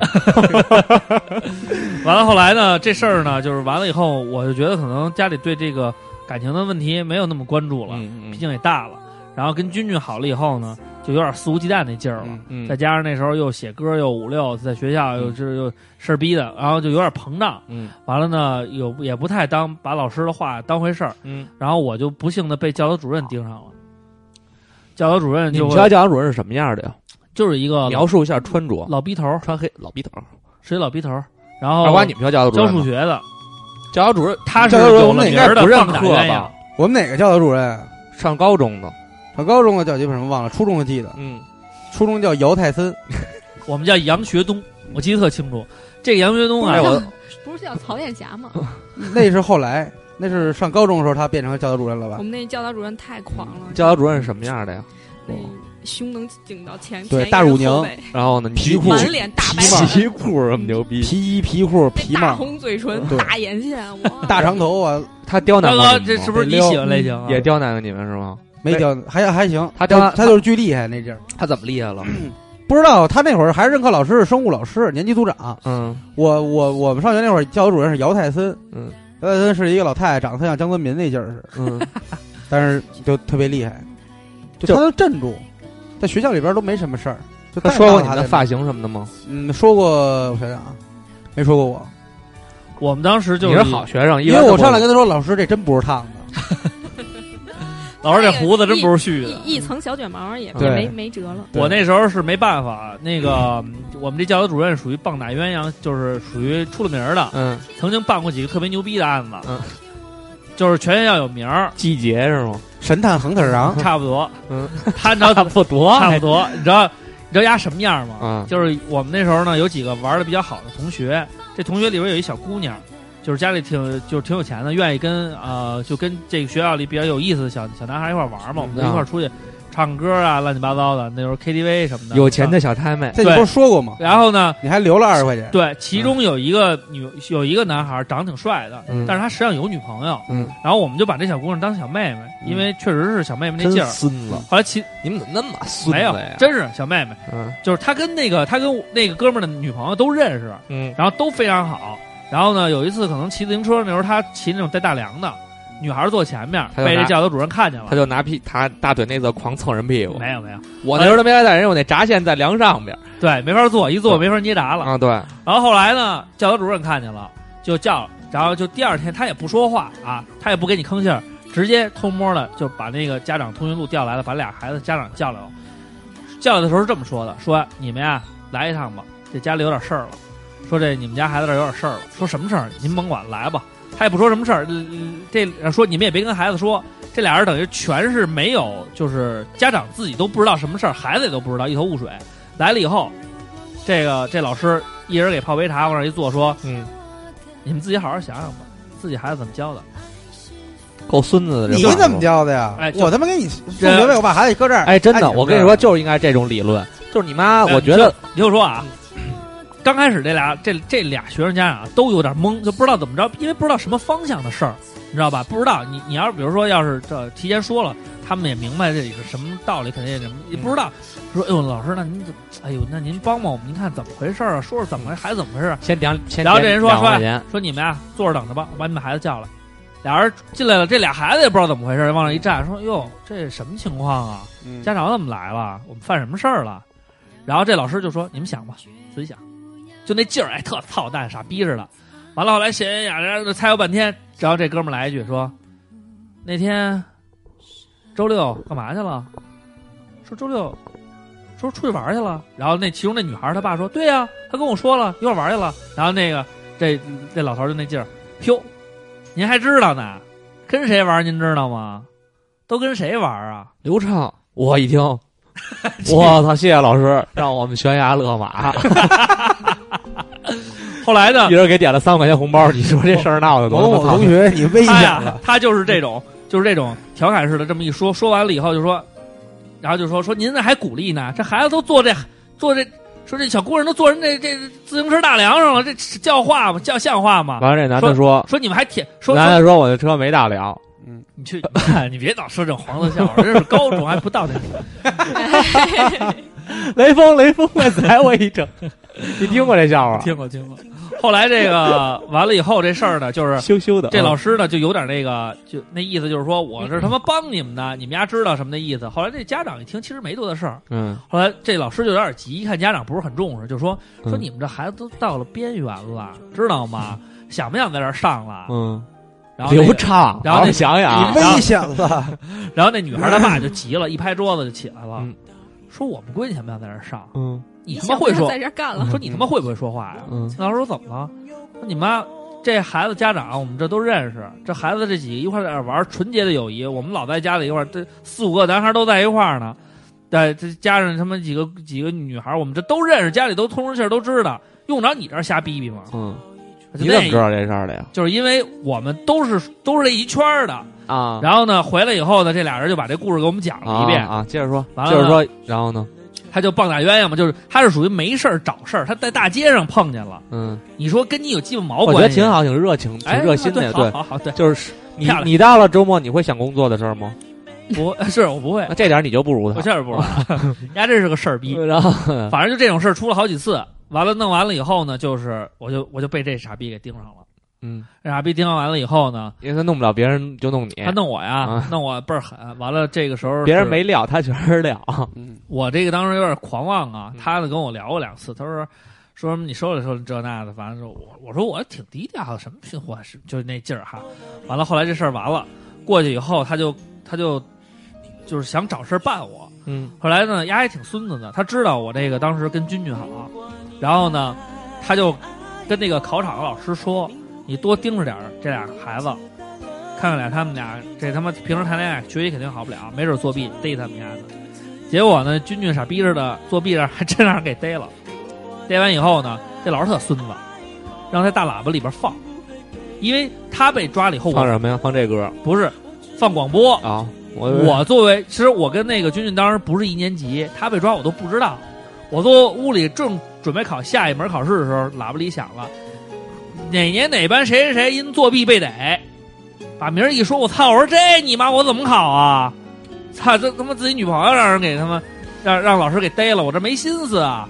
完了后来呢，这事儿呢就是完了以后，我就觉得可能家里对这个感情的问题没有那么关注了，
嗯
毕竟也大了。然后跟君君好了以后呢，就有点肆无忌惮那劲儿了。
嗯
嗯
再加上那时候又写歌又五六，在学校又这又事儿逼的，然后就有点膨胀。
嗯
完了呢，有也不太当把老师的话当回事儿，
嗯，
然后我就不幸的被教导主任盯上了。教导主任
你
就
们
会
学校教导主任是什么样的呀？
就是一个
描述一下穿着，
老逼头儿，
穿黑老逼头。
是一老逼头儿，然后
二瓜，你们学校教导主
教
任
数
吗？
学的，
教导主任
他是
教导主任
有了
我们
名
应
该
儿的
不认
棒打
课
鸳鸯
吧，
我们哪个教导主任啊？
上高中的，
上高中的教育什么忘了，初中就记得，
嗯，
初中叫姚泰森，
我们叫杨学东，我记得特清楚。这个杨学东啊，
嗯哎我
不是叫曹艳霞吗？
嗯
那是后来，那是上高中的时候他变成教导主任了
我
吧？
嗯
们那教导主任太狂了，
教导主任是什么样的呀？
那胸能顶到前，
对
前一
大
人
乳
后
纹
背
然后呢，你
皮裤
满脸大白
皮
纹，
皮裤这么牛逼，
皮衣、皮裤、
那
皮
大
帽、
红嘴唇、
对
大眼线，哇，
大长头发，
他刁
大
难
哥，呃这是
是
不是你喜欢类型啊？
也刁难过你们是吗？
没教还还行。
他
他
他
他就是巨厉害那劲儿，
他怎么厉害了？
嗯
不知道他那会儿还是任课老师，是生物老师，年级组长。
嗯
我我我们上学那会儿教导主任是姚泰森，
嗯，
姚泰森是一个老太太，长得特像江泽民那劲儿似的，
嗯，
但是就特别厉害，就
就
他能镇住，在学校里边都没什么事儿。就
他
带
说过
上
你
他
的
这
发型什么的吗？
嗯，说过我想想啊，没说过我，
我们当时就
你是好学生，一
因
般
为
都
我
不
上来跟他说，老师这真不是烫的，
老师这胡子真不是蓄的。
一一层小卷毛也
对
也没没辙了。
我那时候是没办法，那个我们这教导主任属于棒打鸳鸯，就是属于出了名儿的，
嗯，
曾经办过几个特别牛逼的案子，
嗯
就是全学校有名儿，
季节是吗？
神探亨特 郎，
差不多。
嗯，
他你知道
差不多，
差不多，你知道你知道丫什么样吗？
嗯
就是我们那时候呢，有几个玩的比较好的同学，这同学里边有一小姑娘，就是家里挺就是挺有钱的，愿意跟呃就跟这个学校里比较有意思的小小男孩一块玩
嗯
嘛，我们就一
啊
块出去唱歌啊，乱七八糟的，那时候 KTV 什么的，
有钱的嗯小太妹，
这你不是说过吗？
然后呢，
你还留了二十块钱，
对，其中有一个女，有一个男孩长得挺帅的，
嗯
但是他实际上有女朋友。
嗯，
然后我们就把这小姑娘当小妹妹，因为确实是小妹妹那
真
劲儿。
孙子！
后来其
你们怎么那么孙
没有
子呀，？
真是小妹妹，
嗯
就是他跟那个他跟我那个哥们儿的女朋友都认识，
嗯
然后都非常好。然后呢，有一次可能骑自行车那时候，他骑那种带大梁的，女孩坐前面，
他就
被这
拿
教导主任看见了
他。就拿屁他大腿内侧狂蹭人屁股。
没有没有，
我那时候都没带人，我那闸线在梁上边儿
对，没法坐，一坐没法捏闸了。
啊，对，
然后后来呢，教导主任看见了，就叫，然后就第二天他也不说话啊，他也不给你吭气儿，直接偷摸的就把那个家长通讯录调来了，把俩孩子家长叫来了。叫来的时候是这么说的：说你们呀来一趟吧，这家里有点事儿了。说这你们家孩子这儿有点事儿了。说什么事儿？您甭管，来吧。他也不说什么事儿，嗯这说你们也别跟孩子说。这俩人等于全是没有，就是家长自己都不知道什么事儿，孩子也都不知道，一头雾水。来了以后，这个这老师一人给泡杯茶往那儿一坐，说
嗯，
你们自己好好想想吧，自己孩子怎么教的。
够孙子的人。
嗯你怎么？教的呀
哎？就
我他妈给你送学费，我把孩子搁这儿。
哎，真的，
按你
我跟你说，就是应该这种理论，就是你妈，
哎
我觉得
你听我说啊，刚开始这俩这这俩学生家长都有点懵，就不知道怎么着，因为不知道什么方向的事儿，你知道吧？不知道你你要是比如说要是这提前说了，他们也明白这里是什么道理，肯定也什么也不知道。说哎呦，老师，那您怎哎呦，那您帮帮我们，您看怎么回事儿啊？说说怎么回孩子怎么回事儿啊？
先两先
然后这人说
两万
说
块钱，
说你们呀、坐着等着吧，我把你们孩子叫来。俩人进来了，这俩孩子也不知道怎么回事，往那一站，说哟，这什么情况啊？
嗯
家长怎么来了？我们犯什么事儿了？然后这老师就说：“你们想吧，自己想。”就那劲儿，哎，特操蛋，傻逼似的。完了后来闲言雅然就猜悠半天，然后这哥们儿来一句说：“那天周六干嘛去了？”说周六说出去玩去了。然后那其中那女孩儿她爸说：“对呀、她跟我说了，一块儿玩去了。”然后那个这这老头儿就那劲儿，哟，您还知道呢？跟谁玩儿您知道吗？都跟谁玩儿啊？
刘畅，我一听，我操，谢谢老师，让我们悬崖勒马，
后来呢
一，人给点了三万块钱红包，你说这事儿闹的
我问
多
我哎
他妈
同
操！
学，你危
他
险
呀
了，，
他就是这种，就是这种调侃式的这么一说，说完了以后就说，然后就说说您这还鼓励呢，这孩子都坐这坐这，说这小姑娘都坐人这这自行车大梁上了，这叫话吗？叫像话吗？
完了，这男的说，
说你们还舔，说
男
说
的说我的车没大梁，
你去， 你别老说这种黄色笑话，这是高中还不到那个。
雷锋雷锋快宰我一整， 你听过这笑话？
听过听过。后来这个完了以后，这事儿呢， 就是
羞羞的，
这老
师
师呢，就有点那个，就那意思就是说，我是他妈帮你们的，你们家知道什么的意思。后来这家长一听，其实没多大事儿。
嗯
后来这老师就有点急，一看家长不是很重视，就说说
嗯
你们这孩子都到了边缘了，知道吗？想不想在这儿上了？
嗯，
然后那个
刘畅，
然后那
好好想想啊
你，危险了。
然后那女孩她爸就急了，一拍桌子就起来了
嗯，
说我们闺女想不想在这儿上？
嗯
你他妈会说
在这儿干了，
说你他妈会不会说话呀？
嗯
老师说怎么了？说你妈这孩子家长我们这都认识，这孩子这几个一块儿在这儿玩儿，纯洁的友谊。我们老在家里一块儿，这四五个男孩都在一块儿呢，对，这加上他们几个几个女孩儿，我们这都认识，家里都通着气儿都知道，用着你这儿瞎逼逼吗？
嗯，
就
你怎
那
么知道这事儿的呀？
就是因为我们都是都是这一圈儿的。
啊，
然后呢，回来以后呢，这俩人就把这故事给我们讲了一遍。
啊，啊接着说，
完了
接着说，然后呢？
他就棒打鸳鸯嘛，就是他是属于没事儿找事儿，他在大街上碰见了，
嗯，
你说跟你有鸡巴毛
我
关系？
觉得挺好，挺热情，挺
哎，
热心的，
对，
对，
好好好，对，
就是你
漂亮
你到了周末，你会想工作的事儿吗？
不 是我不会
那，这点你就不如
哎我
他。
确实不会， 丫这是个事儿逼。
然后，
反正就这种事儿出了好几次，完了弄完了以后呢，就是我就我就被这傻逼给盯上了。
嗯，
这傻逼盯上完了以后呢，
因为他弄不了别人，就弄你。
他弄我呀
啊，
弄我倍儿狠。完了这个时候
别人
是
没料，他全是料。
嗯
嗯
我这个当时有点狂妄啊，他呢跟我聊过两次，他说说什么你收了收了这那的，反正我我说我挺低调的，什么新欢是就是那劲儿哈。完了后来这事儿完了，过去以后他就他就就是想找事儿办我，
嗯
后来呢，丫还挺孙子的，他知道我这个当时跟君君好，然后呢，他就跟那个考场的老师说：“你多盯着点儿这俩孩子，看看俩他们俩这他妈平时谈恋爱学习肯定好不了，没准作弊逮他们家呢。”结果呢，君君傻逼似的作弊让还真让人给逮了，逮完以后呢，这老师特孙子，让在大喇叭里边放，因为他被抓了以后，
放
我
什么呀？放这歌
不是放广播，
啊！我
我作为，其实我跟那个君君当时不是一年级，他被抓我都不知道。我坐屋里正准备考下一门考试的时候，喇叭里响了，哪年哪班谁谁谁因作弊被逮，把名儿一说，我操！我说这你妈我怎么考啊？操，这他妈自己女朋友让人给他妈让让老师给逮了，我这没心思啊。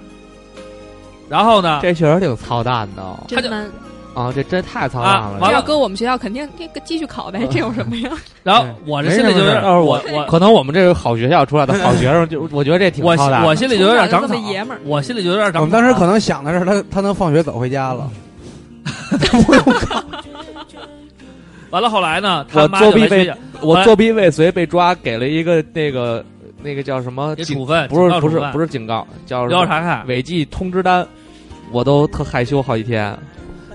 然后呢，
这确实挺操蛋的哦
他就
真闷。
啊！这真太操蛋
啊
了。
完
要
了
搁我们学校，肯定这个继续考呗，这有什么呀？
然后我这心里就有点
哎没什么事儿但是
我
我
我
可能我们这个好学校出来的好学生，就我觉得这挺
我
操蛋的。
我心里就有点长草
从小就这么爷们儿，
我心里就有点长草。
我们当时可能想的是他他能放学走回家 了，
完了，后来呢，他
我
妈
作
就
弊
来学
被
校
我作弊未遂被抓，给了一个那个那个叫什么
给
呃警？
处分，
不是不是不
是
是警告，叫什
调
么
查看。
违纪通知单，我都特害羞好几天。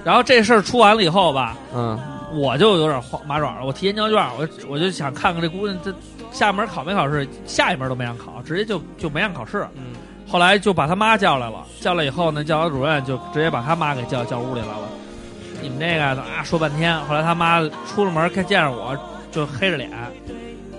然后这事儿出完了以后吧，
嗯，
我就有点慌麻爪了。我提前交卷，我就我就想看看这姑娘这下门考没考试，下一门都没让考，直接就就没让考试。
嗯，
后来就把他妈叫来了，叫来以后呢，教导主任就直接把他妈给叫叫屋里来了。你们这个啊，说半天。后来他妈出了门，看见着我就黑着脸，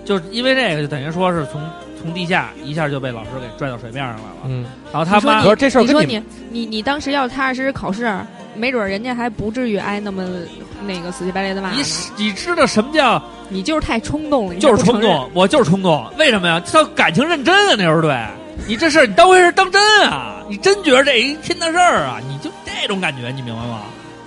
就因为这个，就等于说是从从地下一下就被老师给拽到水面上来了。
嗯，
然后他妈
你
可是这事儿
你
跟
说
们
你你你当时要踏踏实实考试，没准儿人家还不至于挨那么那个死乞白赖的骂呢
你。是你知道什么叫
你就是太冲动了，你
就是
还不
冲
承认。
动？我就是冲动，为什么呀？他感情认真啊，那时候对你这事儿你当回事儿当真啊？你真觉得这一天大事儿啊？你就这种感觉，你明白吗？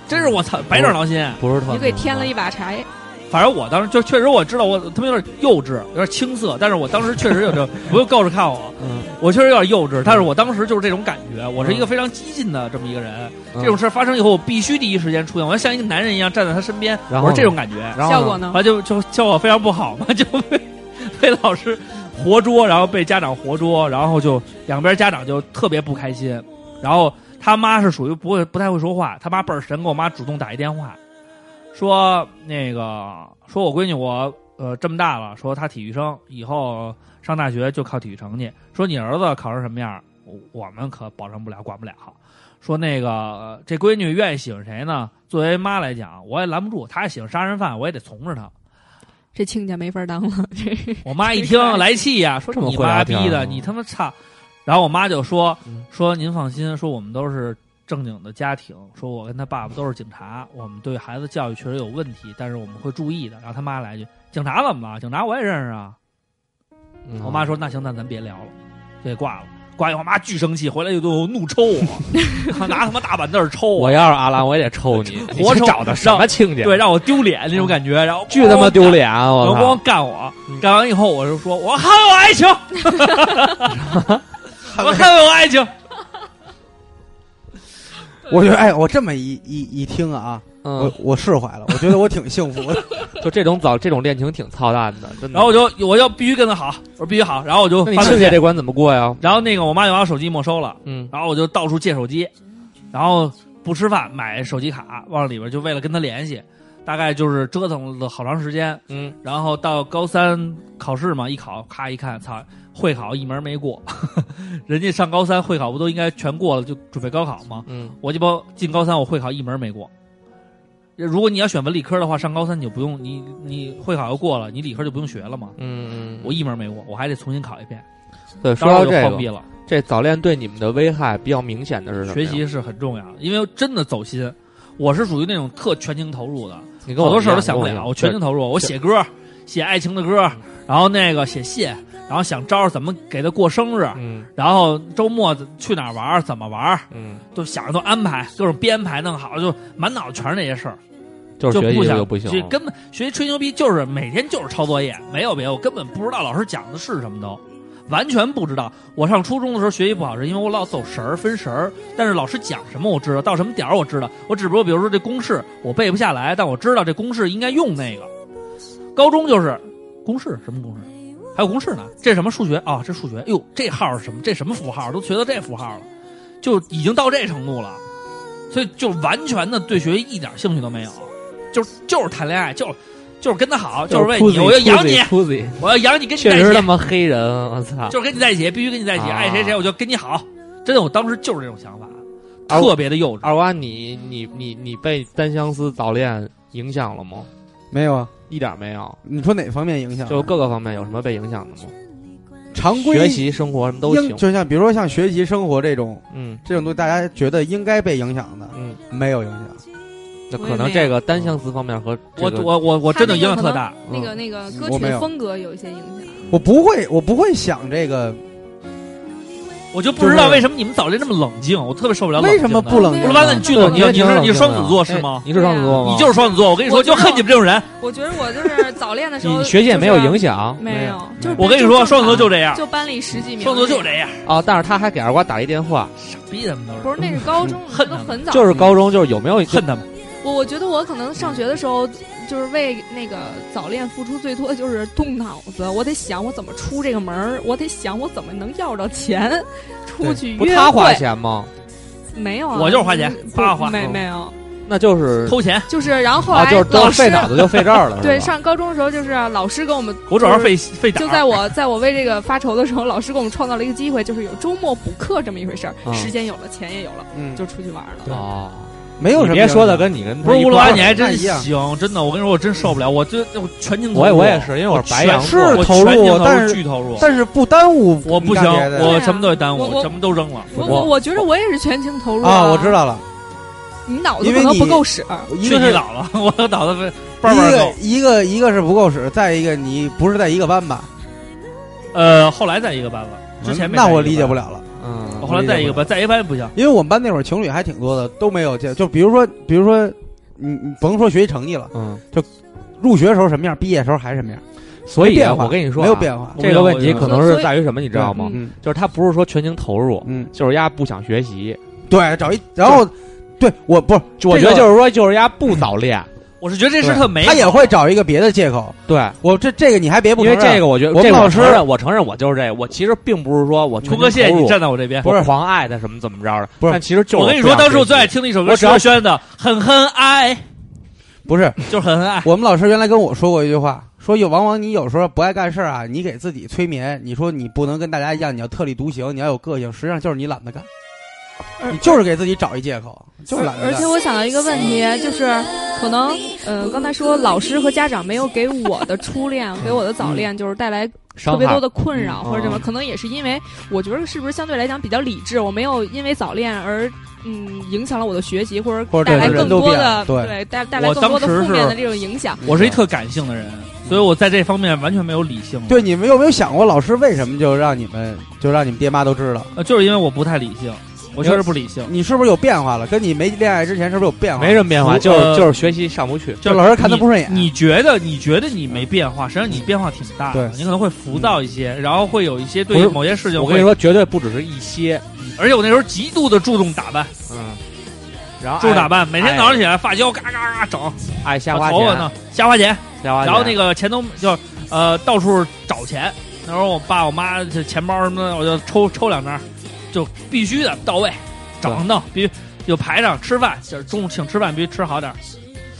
真是我操，百爪挠心。
不是特
你给添了一把柴，
反正我当时就确实我知道我他妈有点幼稚，有点青涩，但是我当时确实有这，不用够着看我，
嗯，
我确实有点幼稚，但是我当时就是这种感觉，我是一个非常激进的这么一个人。这种
嗯
事儿发生以后，我必须第一时间出现，我要像一个男人一样站在他身边，
然
我
后
是
呢
这种感觉。
嗯然后
效
呢
果呢？
完就就效果非常不好嘛， 就被被老师活捉，然后被家长活捉，然后就两边家长就特别不开心。然后他妈是属于不会不太会说话，他妈倍儿神，给我妈主动打一电话，说那个说我闺女我呃这么大了，说她体育生，以后上大学就靠体育成绩。说你儿子考成什么样，我我们可保证不了，管不了。说那个、呃这闺女愿意喜欢谁呢？作为妈来讲，我也拦不住，她喜欢杀人犯，我也得从着她。
这亲家没法当了，这
我妈一听来气呀、说
这么
你
会
妈
聊
逼
天啊
的，你他妈操！然后我妈就说
嗯
说您放心，说我们都是正经的家庭，说我跟他爸爸都是警察，我们对孩子教育确实有问题，但是我们会注意的。然后他妈来一句：“警察怎么了？警察我也认识啊。”
嗯
我妈说：“那行，那咱别聊了，就给挂了。”挂以后，我妈巨生气，回来就就怒抽 我，拿他妈大板凳抽
我要是阿郎，我也得抽你，你
活
这
抽
找的什么亲家？
对，让我丢脸那种感觉，然后 哦
巨他妈丢脸啊！
然后
我
光
操！
干我
嗯，
干完以后我就说：“我捍卫我爱 情，我捍卫我爱情。”
嗯
我觉得哎，我这么一一一听啊，我
嗯，
我释怀了，我觉得我挺幸福的。
就这种早这种恋情挺操蛋的，真的。
然后我就我就必须跟他好，我说必须好，然后我就
那你
发
亲
短
家
信
这关怎么过呀？
然后那个我妈就把我手机没收了，
嗯，
然后我就到处借手机，然后不吃饭买手机卡往里边，就为了跟他联系，大概就是折腾了好长时间。
嗯，
然后到高三考试嘛，一考咔一看，操，会考一门没过， 人家上高三会考不都应该全过了，就准备高考吗？
嗯，
我鸡巴进高三，我会考一门没过。如果你要选文理科的话，上高三你就不用你你会考又过了，你理科就不用学了嘛。
嗯，
我一门没过，我还得重新考一遍，
对，说
当时我
到
就
这
慌逼
个，
了。
这早恋对你们的危害比较明显的是什么
学
呀？
习是很重要的，因为真的走心。我是属于那种特全情投入的，
你跟
好
我
多事儿
一
都
样
想不
跟我一
了，
样
我全情投入。我写歌，写爱情的歌，然后那个写信，然后想招怎么给他过生日，
嗯
然后周末去哪儿玩儿，怎么玩儿，
嗯，
都想着都安排，各种编排弄好，就满脑子全是这些事儿。
就是学
不
习
想
就不行
这，根本学习吹牛逼就是每天就是抄作业，没有别的，我根本不知道老师讲的是什么都。完全不知道。我上初中的时候学习不好，是因为我老走神儿、分神儿。但是老师讲什么我知道，到什么点儿我知道。我只不过比如说这公式我背不下来，但我知道这公式应该用那个。高中就是公式，什么公式？还有公式呢？这什么数学啊、这数学，哟，这号是什么？这什么符号？都学到这符号了，就已经到这程度了。所以就完全的对学习一点兴趣都没有，就是就是谈恋爱，就是就是跟他好，就是为你，我要养你，
你，
我要养你，跟你在
确
一
实
起
他，妈黑人，我操！
就是跟你在一起，必须跟你在一起，
啊
爱谁谁我就跟你好。真的，我当时就是这种想法，
啊
特别的幼稚。
二瓜，你你你你被单相思早恋影响了吗？
没有啊？
一点没有，
你说哪方面影响？
就各个方面有什么被影响的吗？
常规
学习、生活什么都
应
行。
就像比如说像学习、生活这种
嗯
这种东西，大家觉得应该被影响的，
嗯，
没有影响。
那可能这个单相思方面和
嗯
这
我
个嗯
我我我真的影响特大，
那个那个歌
我
曲
没有
的风格有一些影响。
我不会，我不会想这个
我就不知道为什么你们早恋这么冷静，我特别受不了冷静
为
的。
什么不冷
不
静
是
对
完了，你剧总，你
对
你
挺
是
冷
你
静啊哎
是
的
双子座是吗？
你是双子座吗？
你就是双子座，我跟你说，
我
就
就
恨你们这种人。
我觉得我就是 早恋的时候，
你学习也没有影
响，
响
没有，就是
我跟你说，
正常
双子座就这样，
就班里十几名，
双子座就这样，
啊，但是他还给二瓜打一电话，
逼他们都是
不是，那是高中，
恨
都
他们
很早。
就是高中就是有没有
嗯恨他们。
我我觉得我可能上学的时候，就是为那个早恋付出最多的就是动脑子，我得想我怎么出这个门儿，我得想我怎么能要着钱出去
不
约
是
会。
他花钱吗？
没有啊？
我就是花钱
不
花花
没
嗯
没有，
那就是
偷钱，
就是然后后
啊，
来
就是
老
都
师
费脑子就费这 儿了，
对
是吧？
上高中的时候就是老师给我们
我主要是费费胆
就
儿。
在我在我为这个发愁的时候，老师给我们创造了一个机会，就是有周末补课这么一回事儿。
嗯
时间有了，钱也有了，
嗯
就出去玩了。
哦，
没有什
你
么
别说的
影响
跟你跟
不是
他一
乌鲁
块
巴，
儿
你还真
不太一样
行，真的，我跟你说，我真受不了，我这我全情投入。
我也我也是，因为我是白羊座
是，
我
投入
全情
但是
巨投入，
但是不耽误
我不
你
行，
干别的
我什么都得耽误，
啊我我
什么都扔了。
我
嗯我
我我觉得我也是全情投入
啊，我知，道了，
你脑子
因为
可能
你
不够使。啊
一
去
个
你
是
姥姥，我脑子被
一
班班
个
够。
一个一个是不够使，再一个你不是在一个班吧？嗯
呃，后来在一个班了，之前没
那
在一个
我
班
理解不。了了，
我
嗯，
后来在一个班，在一个班也不行，
因为我们班那会儿情侣还挺多的，都没有见。就比如说，比如说，你你甭说学习成绩了，
嗯，
入学的时候什么样，毕业的时候还什么样，
所
没
以啊
变化
我跟你说啊，
没有变化。
这个问题可能
所
是
以
在于什么，你知道吗？
嗯
就是他不是说全情投入，
嗯，
就是丫不想学习。
对，找一然后，对我不是，
我觉得
这
就
个嗯
是说，就是丫不早恋。
我是觉得这事特美好。
他也会找一个别的借口。
对，
我这这个你还别不
因为
承认
这个，我觉得
我们
这个
老
我
师
承认，我承认我就是这个。我其实并不是说我
出哥，谢谢你站在我这边。
不是妨碍他什么怎么着的，
不是
但其实就是
我跟你说，
不想
当时我
学习
最爱听的一首歌，
我
是
只
若
要
瑄的《很很爱》，
不是
就是很很爱。
我们老师原来跟我说过一句话，说有往往你有时候不爱干事儿啊，你给自己催眠，你说你不能跟大家一样，你要特立独行，你要有个性，实际上就是你懒得干，你就是给自己找一借口，就是懒得
而且
干。
我想到一个问题，就是可能，呃，刚才说老师和家长没有给我的初恋、给我的
嗯
早恋，就是带来特
伤
别
害
多的困扰
嗯
或者什
哦
么，
嗯
可能也是因为我觉得是不是相对来讲比较理智，我没有因为早恋而嗯影响了我的学习，或
或
者
者
带来
人
更
都
多
变
的
了对
带带来
我
更多的
当时
负面
是
的这种影响。
我是一特感性的人，所以我在这方面完全没有理性。
对，你们有没有想过，老师为什么就让你们就让你们爹妈都知道？
呃，就是因为我不太理性，我确实不理性。
你是不是有变化了？跟你没恋爱之前是不是有变化？
没什么变化，
呃
就是就是学习上不去。
就是
老师看他不顺眼
你你觉得你觉得你没变化，实际上你变化挺大的，
对
你可能会浮躁一些，然后会有一些
不
对
是
某些事情会。
我跟你，说，绝对不只是一些，
而且我那时候极度的注重打扮，
嗯，然后
注重打
爱
扮，每天早上起来发胶嘎嘎嘎整，
爱瞎
把
花
头发
钱
呢，瞎花钱，
瞎花钱，
然后那个钱都就呃到处找钱。那时候我爸我妈这钱包什么的，我就抽抽两张，就必须的到位，整弄必须有排场，吃饭就是中午请吃饭必须吃好点儿，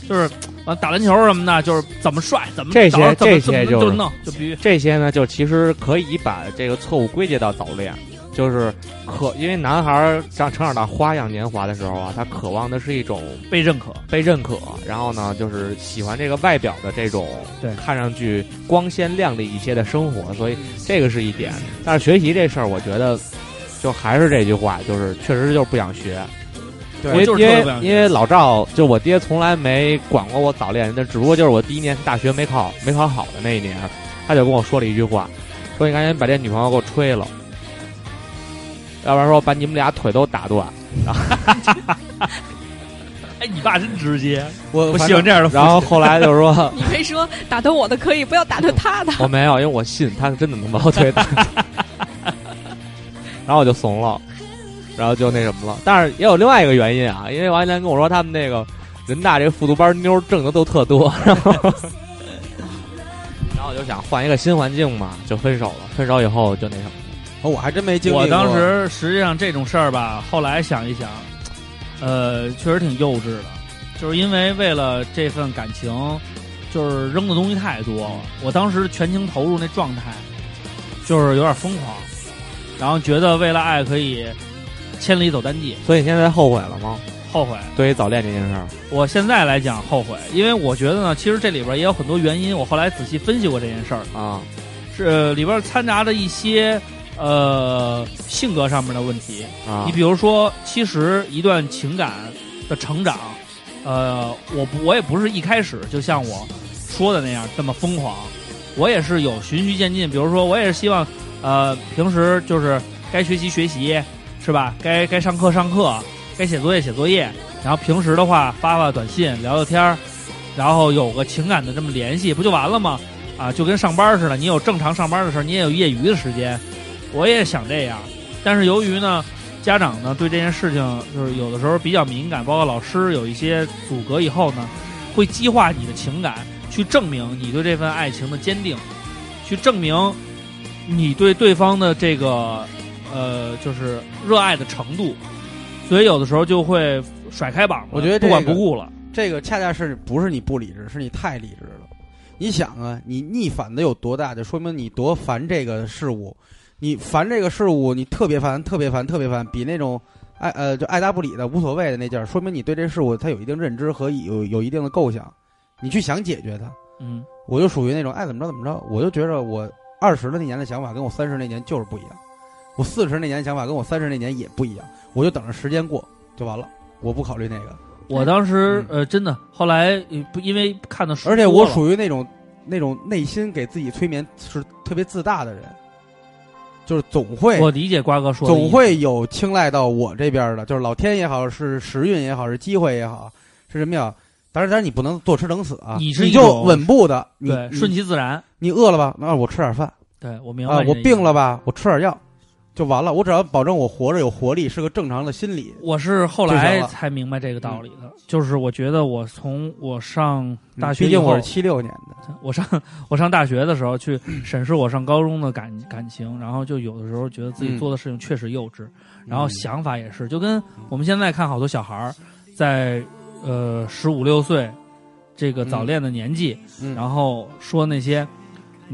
就是完打篮球什么的，就是怎么帅怎么
这些
早上怎么
这
怎么
些就是
就弄就必须。
这些呢，就其实可以把这个错误归结到早恋，就是渴，因为男孩儿长成长到花样年华的时候啊，他渴望的是一种
被认可。
被认可，然后呢，就是喜欢这个外表的这种
对
看上去光鲜亮丽一些的生活，所以这个是一点。但是学习这事儿，我觉得就还是这句话，就是确实就是不想学，因
我
为
就
因
是特别不想
为
学
因为老赵就我爹从来没管过我早恋，那只不过就是我第一年大学没考没考好的那一年，他就跟我说了一句话，说你赶紧把这女朋友给我吹了，要不然说我把你们俩腿都打断。
哎，你爸真直接，
我
我
反
喜欢
正
这样的父亲。
然后后来就是说。
你
哦
可以说打断我的可以，不要打断他的。
我没有，因为我信他是真的能把我腿打。 然后我就怂了，然后就那什么了。但是也有另外一个原因啊，因为王一楠跟我说他们那个人大这个复读班妞儿挣的都特多，然后然后我就想换一个新环境嘛，就分手了。分手以后就那什么，
哦我还真没经历过。
我当时实际上这种事儿吧，后来想一想，呃，确实挺幼稚的，就是因为为了这份感情，就是扔的东西太多了。我当时全情投入那状态，就是有点疯狂，然后觉得为了爱可以千里走单骑，
所以你现在后悔了吗？
后悔。
对于早恋这件事儿，
我现在来讲后悔，因为我觉得呢，其实这里边也有很多原因。我后来仔细分析过这件事儿，
啊，
是呃里边掺杂着一些呃性格上面的问题。
啊
你比如说，其实一段情感的成长，呃，我不我也不是一开始就像我说的那样这么疯狂，我也是有循序渐进。比如说，我也是希望，呃，平时就是该学习学习，是吧？该该上课上课，该写作业写作业。然后平时的话发发短信聊聊天儿，然后有个情感的这么联系，不就完了吗？啊，就跟上班似的，你有正常上班的事儿，你也有业余的时间。我也想这样，但是由于呢，家长呢对这件事情就是有的时候比较敏感，包括老师有一些阻隔以后呢，会激化你的情感，去证明你对这份爱情的坚定，去证明你对对方的这个呃就是热爱的程度，所以有的时候就会甩开膀子，
我觉得这
不管
个
不顾了。
这个恰恰是不是你不理智，是你太理智了。你想啊，你逆反的有多大，就说明你多烦这个事物。你烦这个事物，你特别烦，特别烦，特别烦，比那种爱呃就爱答不理的无所谓的那劲儿，说明你对这事物它有一定认知和有有一定的构想，你去想解决它。
嗯，
我就属于那种哎爱怎么着怎么着，我就觉着我二十的那年的想法跟我三十那年就是不一样，我四十那年的想法跟我三十那年也不一样，我就等着时间过就完了，我不考虑那个。
我当时、呃，真的，后来呃不因为看的书多
而
了，
且我属于那种那种内心给自己催眠是特别自大的人，就是总会
我理解瓜哥说的意思，
总会有青睐到我这边的，就是老天也好，是时运也好，是机会也好，是什么呀？当然，当然你不能坐吃等死啊，
你是一
你
种
就稳步的，你
对
你
顺其自然。
你饿了吧？那我吃点饭
对我明白、
啊，我病了，吧？我吃点药，就完了。我只要保证我活着有活力，是个正常的心理。
我是后
就行
来
了嗯
才明白这个道理的。就是我觉得我从我上大学
嗯毕
以
竟
后，
我是七六年的，
我上我上大学的时候去
嗯
审视我上高中的感感情，然后就有的时候觉得自己
嗯
做的事情确实幼稚，然后
嗯
想法也是，就跟我们现在看好多小孩儿在呃十五六岁这个早
嗯
恋的年纪，
嗯
然后说那些。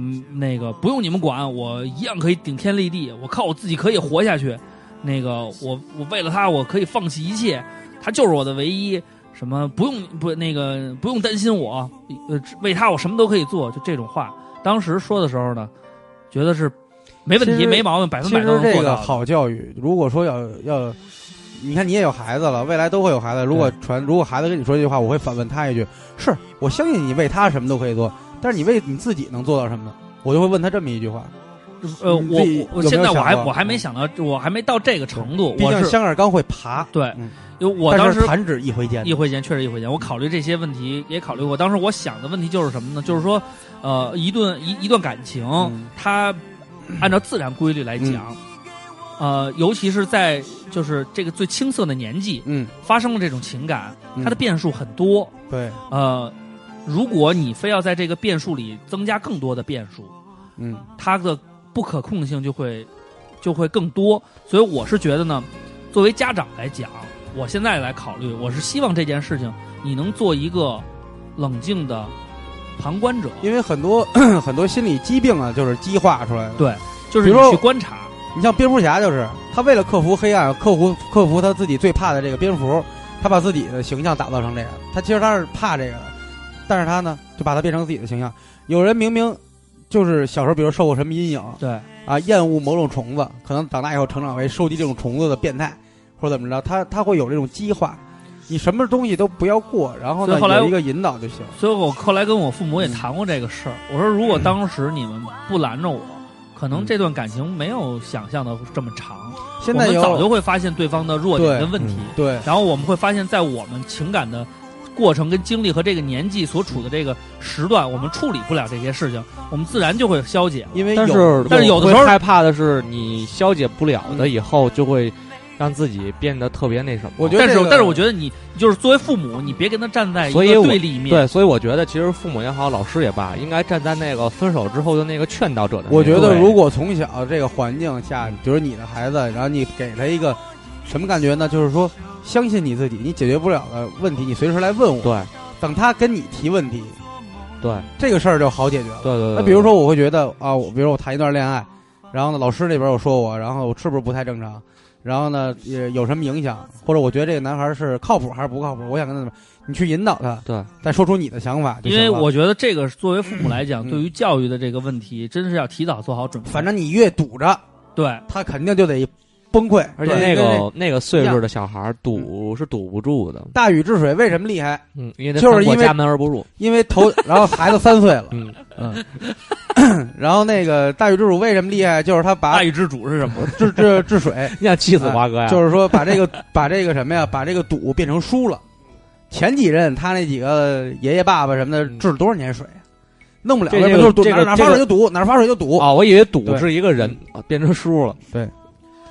嗯，那个不用你们管，我一样可以顶天立地，我靠我自己可以活下去。那个我我为了他，我可以放弃一切，他就是我的唯一。什么不用不那个不用担心我，呃，为他我什么都可以做，就这种话。当时说的时候呢，觉得是没问
其
题、
实
没毛病，百分
其
百
实
都能
这
做
个
到。
好教育，如果说要要，你看你也有孩子了，未来都会有孩子。如果传，如果孩子跟你说这句话，我会反问他一句：是我相信你为他什么都可以做，但是你为你自己能做到什么呢？我就会问他这么一句话。
呃，
你
我
自己
我我
有没
现
有
在我
想
还
过
我还没想到，我还没到这个程度。
毕
我
竟
是
香二刚会爬，
对
嗯，
因为我
但
当
是
时
弹指一挥间
一。回钱确实一回钱。我考虑这些问题也考虑过，当时我想的问题就是什么呢？就是说，呃，一段一一段感情，
嗯
它按照自然规律来讲，呃，尤其是在就是这个最青涩的年纪
嗯，
发生了这种情感，
嗯
它的变数很多。
对，
呃，如果你非要在这个变数里增加更多的变数，
嗯，
它的不可控性就会就会更多。所以我是觉得呢，作为家长来讲，我现在来考虑，我是希望这件事情你能做一个冷静的旁观者，
因为很多 很多心理疾病啊，就是激化出来的。
对就是
比
你
如说
去观察。
你像蝙蝠侠就是，他为了克服黑暗，克服克服他自己最怕的这个蝙蝠，他把自己的形象打造成这样。他其实他是怕这个的，但是他呢就把它变成自己的形象。有人明明就是小时候，比如受过什么阴影
对，
啊，厌恶某种虫子，可能长大以后成长为收集这种虫子的变态，或者怎么着，他他会有这种激化。你什么东西都不要过，然后
所
呢
以后来
有一个引导就行。
所以我后来跟我父母也谈过这个事儿，我说如果当时你们不拦着我。可能这段感情没有想象的这么长，
现在
我们早就
有
会发现对方的弱点
对嗯
跟问题，
对
然后我们会发现，在我们情感的过程、跟经历和这个年纪所处的这个时段，我们处理不了这些事情，我们自然就会消解了。
因为
但
有
是
但是有的时候
我会害怕的是，你消解不了的，以后就会让自己变得特别那什么。
我觉得
但是
这个
但是我觉得你就是作为父母，你别跟他站在一个
所以我
对立面。
对，所以我觉得其实父母也好，老师也罢，应该站在那个分手之后的那个劝导者的那个。
我觉得
对
如果从小这个环境下，比如你的孩子，然后你给他一个什么感觉呢？就是说，相信你自己，你解决不了的问题，你随时来问我。
对
等他跟你提问题，
对
这个事儿就好解决了。
对对对，
那比如说，我会觉得啊，我比如说我谈一段恋爱，然后呢，老师那边有说我，然后我是不是不太正常？然后呢，也有什么影响？或者我觉得这个男孩是靠谱还是不靠谱？我想跟他怎么？你去引导他，
对，
再说出你的想法就
因
行
为
了
我觉得这个作为父母来讲，
嗯
对于教育的这个问题，真是要提早做好准备。
反正啊你越堵着，
对，
他肯定就得崩溃。
而且
对
那
跟
个那个岁数的小孩儿堵是堵不住的，
大禹治水为什么厉害？
嗯，因为他
就是
翻过
因为
家门而不入。
因为头，然后孩子三岁了，
嗯
嗯，然后那个大禹治水为什么厉害？就是他把
大禹之主是什么？
治治治水，
你想气死华哥呀？
哎就是说把这个把这个什么呀，把这个堵变成疏了。前几任他那几个爷爷爸爸什么的
嗯
治了多少年水啊，弄不了
这
了，
这个
就是堵
这
哪
个
儿哪儿
这
发
个
水就堵，哪儿发水就堵，
啊，我以为堵
对嗯
是一个人，啊变成叔了。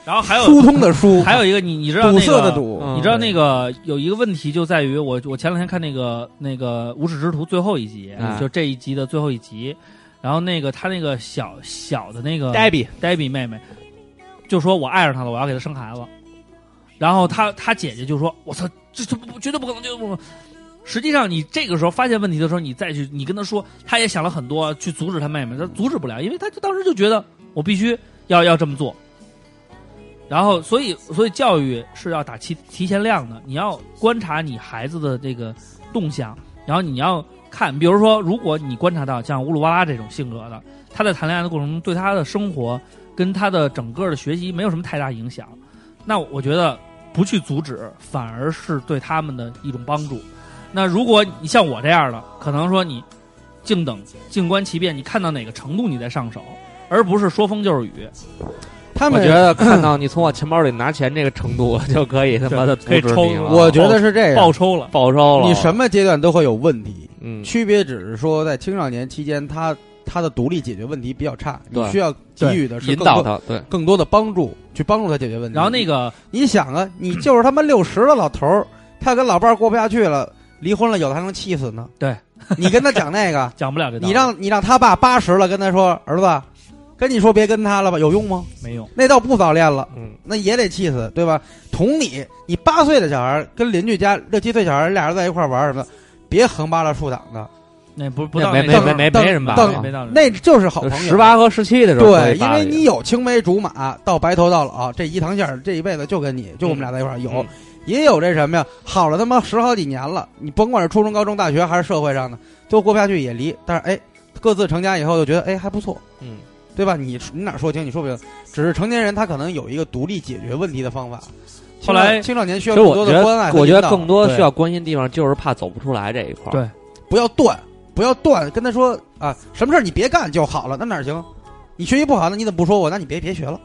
然后还有
疏通的 疏，
还有一个，你你知道
堵
那
塞的
个
堵，
嗯
你知道那个有一个问题就在于我，我前两天看那个那个《无耻之徒》最后一集，
嗯
就这一集的最后一集，然后那个他那个小小的那个
呆比，
呆比妹妹就说：“我爱上他了，我要给他生孩子。”然后他他姐姐就说：“我操，这这不绝对不可能，绝对不可能。”实际上，你这个时候发现问题的时候，你再去你跟他说，他也想了很多去阻止他妹妹，他阻止不了，因为他就当时就觉得我必须要要这么做。然后，所以所以教育是要打提提前量的，你要观察你孩子的这个动向，然后你要看，比如说，如果你观察到像乌鲁哇啦这种性格的，他在谈恋爱的过程中对他的生活跟他的整个的学习没有什么太大影响，那我觉得不去阻止，反而是对他们的一种帮助。那如果你像我这样的，可能说你静等静观其变，你看到哪个程度你再上手，而不是说风就是雨，
他
我
们
觉得看到你从我钱包里拿钱这个程度，我就可以他妈的阻
可以
止
抽
你了。
了
我觉得是这样
爆，抽哦了。
报仇了，
你什么阶段都会有问题，
嗯，
区别只是说在青少年期间他。他的独立解决问题比较差，你
对
需要给予的是
引
更
导
多
他，对，
更多的帮助，去帮助他解决问题。
然后那个
你想啊，你就是他妈六十的老头儿，他跟老伴儿过不下去了，离婚了，有的还能气死呢。
对，，
你跟他讲那 个
讲不了这道理，
你让你让他爸八十了跟他说，儿子，跟你说别跟他了吧，有用吗？
没用。
那倒不早恋了，
嗯，
那也得气死，对吧？同理，你八岁的小孩儿跟邻居家六七岁小孩儿俩人在一块儿玩儿什么的，别横扒拉竖挡的，
那不不
那
到
没
那
没
个
没没
当
没人吧？
当
没到
那就是好朋友。
十八和十七的时候可
对，
以
因
搭理，
为你有青梅竹马到白头到老，啊这一堂线儿这一辈子就跟你就我们俩在一块儿有，
嗯
也有这什么呀？好了他妈十好几年了，你甭管是初中、高中、大学还是社会上的，都过不下去也离，但是哎，各自成家以后就觉得哎还不错，
嗯，
对吧？你你哪说清你说不清，只是成年人他可能有一个独立解决问题的方法。
后来
青少青少年需
其
要
实
更
我
多
觉
的关爱
得，
和
我觉
引
得
导
更多
对
需要关心的地方就是怕走不出来这一块儿。
对
不要断，不要断，跟他说啊，什么事儿你别干就好了，那哪行？你学习不好，那你怎么不说我？那你别别学了，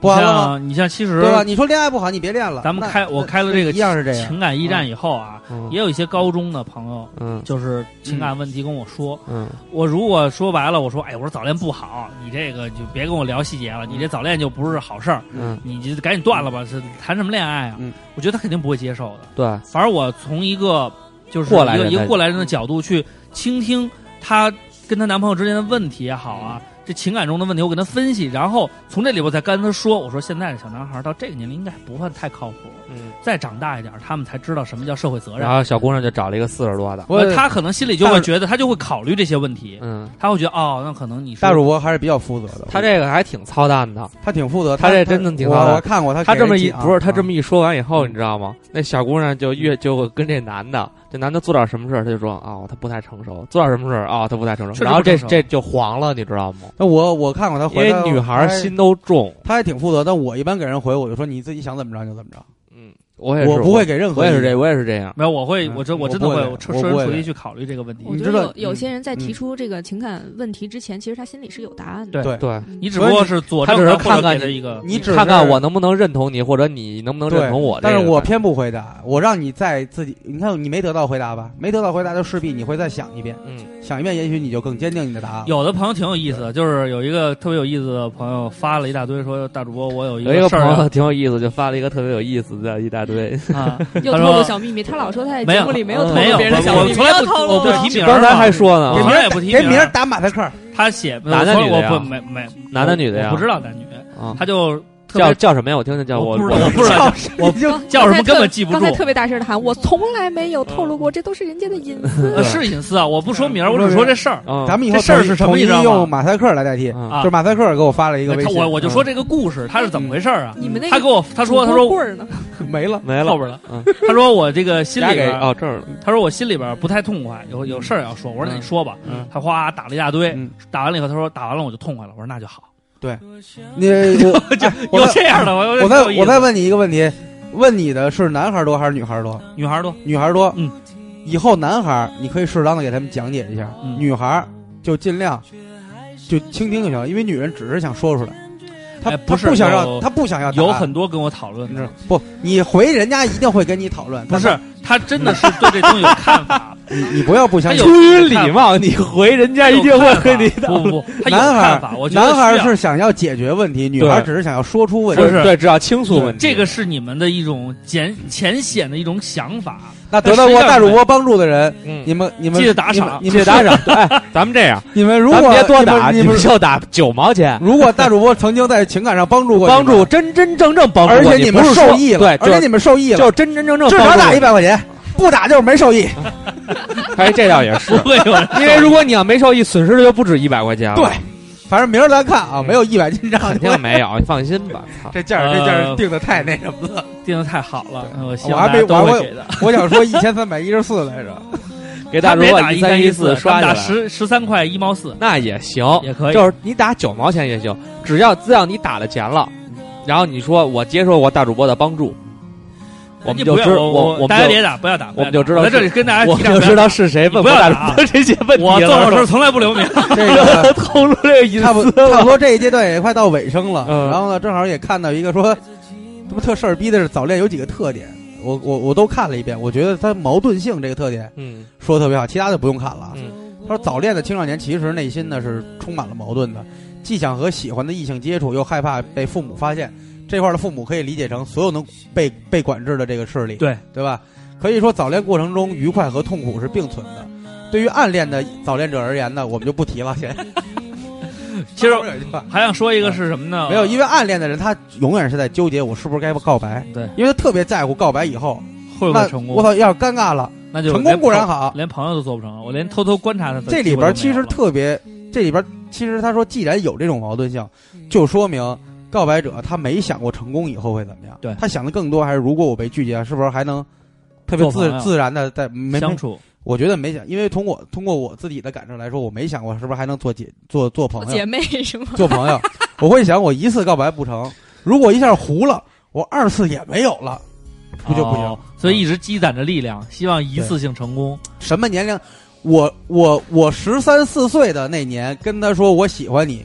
不完了吗？
像你像其实
对吧？你说恋爱不好，你别恋了。
咱们
那
开我开了这个
一样是这样。
情感驿站以后啊，
嗯
也有一些高中的朋友
嗯
就是情感问题跟我说，
嗯，
我如果说白了，我说哎，我说早恋不好，你这个就别跟我聊细节了，你这早恋就不是好事儿，
嗯，
你就赶紧断了吧，是谈什么恋爱啊？
嗯
我觉得他肯定不会接受的。
对，
反正我从一个就是
过来
一个
人
一个
的
过来人的角度去倾听她跟她男朋友之间的问题也好啊，
嗯
这情感中的问题我给她分析，然后从这里我再跟她说，我说现在的小男孩到这个年龄应该不算太靠谱，
嗯，
再长大一点儿他们才知道什么叫社会责任
然。后小姑娘就找了一个四十多的，
我
呃他可能心里就会觉得，他就会考虑这些问题，
嗯，
他会觉得哦，那可能你是
大主播还是比较负责的，
他这个还挺操蛋的。
他挺负责，
他这真的挺
我
好的
我看过他
他
他
这么一不是他这么一说完以后，
啊嗯
你知道吗？那小姑娘就越就跟这男的，这男的做点什么事儿，他就说啊、他不太成熟；做点什么事儿啊、他不太成
确
熟。
实
然后
不成
这
熟
这就黄了，你知道吗？
那我我看过他
因
回
为
他
女孩儿
他
心都重，
他还挺负责，但我一般给人回我就说你自己想怎么着就怎么着，
嗯，我也是，
我不会，给任何
我
意
也
见，
是这，我也是这样。
没有，我会，
嗯
我真
我
真的
不会
会，
的
我设
我
设
不会
身处
的
地去考虑这个问题
我。
你
觉
知
得
道
有有些人在
嗯
提出这个情感问题之前，其实他心里是有答案的。
对
对
对，
嗯
你只不过是佐证
他只是
了或者
看看
给了
你
一个，嗯
你只
看看
是
我能不能认同你，或者你能不能
对
认同我这个
但
感觉。
是我偏不回答，我让你在自己，你看你没得到回答吧？没得到回答，就势必你会再想一遍，
嗯
想一遍，也许你就更坚定你的答案。
有的朋友挺有意思的，就是有一个特别有意思的朋友发了一大堆，说大主播我有一
有一个
事
朋
儿要
啊
友挺有意思，就发了一个特别有意思的一大
嗯
堆。
啊，
又
他
透
说
露小秘密，他老说他在节
没有呃
目里没有透
没
露
有
别人的
我
小
我
秘密，
从来
不透露
我不提名儿嘛，
刚才还说啊呢
我从来也不提
给名
名
儿
儿，
打马赛克，
他写
男的
我
女的呀
我不没没
男的女的呀
我不知道男女，
啊，
他就特
叫
别
叫什么呀？我听听叫
我
我
不知道我不知道
我就
叫什么根本记不
刚
住
才，特别大声的喊，我从来没有透露过，这都是人家的隐
呃
私。
是隐私啊，我不说名儿，我只说这事儿
啊，
咱们以后
这事儿
统一
是什么
统
你
一
知道吗
用马赛克来代替，
啊
啊
就是。马赛克给我发了一个微
他
信，嗯
我我就说这个故事，他是怎么回事儿啊？
你们那
他
个
给我他说他说
嗯主播棍儿呢？
没 了，
没
后
了，
边儿了
嗯，
他说我这个心
加
里
给
哎
边儿
哦这
嗯
儿了，
他说我心里边不太痛快，有有事儿要说。我说那你说吧。
嗯
他哗打了一大堆，
嗯
打完了以后他说打完了我就痛快了。我说那就好。
你我 哎我
有
再
这样的吗？
我
再
再我再问你一个问题，问你的是男孩多还是女孩多？
女孩多，
女孩多，
嗯，
以后男孩你可以适当的给他们讲解一下，
嗯
女孩就尽量就倾听就行了，因为女人只是想说出来，她、
哎
她
不是
不想
有
让她不想要答案
有很多跟我讨论
你知道
的，
不，你回人家一定会跟你讨论，
不是他真的是对这东西有看法，
但是你你不要不相
他
信
哎
有。
礼貌，你回人家一定会跟你
看法不不不，他有
男孩
看
儿
法。我觉得
男孩儿
需要
是想要解决问题，女孩儿
对
只是想要说出问
不
题。
是
对，只要倾诉问题。
这个是你们的一种浅浅显的一种想法，
那得到
实际
过
上
大主播帮助的人，
嗯，
你们你们
记得打赏
你们
谢谢 打赏。哎，咱们这样，
你们如
咱
果
们别多打，
你
你
们你
们
们
就打九毛钱，
如果大主播曾经在情感上帮助过你们
帮助，真真正正帮助
而
我，
且
你
们
不是
受
说
益了，
对，
而且
就
你们受益了，
就真真正正
至
帮
少
助
打一。
我
百块钱，不打就是没受益。
哎，这倒也是
不，会有人
因为如果你要没受益，损失的就不止一百块钱了。
对，反正明儿咱看啊，没有一百 斤账
啊嗯肯定呃没有，你放心吧。操，
这价儿这价儿定的太那什么 了，
定的太好了。我希
我
望
还
大
没
家都
我还
会
没
给的。
我想说一千三百一十四来 着，
给大
他
家如
别
果
打
一
三
三
一
四
咱
刷
们
起
打
来，
十十三块一毛四
那也行，
也可以。
就是你打九毛钱也行，只要只要你打了钱了，然后你说我接受过大主播的帮助，我们
你
就
不要
知
我
我我们
大家
就
别打，不要打，不要
我们就
打
知道
我在这
是
里跟大家
我
提
们
到
就知道是谁
不
问过
要
大
打啊
主播这些问题
我做
了
我。事儿从来不留名。
这 个
透露这个隐
差不
私
差不
了，
多这一阶段也快到尾声了。
嗯
然后呢，正好也看到一个说，他妈特事儿逼的是早恋有几个特点，我我我都看了一遍，我觉得它矛盾性这个特点
嗯
说的特别好，其他的不用看了啊。
嗯
他说，早恋的青少年其实内心呢是充满了矛盾的，既想和喜欢的异性接触，又害怕被父母发现。这块儿的父母可以理解成所有能被被管制的这个势力，
对
对吧？可以说，早恋过程中愉快和痛苦是并存的。对于暗恋的早恋者而言呢，我们就不提了。 先，
其实
后面有一句话
还想说一个是什么呢？
没有，因为暗恋的人他永远是在纠结我是不是该告白，
对，
因为他特别在乎告白以后
会不
那
会成
我
功，
操，要是尴尬了，
那就
成
连
功固然
朋
好，
连朋友都做不成了。我连偷偷观察他的
这
机会
里
都
边
没
其
有
实
了
特别，这里边其实他说，既然有这种矛盾性，就说明告白者他没想过成功以后会怎么样，
对
他想的更多还是如果我被拒绝，啊是不是还能特别
做朋
自
友
自然的在没
相
没
处，
我觉得没想，因为通过通过我自己的感受来说，我没想过是不是还能做姐做做朋友，
姐妹是吗？
做朋友，我会想我一次告白不成，如果一下糊了，我二次也没有了，不就不行？嗯
哦所以一直积攒着力量，希望一次性成功。
什么年龄？我我我十三四岁的那年跟他说我喜欢你，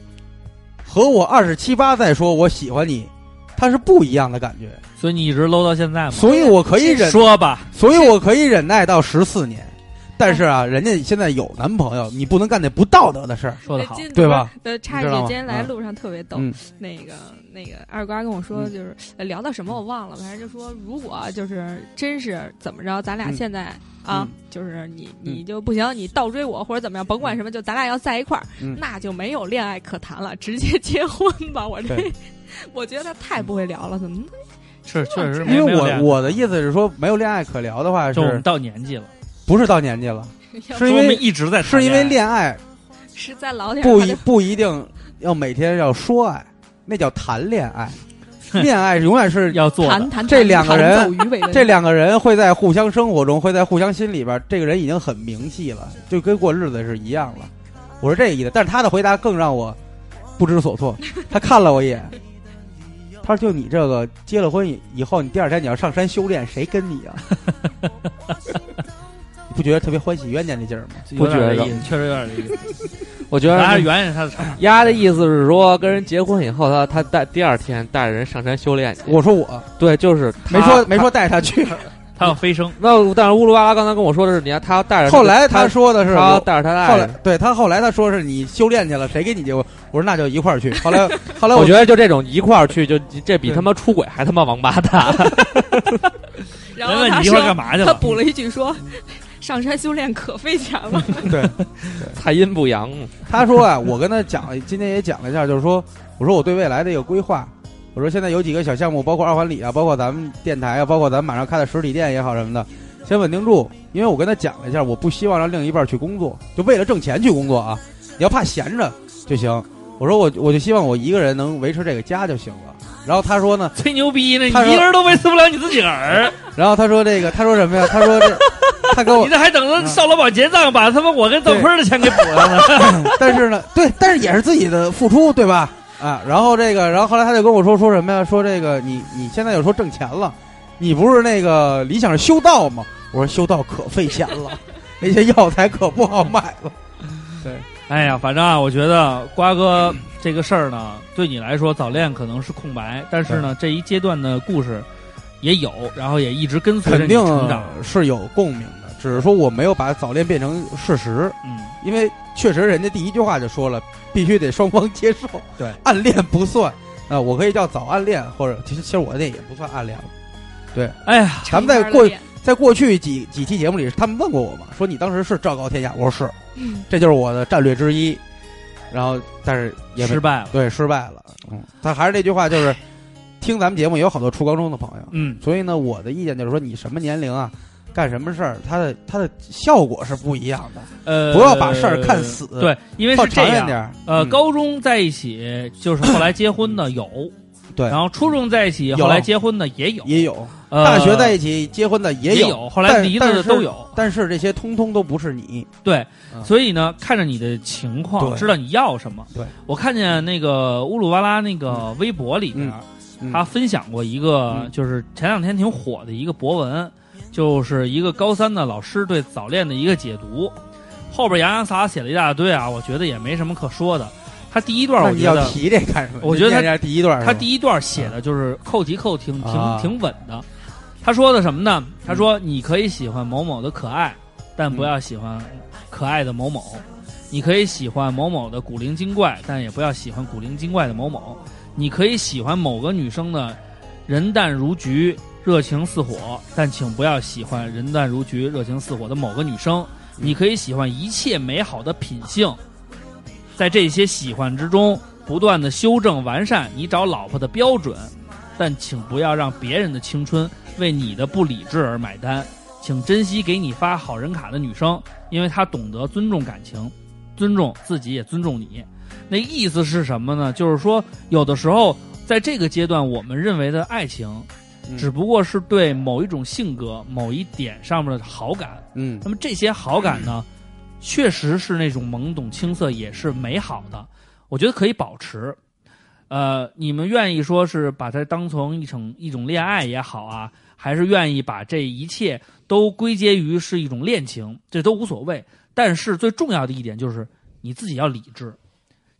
和我二十七八再说我喜欢你，他是不一样的感觉，
所以你一直搂到现在嘛。
所以我可以忍，
说吧，
所以我可以忍耐到十四年。但是啊，人家现在有男朋友，你不能干那不道德的事儿，
哎
说的好，
对吧？
呃，插一
你
句
知道，吗
今天
啊
来路上特别逗，
嗯
那个那个二瓜跟我说，就是、呃聊到什么我忘了，反正就说如果就是真是怎么着，咱俩
嗯
现在、啊
嗯，
就是你你就不行，你倒追我或者怎么样，甭管什么，就咱俩要在一块儿，
嗯
那就没有恋爱可谈了，直接结婚吧。我这
对
我觉得他太不会聊了，怎么
是确实没没
因为
有恋
我
爱
我的意思是说，没有恋爱可聊的话，
就我们
是
到年纪了，
不是到年纪了？
要
是
所
因
以我
为
们一直在谈
是因为
恋
恋爱
是再老点儿
不
他
一
就
不一定要每天要说爱，那叫谈恋爱。恋爱永远
爱
是
要做的
谈谈
这两个人，
谈走鱼尾纹
这两个人会在互相生活中，会在互相心里边，这个人已经很明细了，就跟过日子是一样了。我是这个意思，但是他的回答更让我不知所措。他看了我一眼，他说就你这个结了婚以后，你第二天你要上山修炼，谁跟你啊？ 你不觉得特别欢喜冤家那劲儿吗？
不觉
有
得
点这意思确实有点这意思。
我觉
咱还是
得
圆圆他的场，
丫的意思是说，跟人结婚以后，他他带第二天带着人上山修炼去。
我说我
对，就是他
没说没。说带他去，
他要飞升，
那但是乌鲁巴拉刚才跟我说的是，你看他要带着
后来
他
他说的
他
是
要
我
带着他
后来
爱人。
对他后来他说是你修炼去了，谁跟你结婚？我说那就一块儿去。后来后来
我
我
觉得就这种一块儿去，就这比
对
他妈出轨还他妈王八蛋。
然
人
后
问
他
你一会儿干
说，
嘛去
他
了？
补了一句说：“上山修炼可费钱了。
对
太阴不阳，
他说啊，我跟他讲，今天也讲了一下，就是说我说我对未来的一个规划。我说现在有几个小项目，包括二环里啊，包括咱们电台啊，包括咱们马上开的实体店也好什么的，先稳定住。因为我跟他讲了一下，我不希望让另一半去工作，就为了挣钱去工作啊。你要怕闲着就行。我说我我就希望我一个人能维持这个家就行了。然后他说呢，
吹牛逼呢！你
他说
一个人都维持不了你自己儿，
然后他说这个，他说什么呀？他说这，他跟我
你这还等
嗯
着上劳保结账，把他妈我跟邓坤儿的钱给补上呢。
但是呢，对，但是也是自己的付出，对吧？啊，然后这个，然后后来他就跟我说说什么呀？说这个你你现在有时候挣钱了，你不是那个理想是修道吗？我说修道可费钱 了，那些药材可不好买了。
哎呀，反正啊，我觉得瓜哥这个事儿呢，对你来说早恋可能是空白，但是呢，这一阶段的故事也有，然后也一直 跟随着
肯
你
定啊
成长。
是有共鸣的，只是说我没有把早恋变成事实，
嗯，
因为确实人家第一句话就说了，必须得双方接受，
对，
暗恋不算。啊、我可以叫早暗恋，或者其实其实我那也不算暗恋了。
哎呀，”
咱们再过
一边儿的脸
在过去几几期节目里，他们问过我嘛，说你当时是昭告天下，我说是，这就是我的战略之一。然后，但是也没
失败了。
对失败了。嗯，但还是那句话，就是听咱们节目也有好多初高中的朋友，
嗯，
所以呢，我的意见就是说，你什么年龄啊，干什么事儿，它的它的效果是不一样的，
呃，
不要把事儿看死，，
对，因为
放
是这
长远点
样。
儿。
呃，
嗯
高中在一起，就是后来结婚的有，
对
然后初中在一起，
有
后来结婚的也有，
也有，
呃
大学在一起结婚的也
也
有，
后来
但
离的
但是
都有。
但是这些通通都不是你。
对，
嗯
所以呢，看着你的情况，
对
知道你要什么。
对，
我看见那个乌鲁巴拉那个微博里面，
嗯
他分享过一个
嗯，
就是前两天挺火的一个博文，就是一个高三的老师对早恋的一个解读。后边洋洋洒洒写了一大堆啊，我觉得也没什么可说的。他第一段
那
我
你
觉
要
得，
提这干什么？
我觉得他
念一下第一段是吧，
他第一段写的就是扣题扣挺挺
啊
挺稳的。他说的什么呢？他说你可以喜欢某某的可爱，但不要喜欢可爱的某某；你可以喜欢某某的古灵精怪，但也不要喜欢古灵精怪的某某；你可以喜欢某个女生的人淡如菊、热情似火，但请不要喜欢人淡如菊、热情似火的某个女生。你可以喜欢一切美好的品性，在这些喜欢之中不断的修正完善你找老婆的标准，但请不要让别人的青春为你的不理智而买单。请珍惜给你发好人卡的女生，因为她懂得尊重感情，尊重自己也尊重你。那意思是什么呢？就是说，有的时候在这个阶段，我们认为的爱情，
嗯
只不过是对某一种性格、某一点上面的好感。
嗯
那么这些好感呢，确实是那种懵懂青涩，也是美好的，我觉得可以保持。呃，你们愿意说是把它当成一种一种恋爱也好啊，还是愿意把这一切都归结于是一种恋情，这都无所谓。但是最重要的一点就是你自己要理智，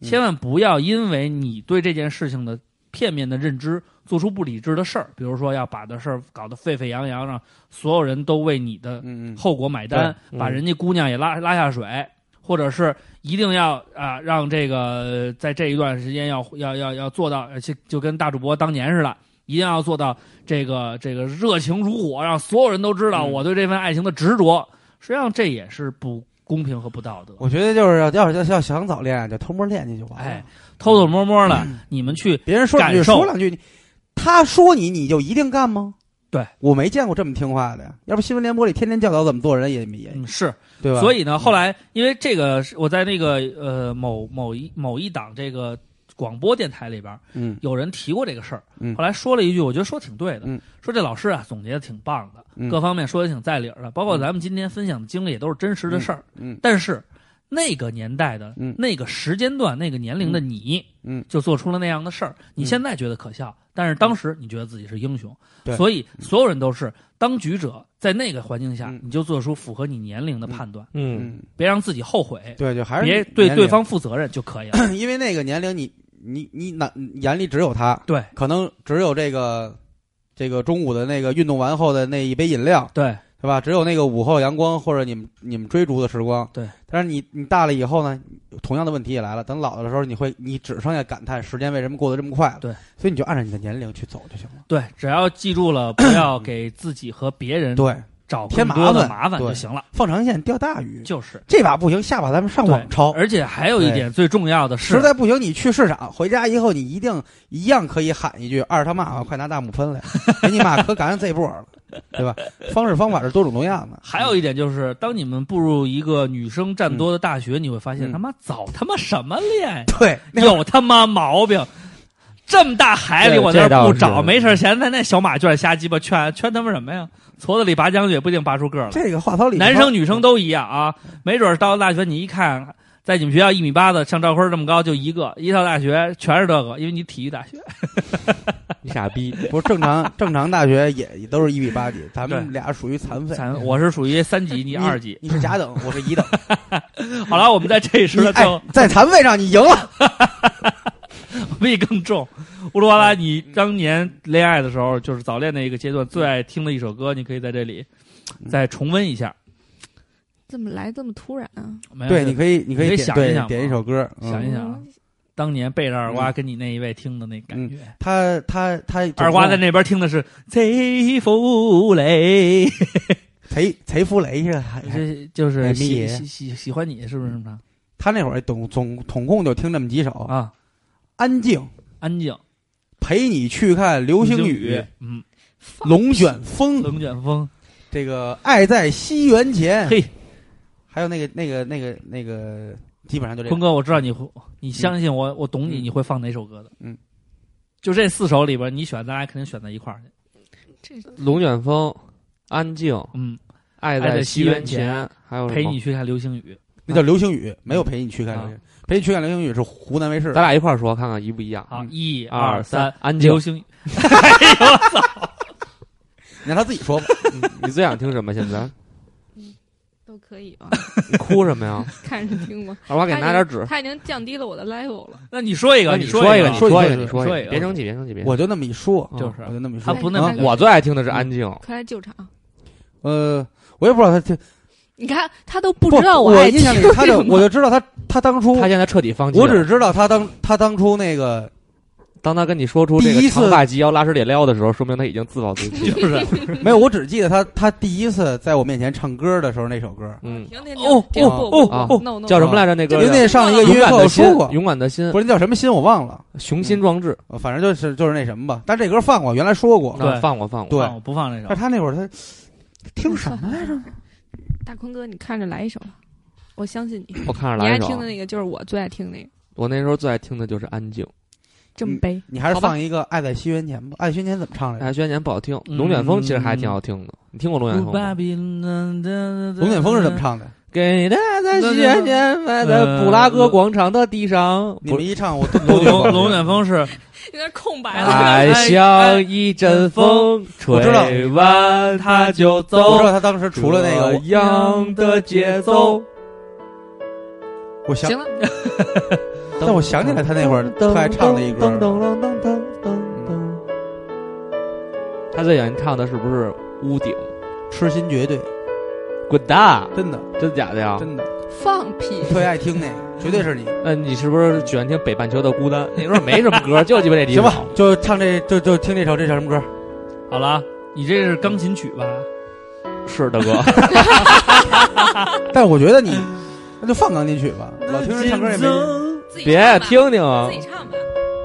嗯
千万不要因为你对这件事情的片面的认知，做出不理智的事儿，比如说要把这事儿搞得沸沸扬扬，让所有人都为你的
嗯嗯，
后果买单，
对嗯
把人家姑娘也拉拉下水，或者是一定要啊、让这个呃在这一段时间要要要要做到，呃就就跟大主播当年似的，一定要做到这个这个热情如火，让所有人都知道
嗯
我对这份爱情的执着。实际上这也是不公平和不道德。
我觉得就是要要要要想早恋，就偷摸练去就完了。
哎，偷偷摸摸
嗯
的，你们去
别人说两句
感受
说两句，你他说你你就一定干吗？
对，
我没见过这么听话的呀。要不新闻联播里天天教导怎么做人也没也
嗯是
对吧？
所以呢，后来因为这个是，我在那个呃某某一某一档这个广播电台里边，
嗯
有人提过这个事儿，
嗯
后来说了一句，我觉得说挺对的，
嗯
说这老师啊总结的挺棒的，
嗯
各方面说的挺在理儿的，包括咱们今天分享的经历也都是真实的事儿，
嗯嗯
但是那个年代的、
嗯
那个时间段、那个年龄的你，
嗯嗯
就做出了那样的事儿。你
嗯
现在觉得可笑，但是当时你觉得自己是英雄，
对
所以所有人都是当局者，在那个环境下，
嗯
你就做出符合你年龄的判断，
嗯，
嗯，
别让自己后悔，
对，就还是
别对
年龄
对，方负责任就可以了。
因为那个年龄你，你你脑眼里只有他，
对
可能只有这个这个中午的那个运动完后的那一杯饮料，
对，
是吧？只有那个午后阳光或者你们你们追逐的时光。
对，
但是你你大了以后呢，同样的问题也来了。等老了的时候，你会你只剩下感叹时间为什么过得这么快了。
对，
所以你就按照你的年龄去走就行了。
对，只要记住了，不 要给自己和别人
对，
找
添
更
麻
多的
烦
麻烦
对
就行了，
放长线钓大鱼，
就是。
这把不行，下把咱们上网
对
抄。
而且还有一
对
点最重要的是
实，在不行，你去市场，回家以后你一定一样可以喊一句“二他妈啊，快拿大木 喷来，给你妈可赶上这波了”，对吧？方式方法是多种多样的。
还有一点就是，当你们步入一个女生占多的大学，你会发现
嗯
他妈早他妈什么恋呀，
对， 那会儿
有他妈毛病！这么大海里
对
我那
这倒
儿不
是
找，没事闲在那小马圈瞎鸡巴圈圈他妈什么呀？矬子里拔将军，也不一定拔出个儿来。
这个话糙理不糙
男生女生都一样啊，没准儿到了大学你一看，在你们学校一米八的，像赵坤儿这么高就一个，一到大学全是这个，因为你体育大学。
你傻逼，
不是正常正常大学也也都是一比八几，咱们
对
俩属于残废。
咱我是属于三级，你
你
二级。
你是甲等，我是 乙等。
好了，我哎们在这一时
你
的最后
哎，在残废上你赢了。哎
味更重。乌鲁巴拉，你当年恋爱的时候，就是早恋那一个阶段，最爱听的一首歌，你可以在这里
嗯
再重温一下。
怎么来这么突然啊？
没有
对，你可以你可
你
以
可以
点
想一
对
想嘛啊
点一首歌，嗯
想一想啊，当年背着二瓜跟你那一位听的那感觉，
他他他
二瓜在那边听的是《贼夫雷》，
贼贼夫雷是吧还还
这就是
哎迷
喜
爷
喜喜喜欢你，是不是这么
他那会儿总总总共就听这么几首
着，啊？
安静
安静，
陪你去看流星雨
雨，，嗯，
龙卷 风，
龙卷风，
这个爱在西元前，
嘿，
还有那个那个那个那个，基本上就这
坤
样。
哥，我知道你会，你相信我，我懂你，
哎嗯
你会放哪首歌的？
嗯，
就这四首里边，你选，咱俩肯定选在一块儿去。
这
龙卷风、安静、
嗯，
爱
在
在
西
西
元
元前，还有什么啊
陪你。去看流星雨。
那叫流星雨，没有陪你去看
啊
流星雨，陪你去看流星雨是湖南卫视的
咱。俩一块儿说，看看一不一样。
好，一
二
三，，
安静
流。星雨。
你让他自己说吧。
你最想听什么？现在
都可以吧？
你哭什么呀？
看着听吧。
二娃给你拿点纸。
他已经降低了我的 level 了。
那你说一个，
那你
说
一个，
你
你
说
一
一
个，
个
你
说
说
一个
别生气，别生气，别生
我就那么一说，
气。
就
嗯
是
我就那么一
他
说。啊
不那么
嗯
我最爱听的是安静。
快来救场！啊
呃，我也不知道他这
你看他都不
不
知道
我
爱
印
听
象里他
什
就我
么。
就知道他他当初，
他现在彻底放弃
嗯
了。
我只知道他当他当初那个
当他跟你说出这
第一
个
次
长发及腰、拉屎咧撩的时候，说明他已经自暴 自弃了。就是，
没有，我只记得他他第一次在我面前唱歌的时候那首歌。
嗯，
停停停！
哦
停
哦
不
哦
不不，no no，
叫什么来着？那
因
歌
为那上一个音
勇
乐
敢
课我
的心
说过，，
勇敢的心
不，是那叫什么心我忘了，
雄心壮志。
呃反正就是就是那什么吧。但这歌放过，原来说过。
对
那放过，放过。
对
放我不放这 首
但。他那会儿他听什么来着？
大坤哥，你看着来一首吧，我相信你。
我看着
你
来
爱
一首啊
听。的那个就是我最爱听那个，
我那时候最爱听的就是《安静》。
这么悲。
你还是
好吧
放一个《爱在西元前》吧，《爱在西元前》怎么唱来着？
哎，轩年不好听，
嗯
龙卷风其实还挺好听的。你听过龙卷风吗？
龙
龙卷风是怎么？
哎
唱的？
给他在西元前埋在布拉格广场的地上，
你们一唱， 我都都
龙
觉得
龙龙卷风是
有点空白
了
爱像一阵风
我知道
吹完它就
我知
走
道。他当时除了那个，
这
我
样的节奏，
我想
行，了，
但我想起来他那会儿特爱唱的一歌
噔噔噔噔噔噔噔。他最想唱的是不是屋顶？
痴心绝对，
滚蛋！
真的
真假的呀？
真的
放屁！
特别爱听那个，绝对啊是你。
那呃你是不是喜欢听北半球的孤单？那时候没什么歌，就鸡巴这几
行
首。
吧，就唱这就就听这首这叫什么歌？
好了，你这是钢琴曲吧？
是的哥，
但我觉得你那就放钢琴曲吧，老听人唱歌也没劲，
自己
别
唱吧
听听啊
自！己唱吧。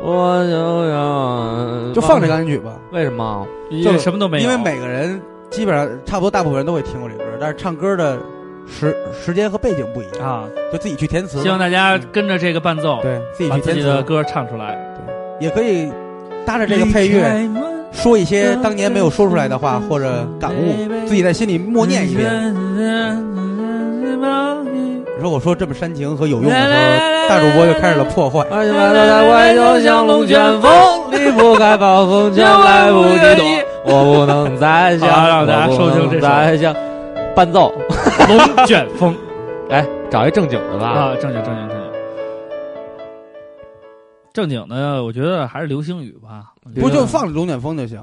我就要
就放这。钢琴曲吧，
为什么？
因为什么都没有，
因为每个人基本上差不多大部分人都会听过这歌，但是唱歌的时时间和背景不一样，
啊。
就自己去填词
希，望大家跟着这个伴奏，
对自己
把
去
自
填
己的
词，
歌唱出来。
也可以搭着这个配乐。说一些当年没有说出来的话或者感悟，自己在心里默念一遍。你说我说这么煽情和有用的
来
时
来来
候，大主播就开始了 破坏。
哎呀妈的，它怀就像龙卷风，离不开暴风圈，来不及躲。我不能再想，
好让大家
我不
收听
能
这首
再想伴奏，
龙卷风
哎，找一正经的吧。
啊，正经正经正经。正经的，我觉得还是流星雨吧。
不就放龙卷风就行，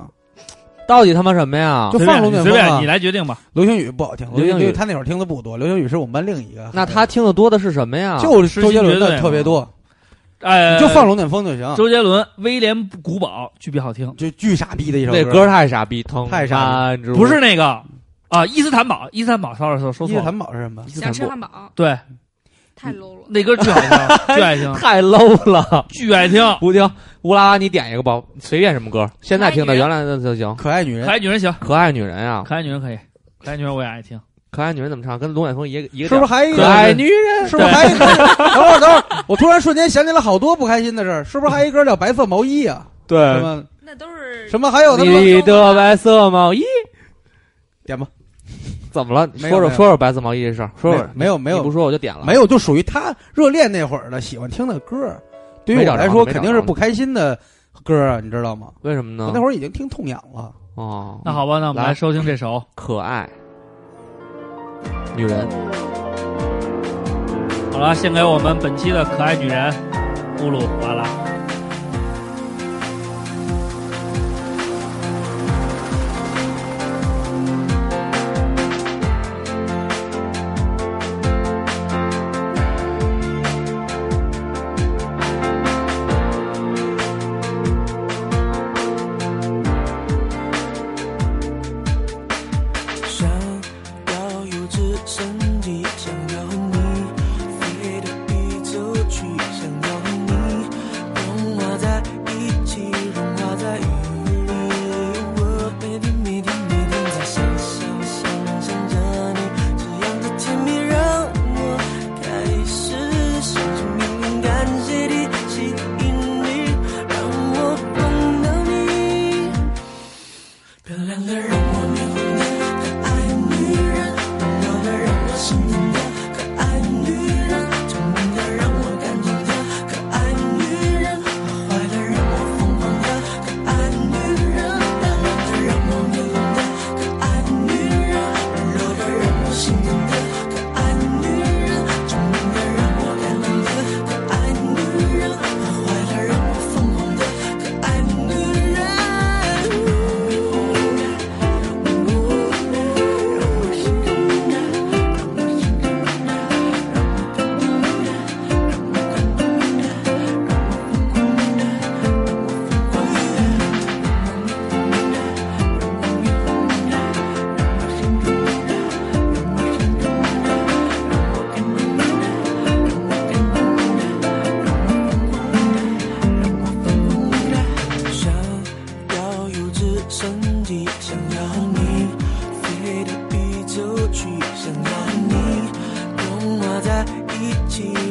到底他妈什么呀
就
随
放龙
便
卷
随
风
便
啊
你！来决定吧。
流星雨不好听，
流星雨
他那会儿听的不多，流星雨是我们班另一个，
那他听的多的是什么呀？
就周杰伦的特别多，
哎，
你
呃
就放龙卷风啊就行，
周杰伦《威廉古堡》，区别好听，
就巨傻逼的一首
那歌太傻逼，疼
太傻
逼，
不是那个啊，伊斯坦堡，伊斯坦堡，稍稍说错
伊斯
了，
坦堡是什么？
想吃汉堡，
对，
太 low 了。
那歌巨好听， 巨爱听，
太 low 了。
巨爱听。
不听乌拉拉，你点一个吧，随便什么歌，现在听的
可爱女
原
人
来的就行。
可爱女
可
人，
爱女人行，
可爱女人啊，
可爱女人可以，可爱女人我也爱听。
可爱女人怎么唱？跟龙卷风一个一个
是不
调
是还有一
可
个
爱女人
是不是还有一个？等会儿等会儿，我突然瞬间想起了好多不开心的事儿，是不是还有一歌叫《白色毛衣》啊？什
对
么
那都是
什么还有他妈
呃你的白色毛衣
点吧，
怎么了？
没
说
有没有
说说说白色毛衣这事儿，说说
没有没有
你不说我就点了，
没有，就属于他热恋那会儿的喜欢听的歌儿。对于
没
我
找着
来说，
没找着
肯定是不开心的歌儿啊，你知道吗？
为什么
我
呢
那？会儿已经听痛痒了，
哦，
那好吧，那我们
来
来收听这首。
可爱女人，
好了，献给我们本期的可爱女人乌鲁瓦拉。
想要有直升机，想要你飞到宇宙去，想要你融化在一起，融化在雨里。我每天每天每天在想想想想着你，这样的甜蜜让我开始相信命运，感谢你吸引力，让我碰到你。漂亮的让我迷魂的可爱女人，温柔的让我心疼的可爱女人，聪明的让我感动的可爱女人，坏坏的让我疯狂的可爱女人，漂亮的让我迷魂的可爱女人，温柔的让我心疼的可爱女人，聪明的让我感动的可爱女人，坏坏的让我疯狂的可爱女人。想要有直升机，想要你飞到宇宙去，想要你融化在一起，